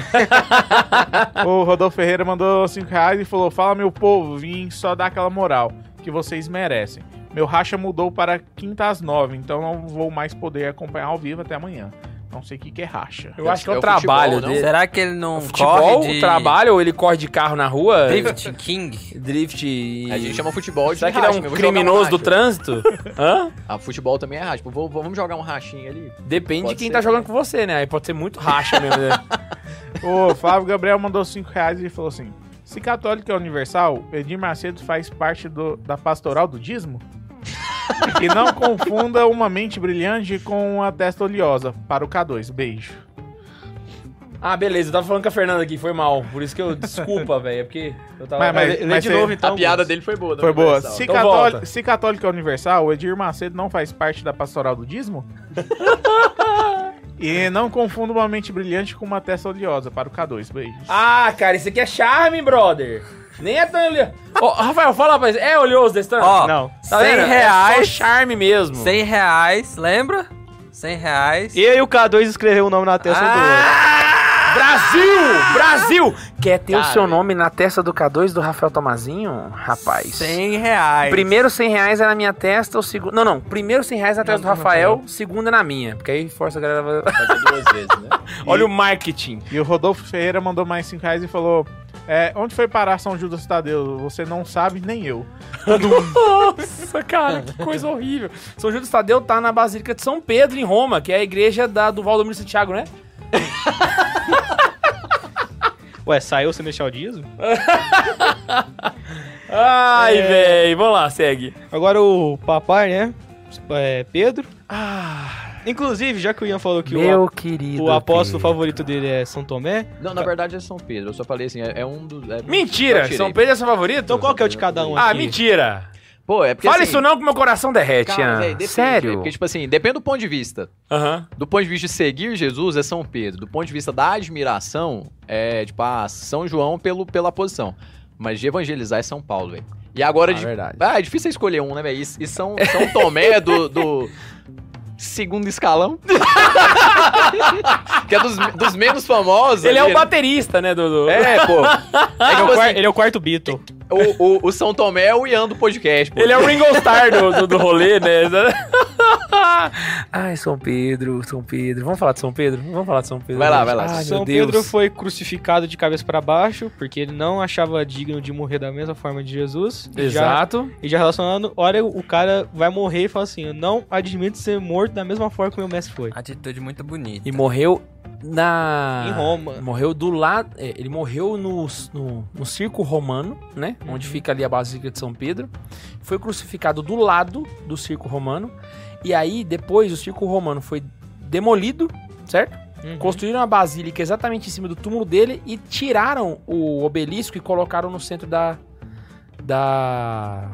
S5: o Rodolfo Ferreira mandou 5 reais e falou: Fala, meu povo, vim só dar aquela moral que vocês merecem. Meu racha mudou para quinta às nove, então não vou mais poder acompanhar ao vivo até amanhã. Não sei o que, que é racha.
S1: Eu acho que é o,
S2: É o
S1: trabalho
S2: futebol, não?
S1: dele. É um
S3: Será que ele não
S1: Futebol,
S3: corre de...
S1: trabalho, ou ele corre de carro na rua?
S3: Drift King?
S1: Drift e...
S2: A gente chama futebol de
S1: Será que ele é
S2: racha,
S1: um
S2: meu, vou jogar
S1: criminoso do
S2: racha.
S1: trânsito? Hã?
S2: Ah, futebol também é racha. Tipo, vou- vamos jogar um rachinho ali.
S1: Depende
S2: Pode
S1: de quem
S2: ser,
S1: tá jogando
S2: né?
S1: com você, né? Aí pode ser muito racha mesmo. Né?
S5: O Flávio Gabriel mandou 5 reais e falou assim: Se católico é universal, Edir Macedo faz parte do- da pastoral do dízimo? e não confunda uma mente brilhante com uma testa oleosa. Para o K2, beijo.
S1: ah, beleza. Eu tava falando com a Fernanda aqui, foi mal. Por isso que eu... Desculpa, velho. É porque eu tava...
S5: Mas- mas-
S4: Lê
S5: mas
S4: de
S5: você-
S4: novo, então.
S2: a piada
S4: Bones.
S2: dele foi boa. né,
S5: Foi boa.
S2: Universal.
S5: Se,
S1: Então
S5: cató-
S1: volta.
S5: se católico é universal, o Edir Macedo não faz parte da pastoral do dízimo? e não confunda uma mente brilhante com uma testa oleosa. Para o K2, beijo.
S1: Ah, cara, isso aqui é charme, brother. Nem é tão oleoso. Ô, Rafael, fala pra eles. É oleoso desse tanto?
S3: Ó,
S4: Não.
S1: Tá
S3: 100
S1: vendo? É só
S3: reais.
S1: charme mesmo.
S3: 100 reais, lembra? 100 reais.
S4: E aí o K2 escreveu o nome na testa do outro.
S1: Ah! Brasil! Brasil! Quer ter
S2: Cara.
S1: o seu nome na testa do K2 do Rafael Tomazinho? Rapaz.
S3: 100 reais.
S1: Primeiro 100 reais é na minha testa, o segundo. Não, não. Primeiro 100 reais na testa
S4: Não,
S1: do
S4: não,
S1: Rafael, segundo é na minha. Porque aí força a galera. a-
S2: Fazer duas vezes, né?
S1: Olha o marketing.
S5: E o Rodolfo Ferreira mandou mais 5 reais e falou: é, Onde foi parar São Judas Tadeu? Você não sabe, nem eu.
S1: Nossa, cara, que coisa horrível. São Judas Tadeu tá na Basílica de São Pedro, em Roma, que é a igreja da, do Valdomiro Santiago, né?
S4: Ué, saiu o Semechal Dias?
S1: Ai, véi. Vamos lá, segue.
S4: Agora o papai, né? É, Pedro.
S1: Ah,
S4: Inclusive, já que o Ian falou que o,
S1: meu
S4: ap-
S1: querido.
S4: o apóstolo
S1: Pedro.
S4: favorito dele é São Tomé,
S2: Não, na verdade é São Pedro. Eu só falei assim, é, é um dos. é- eu
S1: Mentira!
S2: tirei.
S1: São Pedro é seu favorito?
S4: Então qual que é o de cada um
S1: Ah,
S4: aqui?
S1: mentira!
S2: Pô, é porque.
S1: Fala
S2: assim,
S1: isso não que meu coração derrete,
S2: cara,
S1: Ian.
S2: véi, depende,
S1: Sério?
S2: é Porque, tipo assim, depende do ponto de vista.
S1: Aham.
S2: Do ponto de vista de seguir Jesus, é São Pedro. Do ponto de vista da admiração, é tipo, ah, São João pelo, pela posição. Mas de evangelizar é São Paulo, velho. E agora,
S1: Ah,
S2: de-
S1: verdade.
S2: ah, é difícil escolher um, né, velho? E, e São, São Tomé do, do segundo escalão. que é dos, dos menos famosos.
S1: Ele é
S2: ali,
S1: o
S2: né?
S1: baterista, né, Dudu?
S2: É, pô. É tipo
S4: ele é o, quar-
S2: assim,
S4: ele é o quarto Beatle.
S2: o, o- o São Tomé é o Ian do podcast, pô.
S1: Ele é o Ringo Starr do, do, do rolê, né? Ai, São Pedro, São Pedro. Vamos falar de São Pedro? Vamos falar de São Pedro.
S2: Vai lá, vai lá.
S1: Ai,
S4: Ah, São
S1: meu Deus.
S4: Pedro foi crucificado de cabeça para baixo, porque ele não achava digno de morrer da mesma forma de Jesus. E já,
S1: Exato.
S4: e já relacionando, olha, o cara vai morrer e fala assim: Eu não admito ser morto da mesma forma que meu mestre foi.
S3: Atitude muito bonita.
S1: E morreu na...
S4: Em Roma.
S1: Morreu do lado... é, ele morreu no, no, no circo romano, né? Onde fica ali a Basílica de São Pedro. Foi crucificado do lado do circo romano. E aí, depois, o circo romano foi demolido, certo?
S4: Uhum.
S1: Construíram a basílica exatamente em cima do túmulo dele e tiraram o obelisco e colocaram no centro da. da.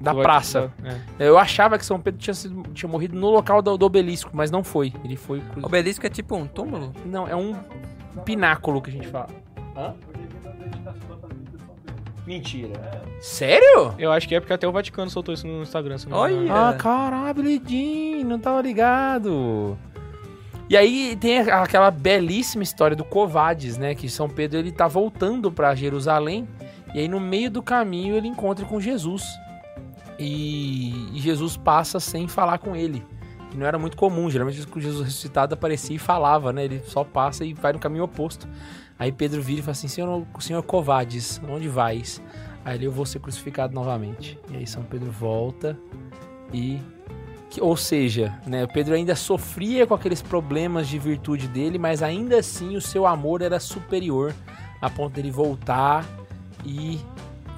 S1: da
S4: Vai-
S1: praça.
S4: vai- é.
S1: Eu achava que São Pedro tinha, sido- tinha morrido no local do, do obelisco, mas não foi. Ele foi. cru-
S3: Obelisco é tipo um túmulo?
S1: Não, é um pináculo que a gente fala. Hã? Mentira. Sério?
S4: Eu acho que é porque até o Vaticano soltou isso no Instagram. se não me
S3: Olha!
S4: engano.
S1: Ah, caralho, Lidinho, não tava ligado. E aí tem a- aquela belíssima história do Covades, né? Que São Pedro ele tá voltando pra Jerusalém e aí no meio do caminho ele encontra com Jesus. E, e Jesus passa sem falar com ele. Que não era muito comum, geralmente o Jesus ressuscitado aparecia e falava, né? Ele só passa e vai no caminho oposto. Aí Pedro vira e fala assim: Senhor, senhor Covades, onde vais? Aí ele, eu vou ser crucificado novamente. E aí São Pedro volta e que- ou seja, né, o Pedro ainda sofria com aqueles problemas de virtude dele, mas ainda assim o seu amor era superior a ponto dele voltar e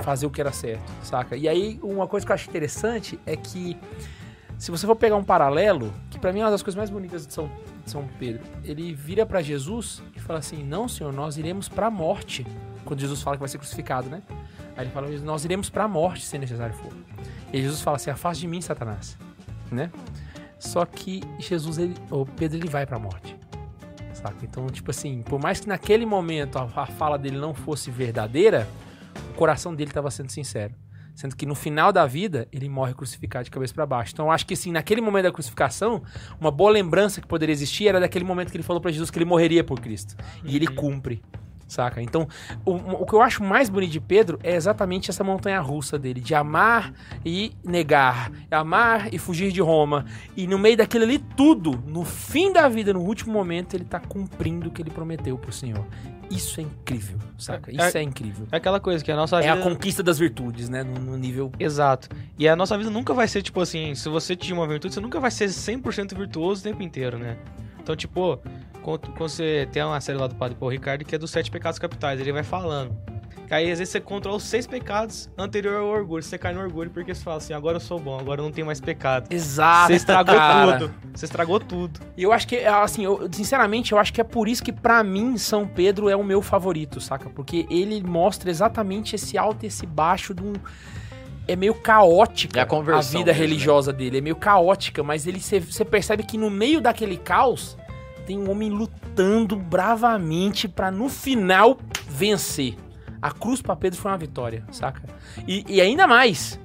S1: fazer o que era certo, saca? E aí uma coisa que eu acho interessante é que se você for pegar um paralelo, que pra mim é uma das coisas mais bonitas de São, de São Pedro, ele vira pra Jesus e fala assim: "Não, Senhor, nós iremos pra morte". Quando Jesus fala que vai ser crucificado, né? Aí ele fala: "Nós iremos pra morte se necessário for". E Jesus fala assim: "Afasta de mim, Satanás". Né? Só que Jesus ele, o Pedro ele vai pra morte. Saca? Então, tipo assim, por mais que naquele momento a, a fala dele não fosse verdadeira, o coração dele estava sendo sincero. Sendo que no final da vida, ele morre crucificado de cabeça pra baixo. Então, eu acho que assim, naquele momento da crucificação, uma boa lembrança que poderia existir era daquele momento que ele falou pra Jesus que ele morreria por Cristo. E
S4: Uhum.
S1: ele cumpre. Saca? Então, o, o que eu acho mais bonito de Pedro é exatamente essa montanha russa dele, de amar e negar, amar e fugir de Roma. E no meio daquilo ali tudo, no fim da vida, no último momento, ele tá cumprindo o que ele prometeu pro Senhor. Isso é incrível, saca?
S4: É-
S1: Isso é incrível.
S4: É aquela coisa que a nossa
S1: É
S4: vida.
S1: a conquista das virtudes, né? No, no nível.
S4: Exato. E a nossa vida nunca vai ser, tipo assim, se você tinha uma virtude, você nunca vai ser 100% virtuoso o tempo inteiro, né? Então, tipo, quando, quando você tem uma série lá do Padre Paul Ricardo que é dos sete pecados capitais, ele vai falando. Que aí, às vezes, você controla os seis pecados anterior ao orgulho. Você cai no orgulho porque você fala assim, agora eu sou bom, agora eu não tenho mais pecado.
S1: Exato.
S4: você estragou
S1: Ah, cara.
S4: tudo. Você estragou tudo.
S1: E eu acho que, assim, eu- sinceramente, eu acho que é por isso que, pra mim, São Pedro é o meu favorito, saca? Porque ele mostra exatamente esse alto e esse baixo de um. É meio caótica
S2: É a conversão
S1: vida
S2: mesmo, né?
S1: religiosa dele. É meio caótica, mas ele você percebe que no meio daquele caos tem um homem lutando bravamente pra no final vencer. A cruz pra Pedro foi uma vitória, saca? E, e ainda mais,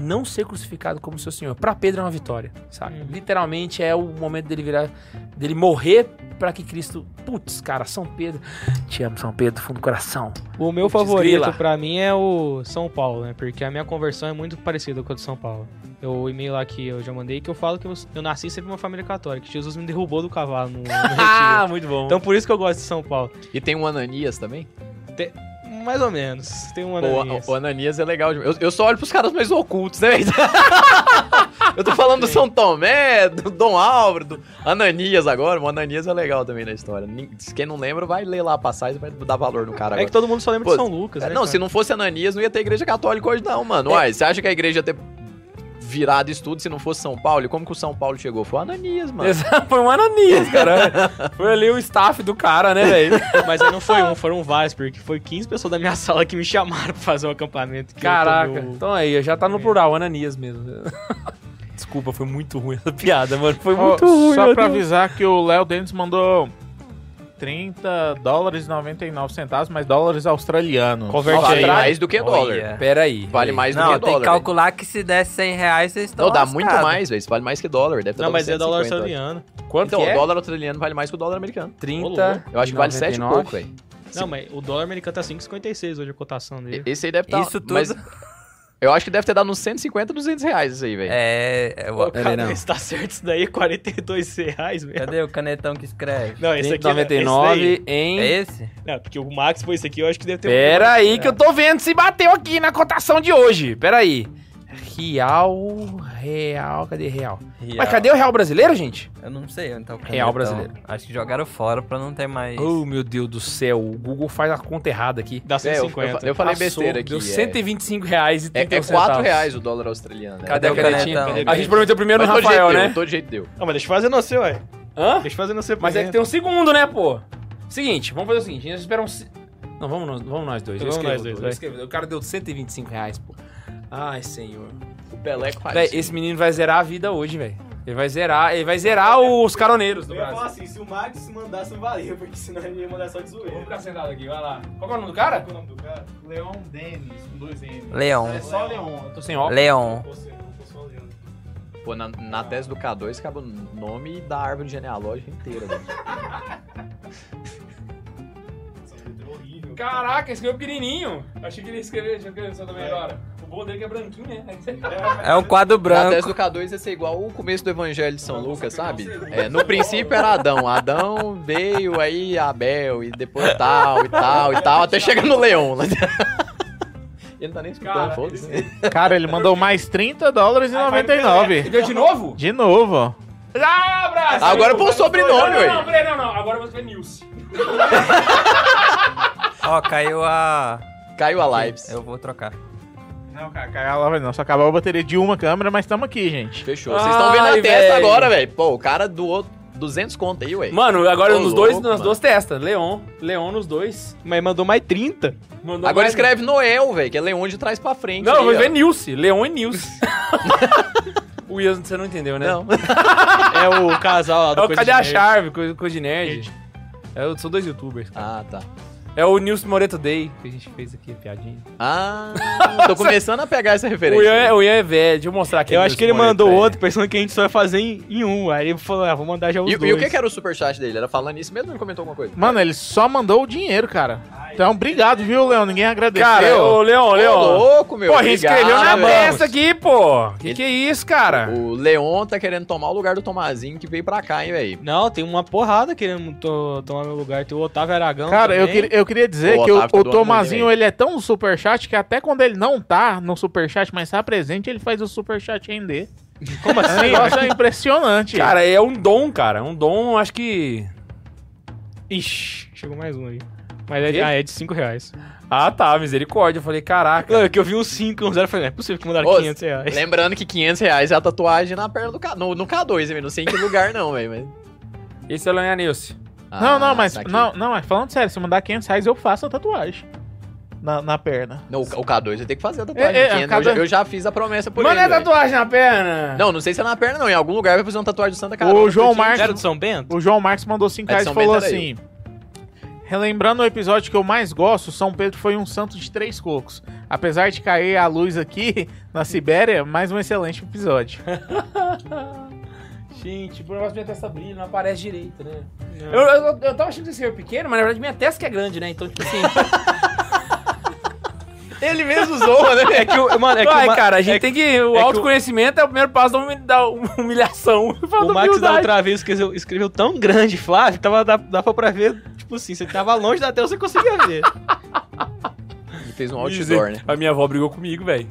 S1: não ser crucificado como seu Senhor. Pra Pedro é uma vitória, saca?
S4: Uhum.
S1: Literalmente é o momento dele virar, dele morrer pra que Cristo. Putz, cara, São Pedro. Te amo, São Pedro, do fundo do coração.
S4: O meu
S1: Putz,
S4: favorito
S1: grila.
S4: pra mim é o São Paulo, né? Porque a minha conversão é muito parecida com a do São Paulo. Eu, o e-mail lá que eu já mandei que eu falo que eu, eu nasci sempre numa família católica, que Jesus me derrubou do cavalo no, no retiro.
S1: Ah, muito bom.
S4: Então por isso que eu gosto de São Paulo.
S2: E tem um Ananias também?
S4: Mais ou menos. Tem um
S2: Pô, O,
S4: Ananias.
S2: o Ananias é legal demais. Eu, eu só olho pros caras mais ocultos, né? eu tô falando do São Tomé, do Dom Álvaro, do Ananias agora. O Ananias é legal também na história. Nin- se Quem não lembra, vai ler lá a passagem vai dar valor no cara
S4: É
S2: agora.
S4: que todo mundo só lembra
S2: Pô,
S4: de São Lucas,
S2: É,
S4: né? É.
S2: não,
S4: cara?
S2: se não fosse Ananias, não ia ter igreja católica hoje, não, mano. Uai, você acha que a igreja ia ter virado isso tudo se não fosse São Paulo? E como que o São Paulo chegou? Foi o Ananias, mano.
S1: Exato, foi um Ananias, cara. foi ali o staff do cara, né, velho?
S4: Mas aí não foi um, foram vários, porque foi 15 pessoas da minha sala que me chamaram pra fazer um acampamento. que eu
S1: Caraca.
S4: tomei o-
S1: Então aí, já tá no plural, Ananias mesmo. Desculpa, foi muito ruim essa piada, mano. Foi muito ruim.
S5: Só
S1: meu
S5: pra
S1: Deus.
S5: avisar que o Léo Dennis mandou 30 dólares e 99 centavos, mas dólares australianos.
S4: Converte
S2: vale
S4: aí.
S2: mais do que dólar.
S3: Olha.
S1: Pera aí.
S2: Vale mais do que
S3: Não, tem que
S2: dólar. velho.
S3: calcular que se der 100 reais, vocês estão
S2: Não, dá
S3: lascados.
S2: muito mais, velho. Isso vale mais que dólar. Deve ter
S4: Não,
S2: dado
S4: mas é
S2: 150
S4: dólar
S2: hoje.
S4: australiano.
S1: Quanto
S2: Então,
S1: que
S2: o
S1: é?
S2: dólar australiano vale mais que o dólar americano.
S1: 30.
S2: Eu acho que vale 7 e
S1: 99.
S2: pouco, velho.
S4: Não, mas o dólar americano tá 5,56 hoje a cotação dele.
S2: Esse aí deve estar.
S3: Isso tudo.
S2: Mas eu acho que deve ter dado uns 150, 200 reais isso aí, velho.
S3: É. é
S4: Pô,
S3: o-
S4: cara,
S1: Ele não.
S4: mas tá certo isso daí, 42 reais, velho.
S3: Cadê o canetão que escreve?
S4: Não, esse aqui não, esse
S1: 99
S3: É
S1: em.
S3: esse?
S4: daí. Não, porque o Max foi esse aqui, eu acho que deve ter... um-
S1: Pera aí que eu tô vendo se bateu aqui na cotação de hoje. Pera aí. Real, real, cadê real? Mas
S3: Real.
S1: cadê o real brasileiro, gente?
S3: Eu não sei onde tá o canetão.
S1: Real brasileiro.
S3: Acho que jogaram fora pra não ter mais.
S1: Oh, meu Deus do céu, o Google faz a conta errada aqui.
S4: Dá
S2: É, eu-
S4: 150.
S2: eu, eu falei
S1: Passou,
S2: besteira aqui.
S1: Deu
S2: é.
S1: 125 reais e
S2: É,
S1: 31
S2: é 4 reais o dólar australiano. né?
S1: Cadê
S4: É
S1: a
S3: Cadê o
S1: canetinha?
S3: canetão?
S1: A gente prometeu primeiro
S2: Mas
S1: no
S2: todo jeito
S1: Rafael,
S2: deu,
S1: né?
S2: todo jeito deu.
S4: Ah, mas deixa eu fazer no seu, ué.
S1: Hã?
S4: Deixa eu fazer no seu
S1: Mas é que
S4: primeiro.
S1: tem um segundo, né, pô? Seguinte, vamos fazer o seguinte, a gente espera um... se- Não, vamos nós, vamos nós dois. eu
S4: Vamos
S1: escrevo
S4: nós dois,
S1: tudo, eu
S4: vai.
S1: escrevo. O cara deu 125 reais, pô. Ai, senhor.
S2: O Pelé faz.
S1: Véi, esse menino vai zerar a vida hoje, velho. Ele vai zerar, ele vai zerar os caroneiros do Brasil.
S4: assim, se o Max mandasse, não valia, porque senão ele ia mandar só de
S1: Vamos
S4: zoeira.
S1: ficar sentado aqui, vai lá. Qual que é o nome do cara?
S4: o nome do cara?
S5: Leon Dennis, com dois N.
S3: Leon.
S5: É só Leon.
S1: Eu tô sem óculos.
S3: Leon.
S2: Pô, na, na tese do K2 acaba o nome da árvore genealógica inteira, velho.
S1: Caraca, escreveu pequenininho. Achei que ele ia escrever, deixa eu escrever só também agora. O bom dele que é branquinho, né?
S3: É um quadro
S2: Na tese
S3: branco.
S2: do K2 ia ser igual o começo do Evangelho de São Lucas, sabe? É, no princípio era Adão. Adão veio, aí Abel, e depois tal, e tal, e tal, até chega no Leão. Ele não tá nem escutando,
S1: Cara,
S2: foda-se.
S5: Cara, ele mandou mais 30 dólares e 99.
S1: Ele deu de novo?
S5: De novo, ó.
S1: Ah, Brasil!
S2: Agora põe o
S1: Não,
S2: sobrenome,
S1: não, não,
S2: ué.
S1: peraí, não, não. Agora eu vou escrever Nilce.
S3: Ó, caiu a.
S2: Caiu a live.
S1: É um
S3: Eu vou trocar.
S5: Não, cara, caiu a lava não. Só acabou a bateria de uma câmera, mas estamos aqui, gente.
S2: Fechou. Vocês estão vendo
S1: Ai,
S2: a testa
S1: velho.
S2: agora, velho. Pô, o cara doou 200 conto aí, ué.
S1: Mano, agora
S2: Ô,
S1: nos dois,
S2: louco,
S1: nas
S2: mano.
S1: duas testas. Leon. Leon nos dois.
S4: Mas mandou mais 30.
S1: Mandou
S2: Agora
S1: mais- um.
S2: escreve Noel, velho, que é Leão de trás pra frente.
S1: Não,
S2: aí,
S1: eu vou
S2: ó.
S1: escrever Nilce. Leon e Nilce. o Wilson, você não entendeu, né?
S2: Não.
S4: É o casal lá do
S1: É o Cadê
S4: Coisa de
S1: a
S4: Nerd.
S1: Chave, coisa, coisa de nerd. É, o- são dois youtubers.
S2: Ah, tá.
S1: É o Nilce Moreto Day que a gente fez aqui, piadinha.
S2: Ah, tô começando a pegar essa
S1: O Ian,
S2: referência.
S1: é- o Ian é velho, deixa eu mostrar aqui.
S4: Eu
S1: o
S4: acho
S1: Nilce
S4: que ele
S1: Moreto
S4: mandou
S1: Day.
S4: outro, pensando que a gente só ia fazer em, em um. Aí ele falou, ah, vou mandar já os
S2: E,
S4: dois.
S2: e o que, é? que era o superchat dele? Era falando isso mesmo ou ele comentou alguma coisa?
S5: Mano, ele só mandou o dinheiro, cara. Então, obrigado, viu, Leon? Ninguém agradeceu.
S1: Cara, ô, Leon,
S2: Ô,
S1: Leon.
S2: louco, meu.
S1: Pô, a gente
S2: obrigado,
S1: escreveu na
S2: velho.
S1: peça aqui, pô. Que
S2: Ele-
S1: que é isso, cara?
S2: O Leon tá querendo tomar o lugar do Tomazinho que veio pra cá, hein, velho.
S4: Não, tem uma porrada querendo to- tomar meu lugar. Tem o Otávio Aragão
S5: Cara, eu,
S4: também.
S5: queria- eu queria dizer
S2: Ô,
S5: que o,
S2: Otávio, tá
S5: o
S2: doando
S5: Tomazinho,
S2: muito,
S5: ele é tão superchat que até quando ele não tá no superchat, mas tá presente, ele faz o superchat render. Como assim? O negócio é impressionante.
S1: Cara, é um dom, cara. É um dom, acho que.
S4: Ixi, chegou mais um aí. Mas é,
S1: Quê?
S4: ah, é de 5 reais.
S1: Ah, tá, misericórdia. Eu falei, caraca.
S4: Não, é que eu vi uns 5 e uns 0 falei, não é possível que mandaram
S2: Ô,
S4: 500 reais.
S2: Lembrando que 500 reais é a tatuagem na perna do K... no, no K2, hein, velho. Não sei em que lugar não, velho. mas-
S1: Esse é o Leon Nilce.
S5: Não, não,
S2: Ah,
S5: mas.
S2: tá aqui.
S5: não, não, mas falando sério, se eu mandar 500 reais, eu faço a tatuagem. Na, na perna.
S2: Não, o o K2 vai ter que fazer a tatuagem.
S5: É, é,
S2: de 500.
S5: cada-
S2: eu, já, eu já fiz a promessa por
S1: Mano,
S2: ele.
S1: é
S2: velho.
S1: tatuagem na perna.
S2: Não, não sei se é na perna, não. Em algum lugar vai fazer uma tatuagem do Santa Carol.
S5: João
S2: porque-
S5: Marcos-
S4: Era de São Bento?
S5: O João Marcos mandou
S2: É
S5: 5
S2: de
S5: reais e
S2: São
S5: falou
S2: Bento, era
S5: assim: Relembrando o episódio que eu mais gosto, São Pedro foi um santo de três cocos. Apesar de cair a luz aqui na Sibéria, mais um excelente episódio.
S1: Gente, o problema é que minha testa brilha, não aparece direito, né? Eu, eu, eu tava achando que esse era pequeno, mas na verdade minha testa que é grande, né? Então, tipo assim.
S2: Ele mesmo zoa, né?
S4: É que o, mano, é que
S1: Vai,
S4: o Ma-
S1: cara, a gente
S4: é que-
S1: tem que. O
S4: é que o-
S1: autoconhecimento é o primeiro passo da humi- da humilhação. Eu falo
S4: O
S1: da
S4: Max um da
S1: humildade.
S4: outra vez escreveu, escreveu tão grande, Flávio, que tava, dá, dá pra ver, tipo assim, você tava longe da tela, você conseguia ver.
S2: Ele fez um
S1: Dizem-
S2: outdoor, né?
S1: A minha avó brigou comigo, velho.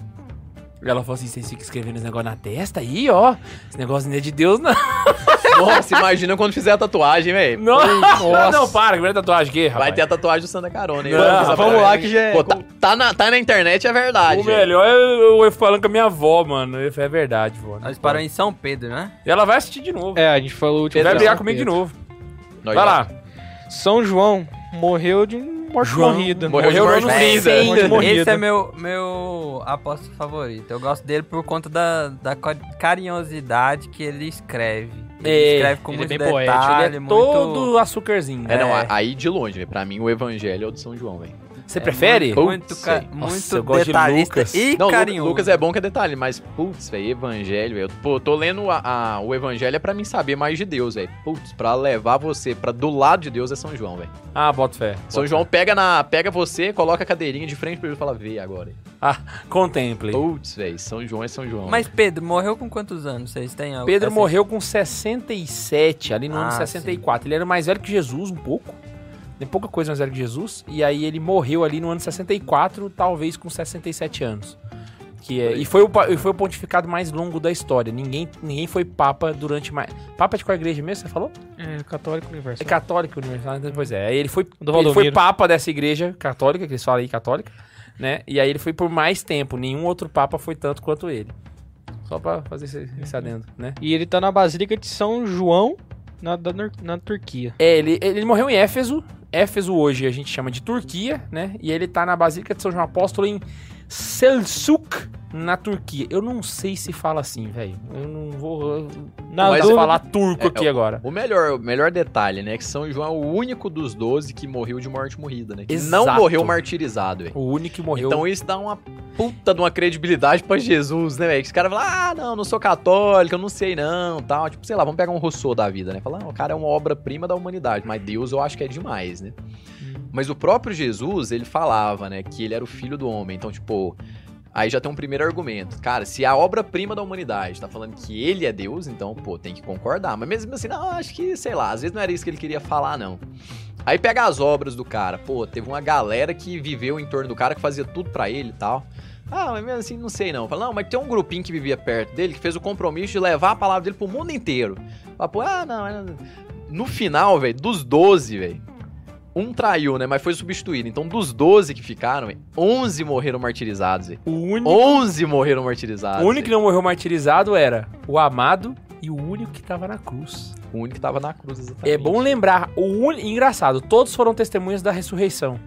S1: Ela falou assim: vocês ficam escrevendo esse negócio na testa aí, ó. Esse negócio não é de Deus, não.
S2: Nossa, imagina quando fizer a tatuagem, velho.
S1: Não, não, para, que vai ter tatuagem aqui, rapaz.
S2: Vai ter a tatuagem do Santa Carona, hein?
S1: Não,
S2: avisar
S4: vamos
S2: pra
S4: lá
S2: ele.
S4: que já é-
S2: Pô, tá, tá na, tá na internet, é verdade.
S1: O melhor é eu, eu falando com a minha avó, mano. Eu falei, É verdade, vó.
S3: Nós paramos em São Pedro, né?
S1: E ela vai assistir de novo.
S4: É, a gente falou o último.
S1: vai
S4: episódio.
S1: brigar comigo de novo.
S2: Nós
S1: vai
S2: já-
S1: lá.
S4: São João morreu de morte
S1: João
S4: morrida.
S2: morreu de morte
S1: no
S2: morrida.
S1: freezer.
S4: Morte morrida.
S3: Esse é meu, meu apóstolo favorito. Eu gosto dele por conta da, da co- carinhosidade que ele escreve. Ele
S1: É,
S3: escreve com
S4: ele é
S3: muito
S4: bem
S3: detalhe,
S4: poético,
S1: Ele é
S3: muito...
S1: todo açúcarzinho. né?
S2: É, não,
S3: É.
S2: a- aí de longe, velho. Pra mim, o evangelho é o de São João, velho.
S1: Você
S3: é
S1: prefere?
S3: Muito, muito,
S2: Putz,
S3: ca-
S2: sei.
S3: muito
S1: é. Nossa, eu gosto de
S3: detalhista
S1: Lucas.
S3: e
S2: Não, Lu-
S3: carinhoso.
S2: Lucas é bom que é detalhe, mas, putz, velho, evangelho, velho. Pô, eu tô lendo a- a- o evangelho é pra mim saber mais de Deus, velho. Putz, pra levar você pra do lado de Deus é São João, velho.
S1: Ah, bota fé.
S2: São João pega na pega você, coloca a cadeirinha de frente pra ele e fala, vê agora.
S1: Ah, contemple.
S2: Putz, velho, São João é São João.
S3: Mas Pedro morreu com quantos anos? Vocês têm algo-
S1: Pedro
S3: essa-
S1: morreu com 67, ali no ano
S3: é assim. Ah,
S1: 64. Ele era mais velho que Jesus, um pouco. Tem pouca coisa mais velho que Jesus. E aí ele morreu ali no ano 64, talvez com 67 anos. Que é, e, foi o, pa- e foi o pontificado mais longo da história. Ninguém, ninguém foi papa durante mais. Papa de qual igreja mesmo? Você falou?
S4: É, católico
S1: É
S4: universal.
S1: católica universal, então, pois é. Aí Ele foi,
S4: Do
S1: ele foi
S4: Valdomiro.
S1: papa dessa igreja católica, que eles falam aí católica, né? E aí ele foi por mais tempo. Nenhum outro papa foi tanto quanto ele. Só pra fazer esse, esse adendo, né?
S4: E ele tá na Basílica de São João, na, da Nur- na Turquia.
S1: É, ele, ele morreu em Éfeso. Éfeso hoje a gente chama de Turquia, né? E ele tá na Basílica de São João Apóstolo em Selçuk, na Turquia. Eu não sei se fala assim, velho. Eu não vou eu
S4: Na
S1: não
S2: mas
S1: posso
S4: dúvida-
S1: falar turco
S2: É,
S1: aqui
S2: é,
S1: agora.
S2: O melhor, o melhor detalhe, né, é que São João é o único dos 12 que morreu de morte morrida, né? Que não
S1: Exato.
S2: morreu martirizado, velho.
S1: O único que morreu.
S2: Então isso dá uma puta de uma credibilidade pra Jesus, né, velho? Que os caras falam, ah, não, não sou católico, eu não sei não, tal. Tipo, sei lá, vamos pegar um Rousseau da vida, né? Falar, ah, o cara é uma obra-prima da humanidade, mas Deus eu acho que é demais, né? Mas o próprio Jesus, ele falava, né, que ele era o filho do homem. Então, tipo, aí já tem um primeiro argumento. Cara, se é a obra-prima da humanidade tá falando que ele é Deus, então, pô, tem que concordar. Mas mesmo assim, não, acho que, sei lá, às vezes não era isso que ele queria falar, não. Aí pega as obras do cara. Pô, teve uma galera que viveu em torno do cara, que fazia tudo pra ele e tal. Ah, mas mesmo assim, não sei não. Fala, não, mas tem um grupinho que vivia perto dele que fez o compromisso de levar a palavra dele pro mundo inteiro. Fala, pô, ah, não, é- No final, velho, dos 12, velho. Um traiu, né? Mas foi substituído. Então, dos 12 que ficaram, velho, 11 morreram martirizados, velho.
S1: o único,
S2: 11 morreram martirizados.
S1: Hum. o único que
S2: velho.
S1: não morreu martirizado era o amado e o único que tava na cruz.
S2: O único que tava na cruz, exatamente.
S1: É bom lembrar, o uni- engraçado, todos foram testemunhas da ressurreição,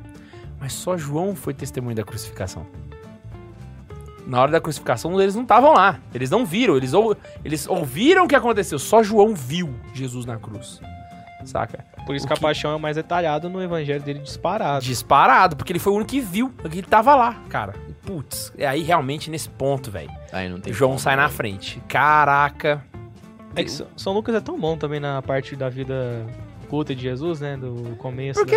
S1: mas só João foi testemunho da crucificação. Na hora da crucificação, eles não estavam lá, eles não viram, eles, ou, eles ouviram o que aconteceu, só João viu Jesus na cruz. Saca?
S4: Por isso
S1: O
S4: que a
S1: que-
S4: paixão é mais detalhada no evangelho dele disparado.
S1: Disparado, porque ele foi o único que viu, porque ele tava lá, cara. E, Putz, é aí realmente nesse ponto, velho.
S2: Aí não tem
S1: João
S2: como,
S1: sai na
S2: velho.
S1: frente. Caraca.
S4: É que São São Lucas é tão bom também na parte da vida culta de Jesus, né? Do começo.
S1: Porque,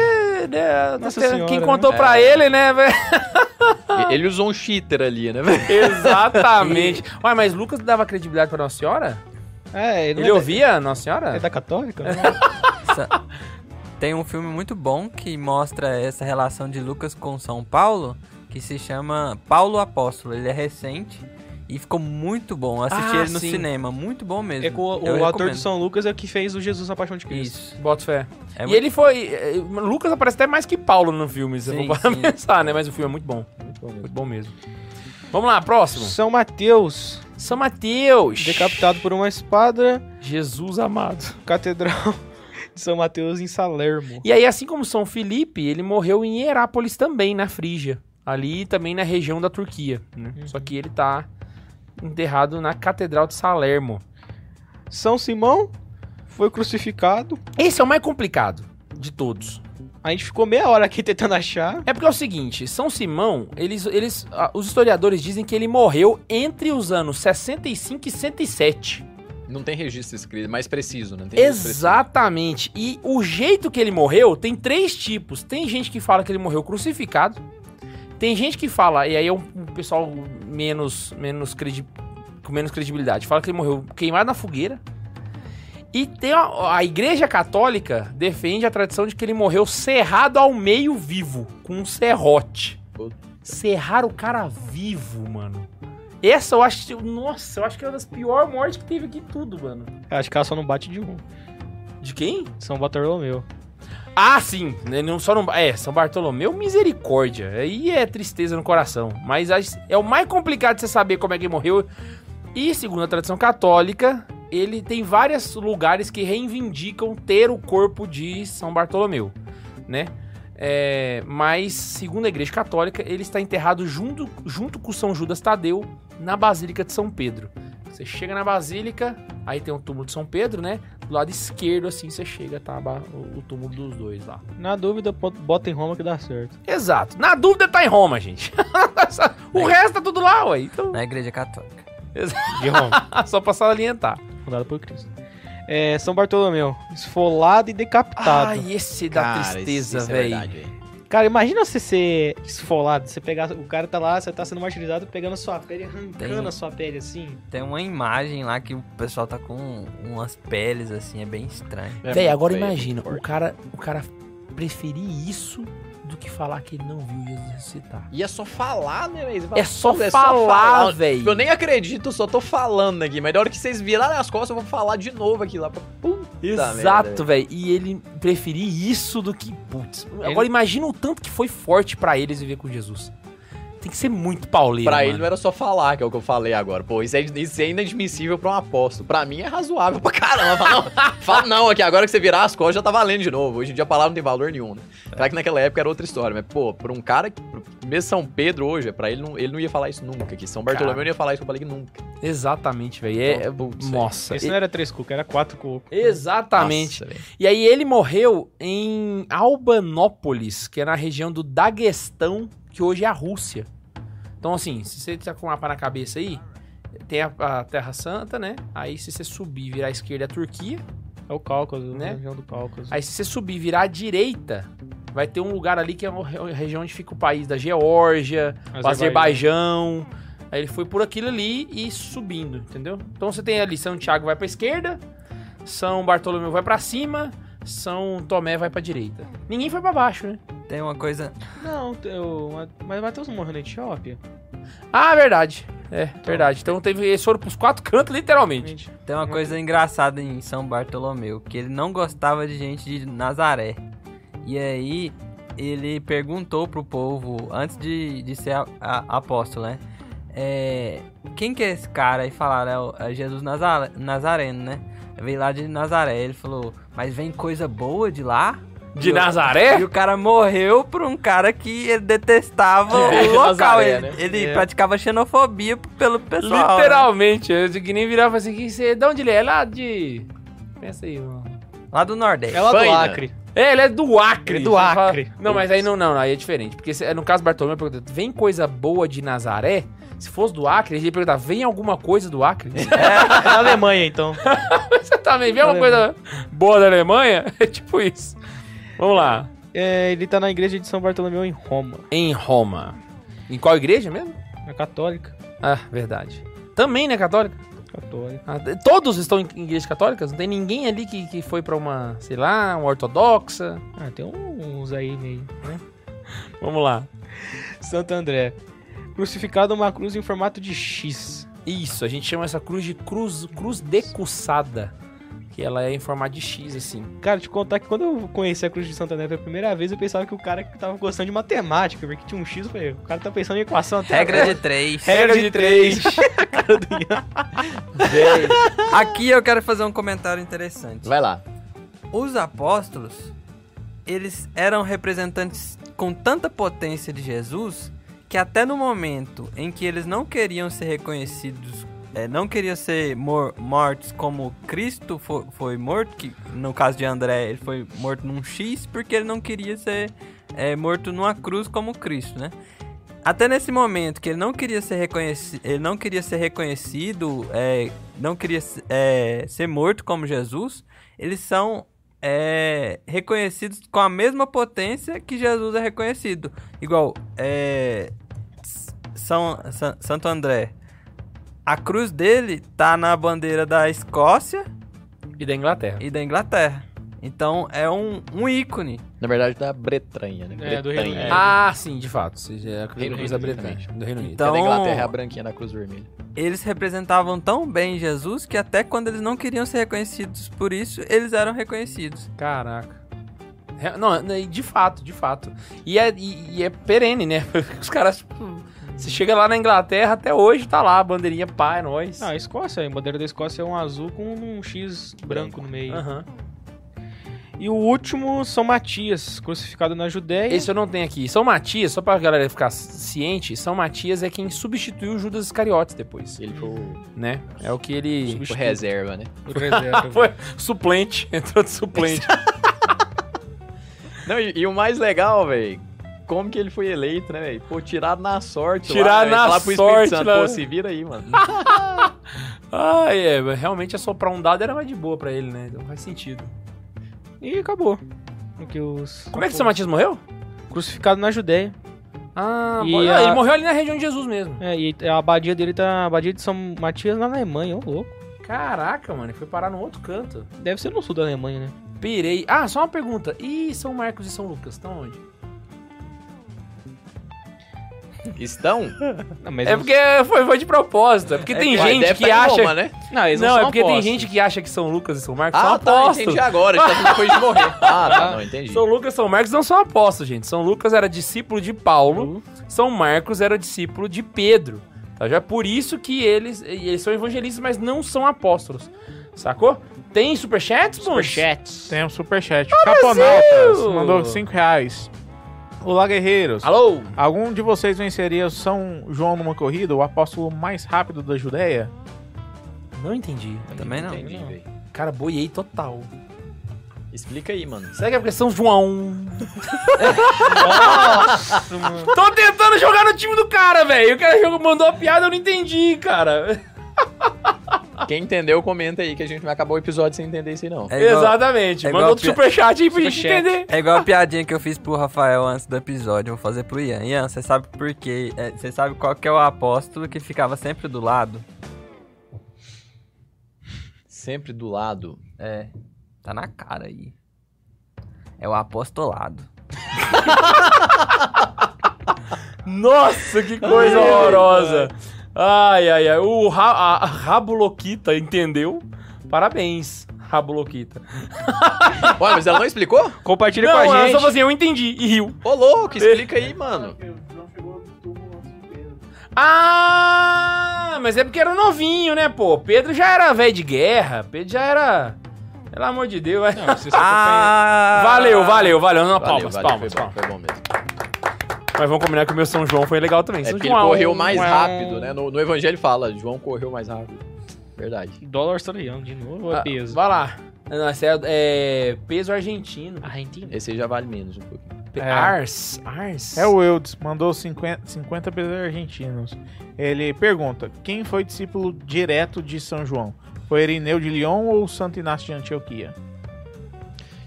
S1: né,
S4: da- Nossa
S1: quem
S4: Senhora, né?
S1: contou pra ele, né, velho?
S2: E- Ele usou um cheater ali, né, velho?
S1: Exatamente. Ué, mas Lucas dava credibilidade pra Nossa Senhora?
S4: É,
S1: Ele
S4: não é-
S1: ouvia Nossa
S4: É
S1: Senhora?
S4: da católica? né?
S3: Sa- Tem um filme muito bom que mostra essa relação de Lucas com São Paulo, que se chama Paulo Apóstolo. Ele é recente e ficou muito bom. Eu Assisti
S1: Ah,
S3: ele no
S1: sim.
S3: cinema, muito bom mesmo.
S4: É que o, o
S3: Eu
S4: ator
S3: recomendo.
S4: de São Lucas é o que fez o Jesus na Paixão de Cristo.
S3: Isso.
S1: Boto fé.
S3: É
S1: e
S3: muito-
S1: ele foi. eh, Lucas aparece até mais que Paulo no filme, se eu
S3: Sim,
S1: for parar
S3: sim.
S1: pra pensar, né? Mas o filme é muito bom. Muito bom mesmo. Vamos lá, próximo.
S4: São Mateus,
S1: São Mateus.
S4: decapitado por uma espada,
S1: Jesus amado.
S4: catedral de São Mateus em Salermo.
S1: E aí, assim como São Felipe, ele morreu em Herápolis também, na Frígia. Ali também na região da Turquia. né?
S4: Uhum.
S1: Só que ele tá enterrado na Catedral de Salermo.
S4: São Simão foi crucificado.
S1: Esse é o mais complicado de todos.
S4: A gente ficou meia hora aqui tentando achar.
S1: É porque é o seguinte, São Simão, eles, eles, ah, os historiadores dizem que ele morreu entre os anos 65 e 107.
S2: Não tem registro escrito, mais preciso, né? Tem registro preciso.
S1: Exatamente. E o jeito que ele morreu tem três tipos. Tem gente que fala que ele morreu crucificado. Tem gente que fala, e aí é um um pessoal menos, menos credi, com menos credibilidade, fala que ele morreu queimado na fogueira. E tem a, a Igreja Católica defende a tradição de que ele morreu cerrado ao meio vivo, com um serrote.
S2: Puta.
S1: Serrar o cara vivo, mano. Essa eu acho. Nossa, eu acho que é uma das piores mortes que teve aqui tudo, mano.
S4: Acho que ela só não bate de um.
S1: De quem?
S4: São Bartolomeu.
S1: Ah, sim. né, Não, só não, é, São Bartolomeu, misericórdia. Aí é tristeza no coração. Mas as- é o mais complicado de você saber como é que ele morreu. E, segundo a tradição católica, ele tem vários lugares que reivindicam ter o corpo de São Bartolomeu, né? É, mas, segundo a Igreja Católica, ele está enterrado junto, junto com São Judas Tadeu na Basílica de São Pedro. Você chega na Basílica, aí tem o túmulo de São Pedro, né? Do lado esquerdo, assim, você chega, tá a ba- o o túmulo dos dois lá.
S4: Na dúvida, po- bota em Roma que dá certo.
S1: Exato. Na dúvida, tá em Roma, gente. o resto tá tudo lá, ué. Então,
S3: Na igreja católica.
S4: De Roma,
S1: Ah, só pra salientar.
S4: fundado por Cristo. É, São Bartolomeu, esfolado e decapitado.
S1: Ai, Tá, esse dá
S2: Cara,
S1: tristeza,
S2: isso- isso é
S1: velho.
S2: verdade, velho.
S4: Cara, imagina você ser esfolado, você pegar, o cara tá lá, você tá sendo martirizado, pegando a sua pele, arrancando
S3: Tem.
S4: a sua pele assim.
S3: Tem uma imagem lá que o pessoal tá com umas peles assim, é bem estranho.
S2: É
S1: Véi,
S2: muito
S1: agora
S2: feio,
S1: imagina,
S2: muito
S1: o
S2: forte.
S1: cara, o cara preferir isso do que falar que ele não viu Jesus ressuscitar.
S2: E é só falar, né, velho? Você fala,
S1: É só
S2: "Pô,
S1: falar,
S2: Tipo, Eu
S1: velho.
S2: nem acredito, eu só tô falando aqui. Mas da hora que vocês virarem as costas, eu vou falar de novo aqui lá. pra- Puta merda,
S1: Exato, velho. E ele preferir isso do que. Putz. Agora imagina o tanto que foi forte pra eles viver com Jesus. Tem que ser muito pauleiro.
S2: Pra
S1: mano.
S2: ele não era só falar, que é o que eu falei agora. Pô, isso é, isso é inadmissível pra um apóstolo. Pra mim é razoável pra caramba. Fala não, fala não aqui, agora que você virar as costas já tá valendo de novo. Hoje em dia a palavra não tem valor nenhum, né? Claro que naquela época era outra história, mas, pô, pra um cara que. pro- Mesmo São Pedro hoje, pra ele não, ele não ia falar isso nunca aqui. São Bartolomeu
S1: Cara.
S2: não ia falar isso que eu falei que nunca.
S1: Exatamente, velho. É,
S2: Putz,
S1: nossa.
S4: Esse não era três cucos, era quatro cucos.
S1: Exatamente.
S2: Nossa, velho.
S1: E aí ele morreu em Albanópolis, que é na região do Daguestão, que hoje é a Rússia. Então, assim, se você tá com um mapa na cabeça aí, tem a, a Terra Santa, né? Aí se você subir e virar à esquerda é a Turquia.
S4: É o Cáucaso,
S1: Né?
S4: né? região do Cáucaso.
S1: Aí se você subir e virar à direita, vai ter um lugar ali que é a re- região onde fica o país da Geórgia,
S3: é
S1: o Azerbaijão. Aí ele foi por aquilo ali e subindo, entendeu? Então você tem ali São Tiago vai pra esquerda, São Bartolomeu vai pra cima, São Tomé vai pra direita. Ninguém foi pra baixo, né?
S3: Tem uma coisa.
S4: é. Não, eu, mas Matheus não morreu na Etiópia.
S1: Ah, verdade. É, verdade. Então teve, eles foram pros quatro cantos, literalmente.
S4: Gente,
S3: Tem uma coisa engraçada em São Bartolomeu, que ele não gostava de gente de Nazaré. E aí ele perguntou pro povo, antes de, de ser a- a- apóstolo, né? É, quem que é esse cara? E falaram, é, o- é Jesus Nazare- Nazareno, né? Veio lá de Nazaré. Ele falou, mas vem coisa boa de lá?
S1: De
S3: E o-
S1: Nazaré?
S2: É.
S3: E o cara morreu por um cara que ele detestava
S2: É,
S3: o local.
S2: Nazaré,
S3: Ele,
S2: né?
S3: ele
S4: É.
S3: praticava xenofobia pelo pessoal. né?
S1: Literalmente. Eu que nem virava assim, que você, de onde ele é? Lá de... Pensa aí, mano.
S3: Lá do Nordeste.
S4: é lá do
S2: Espanha.
S4: Acre.
S1: É, ele é do Acre.
S4: Ele é do
S1: Você
S4: Acre.
S1: Não, mas aí não, não, não, aí é diferente. Porque se- no caso do Bartolomeu, pergunta, vem coisa boa de Nazaré? Se fosse do Acre, ele ia perguntar, vem alguma coisa do Acre?
S4: É na Alemanha, então.
S1: Você também vê alguma coisa boa da Alemanha? É tipo isso. Vamos lá.
S4: É, ele tá na igreja de São Bartolomeu em Roma.
S1: Em Roma. Em qual igreja mesmo?
S4: Na católica.
S1: Ah, verdade. Também, né, católica?
S4: Católica.
S1: Ah, de- todos estão em em igrejas católicas? Não tem ninguém ali que, que foi pra uma, sei lá, uma ortodoxa?
S4: Ah, tem uns aí meio.
S1: Vamos lá.
S4: Santo André. Crucificado numa cruz em formato de X.
S1: Isso, a gente chama essa cruz de cruz, cruz decussada. Que ela é em formato de X, assim.
S4: Cara, te contar que quando eu conheci a Cruz de Santo André pela primeira vez, eu pensava que o cara que tava gostando de matemática, porque tinha um X, eu falei, o cara tá pensando em equação
S2: É
S4: até
S3: Regra
S4: agora.
S3: de três.
S4: Regra de três.
S3: Aqui eu quero fazer um comentário interessante.
S2: Vai lá.
S3: Os apóstolos, eles eram representantes com tanta potência de Jesus que até no momento em que eles não queriam ser reconhecidos é, não queriam ser mor- mortos como Cristo fo- foi morto, que no caso de André ele foi morto num X, porque ele não queria ser é, morto numa cruz como Cristo, né? Até nesse momento que ele não queria ser reconhecido, ele não queria ser reconhecido, é, não queria se- é, ser morto como Jesus, eles são é, reconhecidos com a mesma potência que Jesus é reconhecido. Igual é, S- São, Sa- Santo André. A cruz dele tá na bandeira da Escócia
S1: E da Inglaterra.
S3: e da Inglaterra. Então é um, um ícone.
S2: Na verdade, da Bretanha, né?
S4: É, do Reino Unido.
S1: Ah, sim, de fato. se- É a
S2: Reino
S1: cruz da
S2: Unido
S1: Bretanha. Do Reino Unido.
S2: Então...
S3: Então-
S2: da Inglaterra, é a branquinha da Cruz Vermelha.
S3: Eles representavam tão bem Jesus que até quando eles não queriam ser reconhecidos por isso, eles eram reconhecidos.
S1: Caraca. Re- Não, né, de fato, de fato. E é, e- e é perene, né? Os caras. tipo, Você chega lá na Inglaterra, até hoje tá lá a bandeirinha pá, é nóis.
S4: Não, a Escócia, a bandeira da Escócia é um azul com um X branco no meio.
S1: Aham.
S4: E o último são Matias, crucificado na Judéia.
S1: Esse eu não tenho aqui. São Matias, só pra galera ficar ciente, São Matias é quem substituiu Judas Iscariotes depois,
S2: Ele foi o
S1: né? É o que ele.
S2: foi reserva, né?
S4: Por exemplo.
S1: Foi suplente, entrou de suplente.
S2: Não, e, e o mais legal, velho, como que ele foi eleito, né, velho? Pô, tirado na sorte lá,
S1: Tirado
S2: véi,
S1: na
S2: falar pro Espírito
S1: sorte
S2: Santo,
S1: lá.
S2: Pô, se vira aí, mano.
S1: ah, é, mas realmente assoprar um dado era mais de boa pra ele, né? Então faz sentido.
S4: E acabou. Porque os...
S1: Como é que São Matias morreu?
S4: Crucificado na Judéia.
S1: Ah,
S4: E
S1: pode- ah,
S4: a-
S1: ele morreu ali na região de Jesus mesmo.
S4: É, e a abadia dele tá. A abadia de São Matias na Alemanha, ô louco.
S1: Caraca, mano, ele foi parar no outro canto.
S4: Deve ser no sul da Alemanha, né?
S1: Pirei. Ah, só uma pergunta. E São Marcos e São Lucas estão onde?
S2: Estão?
S4: Não, mas
S1: É
S4: eu-
S1: porque foi, foi de propósito. É porque tem
S2: Uai,
S1: gente
S2: deve
S1: que é
S2: tá em
S1: acha.
S2: Roma, né?
S4: Não, eles não,
S1: Não,
S4: são
S1: é porque tem
S4: apóstolos.
S1: gente que acha que São Lucas e São Marcos são
S2: Ah, tá,
S1: apóstolos.
S2: entendi agora. Ele tá depois de morrer. Ah, tá, não, entendi.
S1: São Lucas e São Marcos não são apóstolos, gente. São Lucas era discípulo de Paulo,
S4: Uhum.
S1: São Marcos era discípulo de Pedro. Tá? Já é por isso que eles, e eles são evangelistas, mas não são apóstolos. Sacou? Tem superchats, mano?
S4: Superchats.
S5: Tem um superchat. Caponautas mandou 5 reais. Olá, guerreiros.
S1: Alô?
S5: Algum de vocês venceria São João numa corrida, o apóstolo mais rápido da Judéia?
S1: Não entendi.
S3: Também não.
S2: Entendi,
S4: não.
S2: velho.
S1: Cara, boiei total.
S2: Explica aí, mano.
S1: Será que é porque São João? Tô tentando jogar no time do cara, velho. O cara jogou- mandou a piada, eu não entendi, cara.
S2: Quem entendeu, comenta aí que a gente vai acabar o episódio sem entender isso aí, não.
S3: É igual-
S1: Exatamente.
S3: é igual
S1: Manda outro
S3: a pi-
S1: superchat aí pra gente
S4: Superchat.
S1: entender.
S3: É igual a piadinha que eu fiz pro Rafael antes do episódio. Vou fazer pro Ian. Ian, você sabe por quê? É, Você sabe qual que é o apóstolo que ficava sempre do lado?
S2: Sempre do lado.
S3: É. Tá na cara aí. É o apostolado.
S1: Nossa, que coisa horrorosa. Ai, ai, ai. O Ra a- a Rabuloquita entendeu. Parabéns, Rabuloquita.
S2: Ué, mas ela não explicou? é
S4: Compartilha
S1: Não,
S4: com a
S1: ela
S4: gente.
S1: só falou assim, eu entendi e riu.
S2: Ô, louco, explica aí, mano.
S1: Ah, mas é porque era novinho, né, pô? Pedro já era velho de guerra. Pedro já era. Pelo amor de Deus.
S4: Não, vocês
S3: Ah!
S1: Valeu, valeu, valeu. Não,
S2: Valeu,
S1: palmas,
S2: valeu,
S1: palmas,
S2: foi, bom,
S1: palmas.
S2: foi bom mesmo.
S1: Mas vamos combinar que o meu São João foi legal também.
S2: É
S1: São
S2: porque ele
S1: João, um
S2: correu mais
S4: uau.
S2: rápido, né? No, no evangelho fala, João correu mais rápido. Verdade.
S4: Dólar australiano de novo, é
S1: Ah,
S4: peso.
S1: Vai lá. Não, esse é, é peso argentino.
S4: Argentina.
S2: Esse aí já vale menos um pouquinho.
S1: Pe-
S5: É.
S1: Ars. Ars.
S5: É o Eudes, mandou 50, 50 pesos argentinos. Ele pergunta: quem foi discípulo direto de São João? Foi Irineu de Lyon ou Santo Inácio de Antioquia?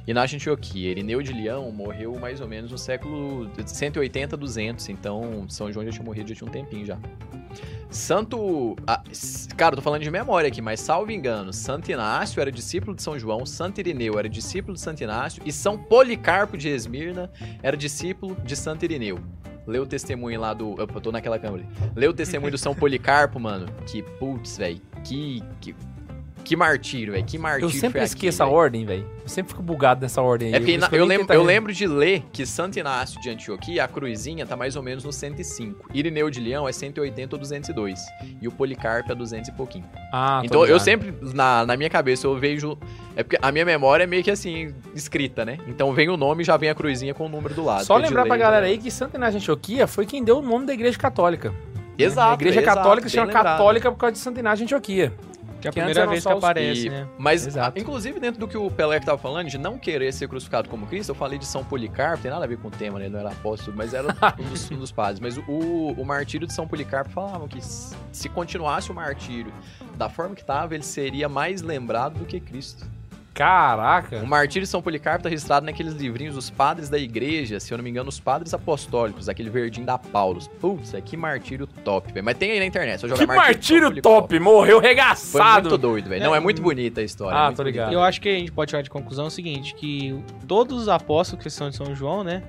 S2: E na Antioquia, Irineu de Leão morreu mais ou menos no século 180, 200. Então, São João já tinha morrido, já tinha um tempinho já. Santo... ah, s- cara, eu tô falando de memória aqui, mas salvo engano, Santo Inácio era discípulo de São João, Santo Irineu era discípulo de Santo Inácio e São Policarpo de Esmirna era discípulo de Santo Irineu. Leu o testemunho lá do... Eu tô naquela câmera ali. Leu o testemunho do São Policarpo, mano. Que, putz, velho, que... que... Que martírio, velho. Que martírio.
S1: Eu sempre
S2: foi
S1: esqueço
S2: aquilo,
S1: a ordem, velho. Eu sempre fico bugado nessa ordem aí.
S2: é porque
S1: por
S2: na-
S1: isso que
S2: eu,
S1: nem
S2: lembro,
S1: tentaria-
S2: eu lembro de ler que Santo Inácio de Antioquia, a cruzinha, tá mais ou menos no 105. Irineu de Leão é 180 ou 202. E o Policarpo é 200 e pouquinho.
S1: Ah, tô
S2: então eu
S1: ligado.
S2: sempre, na, na minha cabeça, eu vejo. É porque a minha memória é meio que assim, escrita, né? Então vem o nome e já vem a cruzinha com o número do lado.
S1: Só
S2: que é de
S1: lembrar pra
S2: ler,
S1: galera
S2: né?
S1: aí que Santa Inácio de Antioquia foi quem deu o nome da Igreja Católica.
S2: Exato.
S1: a igreja
S2: exato,
S1: católica se
S2: bem
S1: chama
S2: lembrado.
S1: católica por causa de Santinagem de Antioquia.
S4: Que é a
S1: Que antes
S4: primeira
S1: eram
S4: vez que
S1: só os-
S4: aparece,
S2: E-
S4: né?
S2: Mas,
S4: Exato.
S2: inclusive, dentro do que o Pelé que tava falando, de não querer ser crucificado como Cristo, eu falei de São Policarpo, tem nada a ver com o tema, né? Ele não era apóstolo, mas era um dos, um dos padres. Mas o, o martírio de São Policarpo falavam que s- se continuasse o martírio da forma que estava, ele seria mais lembrado do que Cristo. O
S1: Caraca.
S2: martírio de São Policarpo tá registrado naqueles livrinhos dos padres da igreja, se eu não me engano, os padres apostólicos, aquele verdinho da Paulus. Putz, é que martírio top, velho. Mas tem aí na internet, só jogar
S1: Que
S2: de São
S1: martírio
S2: Policarpo.
S1: top, morreu
S2: Foi muito
S1: regaçado.
S2: doido, velho. Não, é muito bonita a história.
S1: Ah,
S2: é muito
S1: tô ligado.
S2: bonita.
S4: Eu acho que a gente pode tirar de conclusão o seguinte, que todos os apóstolos que são de São João, né,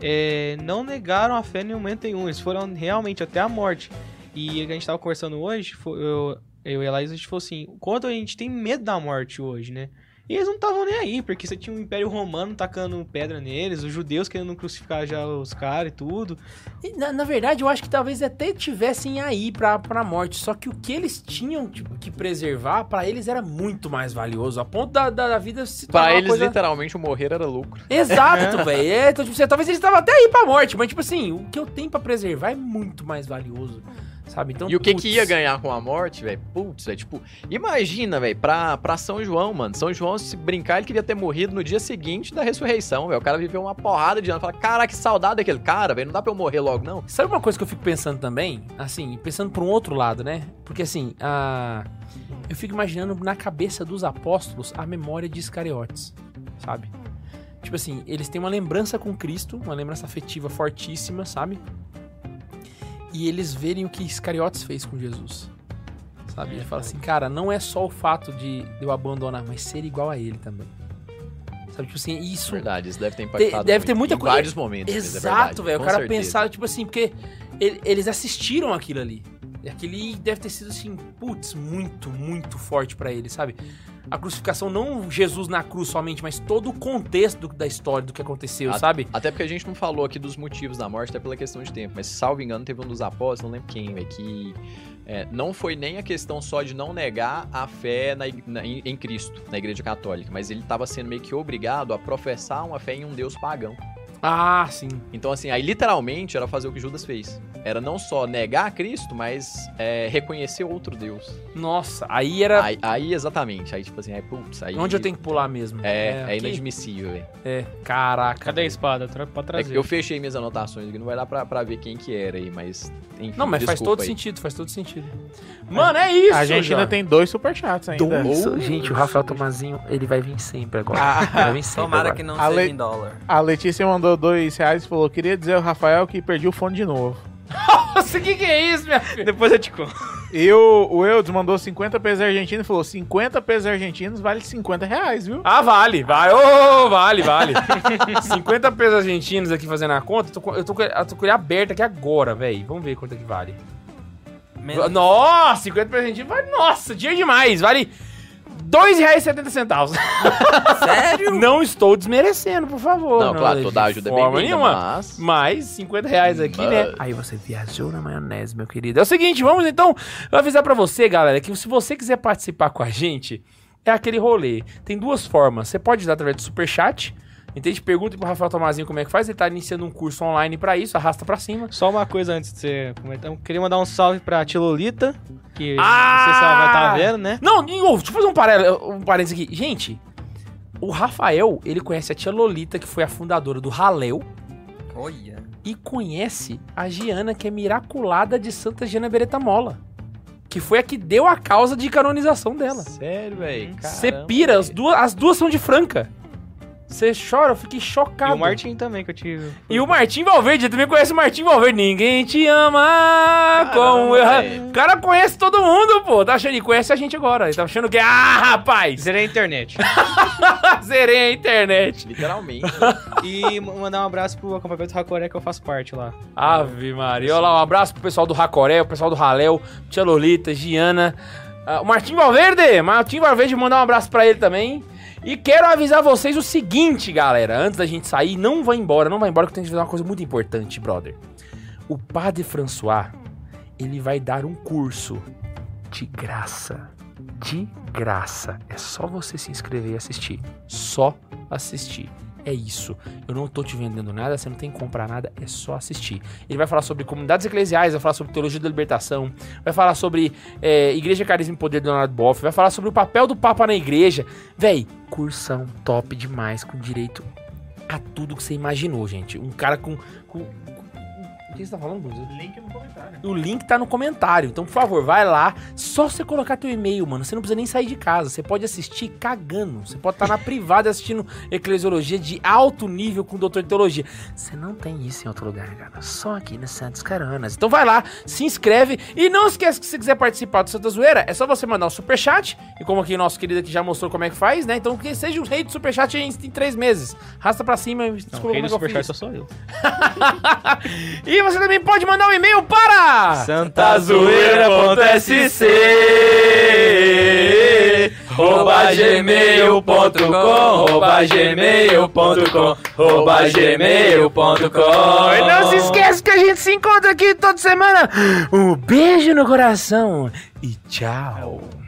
S4: é, não negaram a fé em momento nenhum, eles foram realmente até a morte. E a gente tava conversando hoje, fo- eu, eu e a Laís, a gente falou assim, o quanto a gente tem medo da morte hoje, né? E eles não estavam nem aí, porque você tinha o Império Romano tacando pedra neles, os judeus querendo crucificar já os caras e tudo.
S1: E, Na, na verdade, eu acho que talvez até tivessem aí pra, pra morte. Só que o que eles tinham tipo, que preservar, pra eles era muito mais valioso. A ponto da, da, da vida se tornar
S2: Pra
S1: uma
S2: eles,
S1: coisa-
S2: literalmente, o morrer era lucro.
S1: Exato, velho. É, então, tipo, você- talvez eles estavam até aí pra morte, mas, tipo assim, o que eu tenho pra preservar é muito mais valioso, sabe? Então,
S2: E o que
S1: putz.
S2: que ia ganhar com a morte, velho? Putz, velho, tipo, imagina, velho, pra, pra São João, mano. São João, se brincar, ele queria ter morrido no dia seguinte da ressurreição, velho. O cara viveu uma porrada de ano. Fala, caraca, que saudade daquele cara, velho. Não dá pra eu morrer logo, não.
S1: Sabe uma coisa que eu fico pensando também? Assim, pensando por um outro lado, né? Porque, assim, a... eu fico imaginando na cabeça dos apóstolos a memória de Iscariotes, sabe? Tipo assim, eles têm uma lembrança com Cristo, uma lembrança afetiva fortíssima, sabe? E eles verem o que Iscariotes fez com Jesus. Sabe? Ele fala assim, cara, não é só o fato de eu abandonar, mas ser igual a ele também. Sabe? Tipo assim, isso
S2: Verdade, isso deve ter impactado.
S1: deve ter muita
S2: em
S1: coisa-
S2: vários momentos. mas é verdade,
S1: Exato, velho. O
S2: com
S1: cara
S2: certeza.
S1: pensava, tipo assim, porque ele- eles assistiram aquilo ali. E aquele deve ter sido, assim, putz, muito, muito forte pra ele, sabe? A crucificação, não Jesus na cruz somente, mas todo o contexto do- da história, do que aconteceu,
S2: Ah,
S1: sabe?
S2: Até porque a gente não falou aqui dos motivos da morte, até pela questão de tempo. Mas, salvo engano, teve um dos apóstolos, não lembro quem, velho, que é, não foi nem a questão só de não negar a fé na ig- na- em, em Cristo, na Igreja Católica, mas ele estava sendo meio que obrigado a professar uma fé em um Deus pagão.
S1: Ah, sim.
S2: Então, assim, aí literalmente era fazer o que Judas fez. Era não só negar a Cristo, mas é, reconhecer outro Deus.
S1: Nossa, aí era
S2: Aí, aí, exatamente, aí tipo assim, aí, putz, aí...
S1: É. onde eu tenho que pular mesmo.
S2: É, é,
S1: aqui?
S2: inadmissível, velho.
S1: É, caraca.
S4: Cadê a
S1: velho.
S4: espada? Tra- Pra
S2: É
S4: trazer.
S2: que eu fechei minhas anotações aqui, não vai dar pra, pra ver quem que era aí, mas. Enfim,
S1: Não, mas faz
S2: desculpa
S1: todo
S2: aí.
S1: sentido, faz todo sentido. Mano, é isso,
S5: a gente ainda
S1: Jorge.
S5: tem dois superchats ainda.
S2: Dois. Gente, o
S1: Rafael Tomazinho, ele vai vir sempre agora.
S5: Ah. Vai
S1: vir sempre
S3: Tomara que não
S5: A
S3: seja
S5: lei-
S3: em dólar.
S5: A Letícia mandou dois reais e falou: queria dizer ao Rafael que perdi o fone de novo.
S1: Nossa, o que que é isso, minha filha?
S4: Depois eu te conto.
S5: E o, o Eudes mandou 50 pesos argentinos e falou: 50 pesos argentinos vale 50 reais, viu?
S1: Ah, vale, vai, ô, vale, vale. 50 pesos argentinos aqui fazendo a conta, eu tô, com- eu tô, com- eu tô com ele aberto aqui agora, velho. Vamos ver quanto é que vale.
S3: Menos-
S1: Nossa, 50 pesos argentinos vale, nossa, dia demais, vale R$2,70.
S3: Sério?
S1: Não estou desmerecendo, por favor.
S2: Não, claro, toda
S1: de
S2: ajuda é
S1: forma
S2: bem-vinda,
S1: nenhuma.
S2: mas.
S1: Mais 50 reais aqui,
S2: Mas-
S1: né? Aí você viajou na maionese, meu querido. É o seguinte, vamos então avisar pra você, galera, que se você quiser participar com a gente, é aquele rolê. Tem duas formas. Você pode dar através do superchat. Entende? Pergunta pro Rafael Tomazinho como é que faz. Ele tá iniciando um curso online pra isso, arrasta pra cima.
S4: Só uma coisa antes de você comentar. Eu queria mandar um salve pra Tilolita, que
S1: Ah!
S4: não sei se ela vai estar vendo, né?
S1: Não, e, ô, deixa eu fazer um, paralelo, um parênteses aqui. Gente, o Rafael, ele conhece a tia Lolita, que foi a fundadora do Haleu.
S3: Olha.
S1: e conhece a Giana, que é miraculada de Santa Giana Beretta Mola. Que foi a que deu a causa de canonização dela.
S2: Sério, velho.
S1: Hum. Você pira, as duas, as duas são de Franca. Você chora, eu fiquei chocado.
S4: E o Martin também, que eu tive.
S1: E o Martim Valverde, eu também conhece o Martim Valverde. Ninguém te ama como eu.
S2: velho.
S1: O cara conhece todo mundo, pô. Tá achando, ele conhece a gente agora. Ele tá achando que. Ah, rapaz!
S4: Zerei a internet.
S1: Zerei a internet.
S2: Literalmente.
S4: e ma- mandar um abraço pro acampamento Racoré que eu faço parte lá.
S1: Ave Maria. Olha lá, um abraço pro pessoal do Racoré, o pessoal do Raléu, Tia Lolita, Giana. ah, o Martim Valverde, Martim Valverde, mandar um abraço pra ele também. E quero avisar vocês o seguinte, galera. Antes da gente sair, não vai embora, não vai embora, que eu tenho que fazer uma coisa muito importante, brother. O Padre François, ele vai dar um curso de graça. De graça. É só você se inscrever e assistir. Só assistir. é isso. Eu não tô te vendendo nada, você não tem que comprar nada, é só assistir. Ele vai falar sobre comunidades eclesiais, vai falar sobre teologia da libertação, vai falar sobre é, Igreja Carisma e Poder do Leonardo Boff, vai falar sobre o papel do Papa na igreja. Véi, cursão top demais, com direito a tudo que você imaginou, gente. Um cara com. com, com- o que você tá falando, Bruno?
S5: Link no comentário.
S1: O link tá no comentário. Então, por favor, vai lá. Só você colocar teu e-mail, mano. Você não precisa nem sair de casa. Você pode assistir cagando. Você pode estar na privada assistindo eclesiologia de alto nível com o doutor de teologia. Você não tem isso em outro lugar, cara. Só aqui no Santos Caranas. Então vai lá, se inscreve. E não esquece que se quiser participar do Santa Zoeira, é só você mandar um superchat. E como aqui o nosso querido aqui já mostrou como é que faz, né? Então que seja o rei do superchat em, em três meses. Rasta pra cima.
S4: Não,
S1: Desculpa
S4: o rei
S1: como é que
S4: do
S1: eu fiz.
S4: Superchat só sou eu.
S1: E você também pode mandar um e-mail para...
S4: santazoeira.sc
S3: arroba gmail.com, arroba gmail.com, arroba gmail.com.
S1: E não se esqueça que a gente se encontra aqui toda semana. Um beijo no coração e tchau.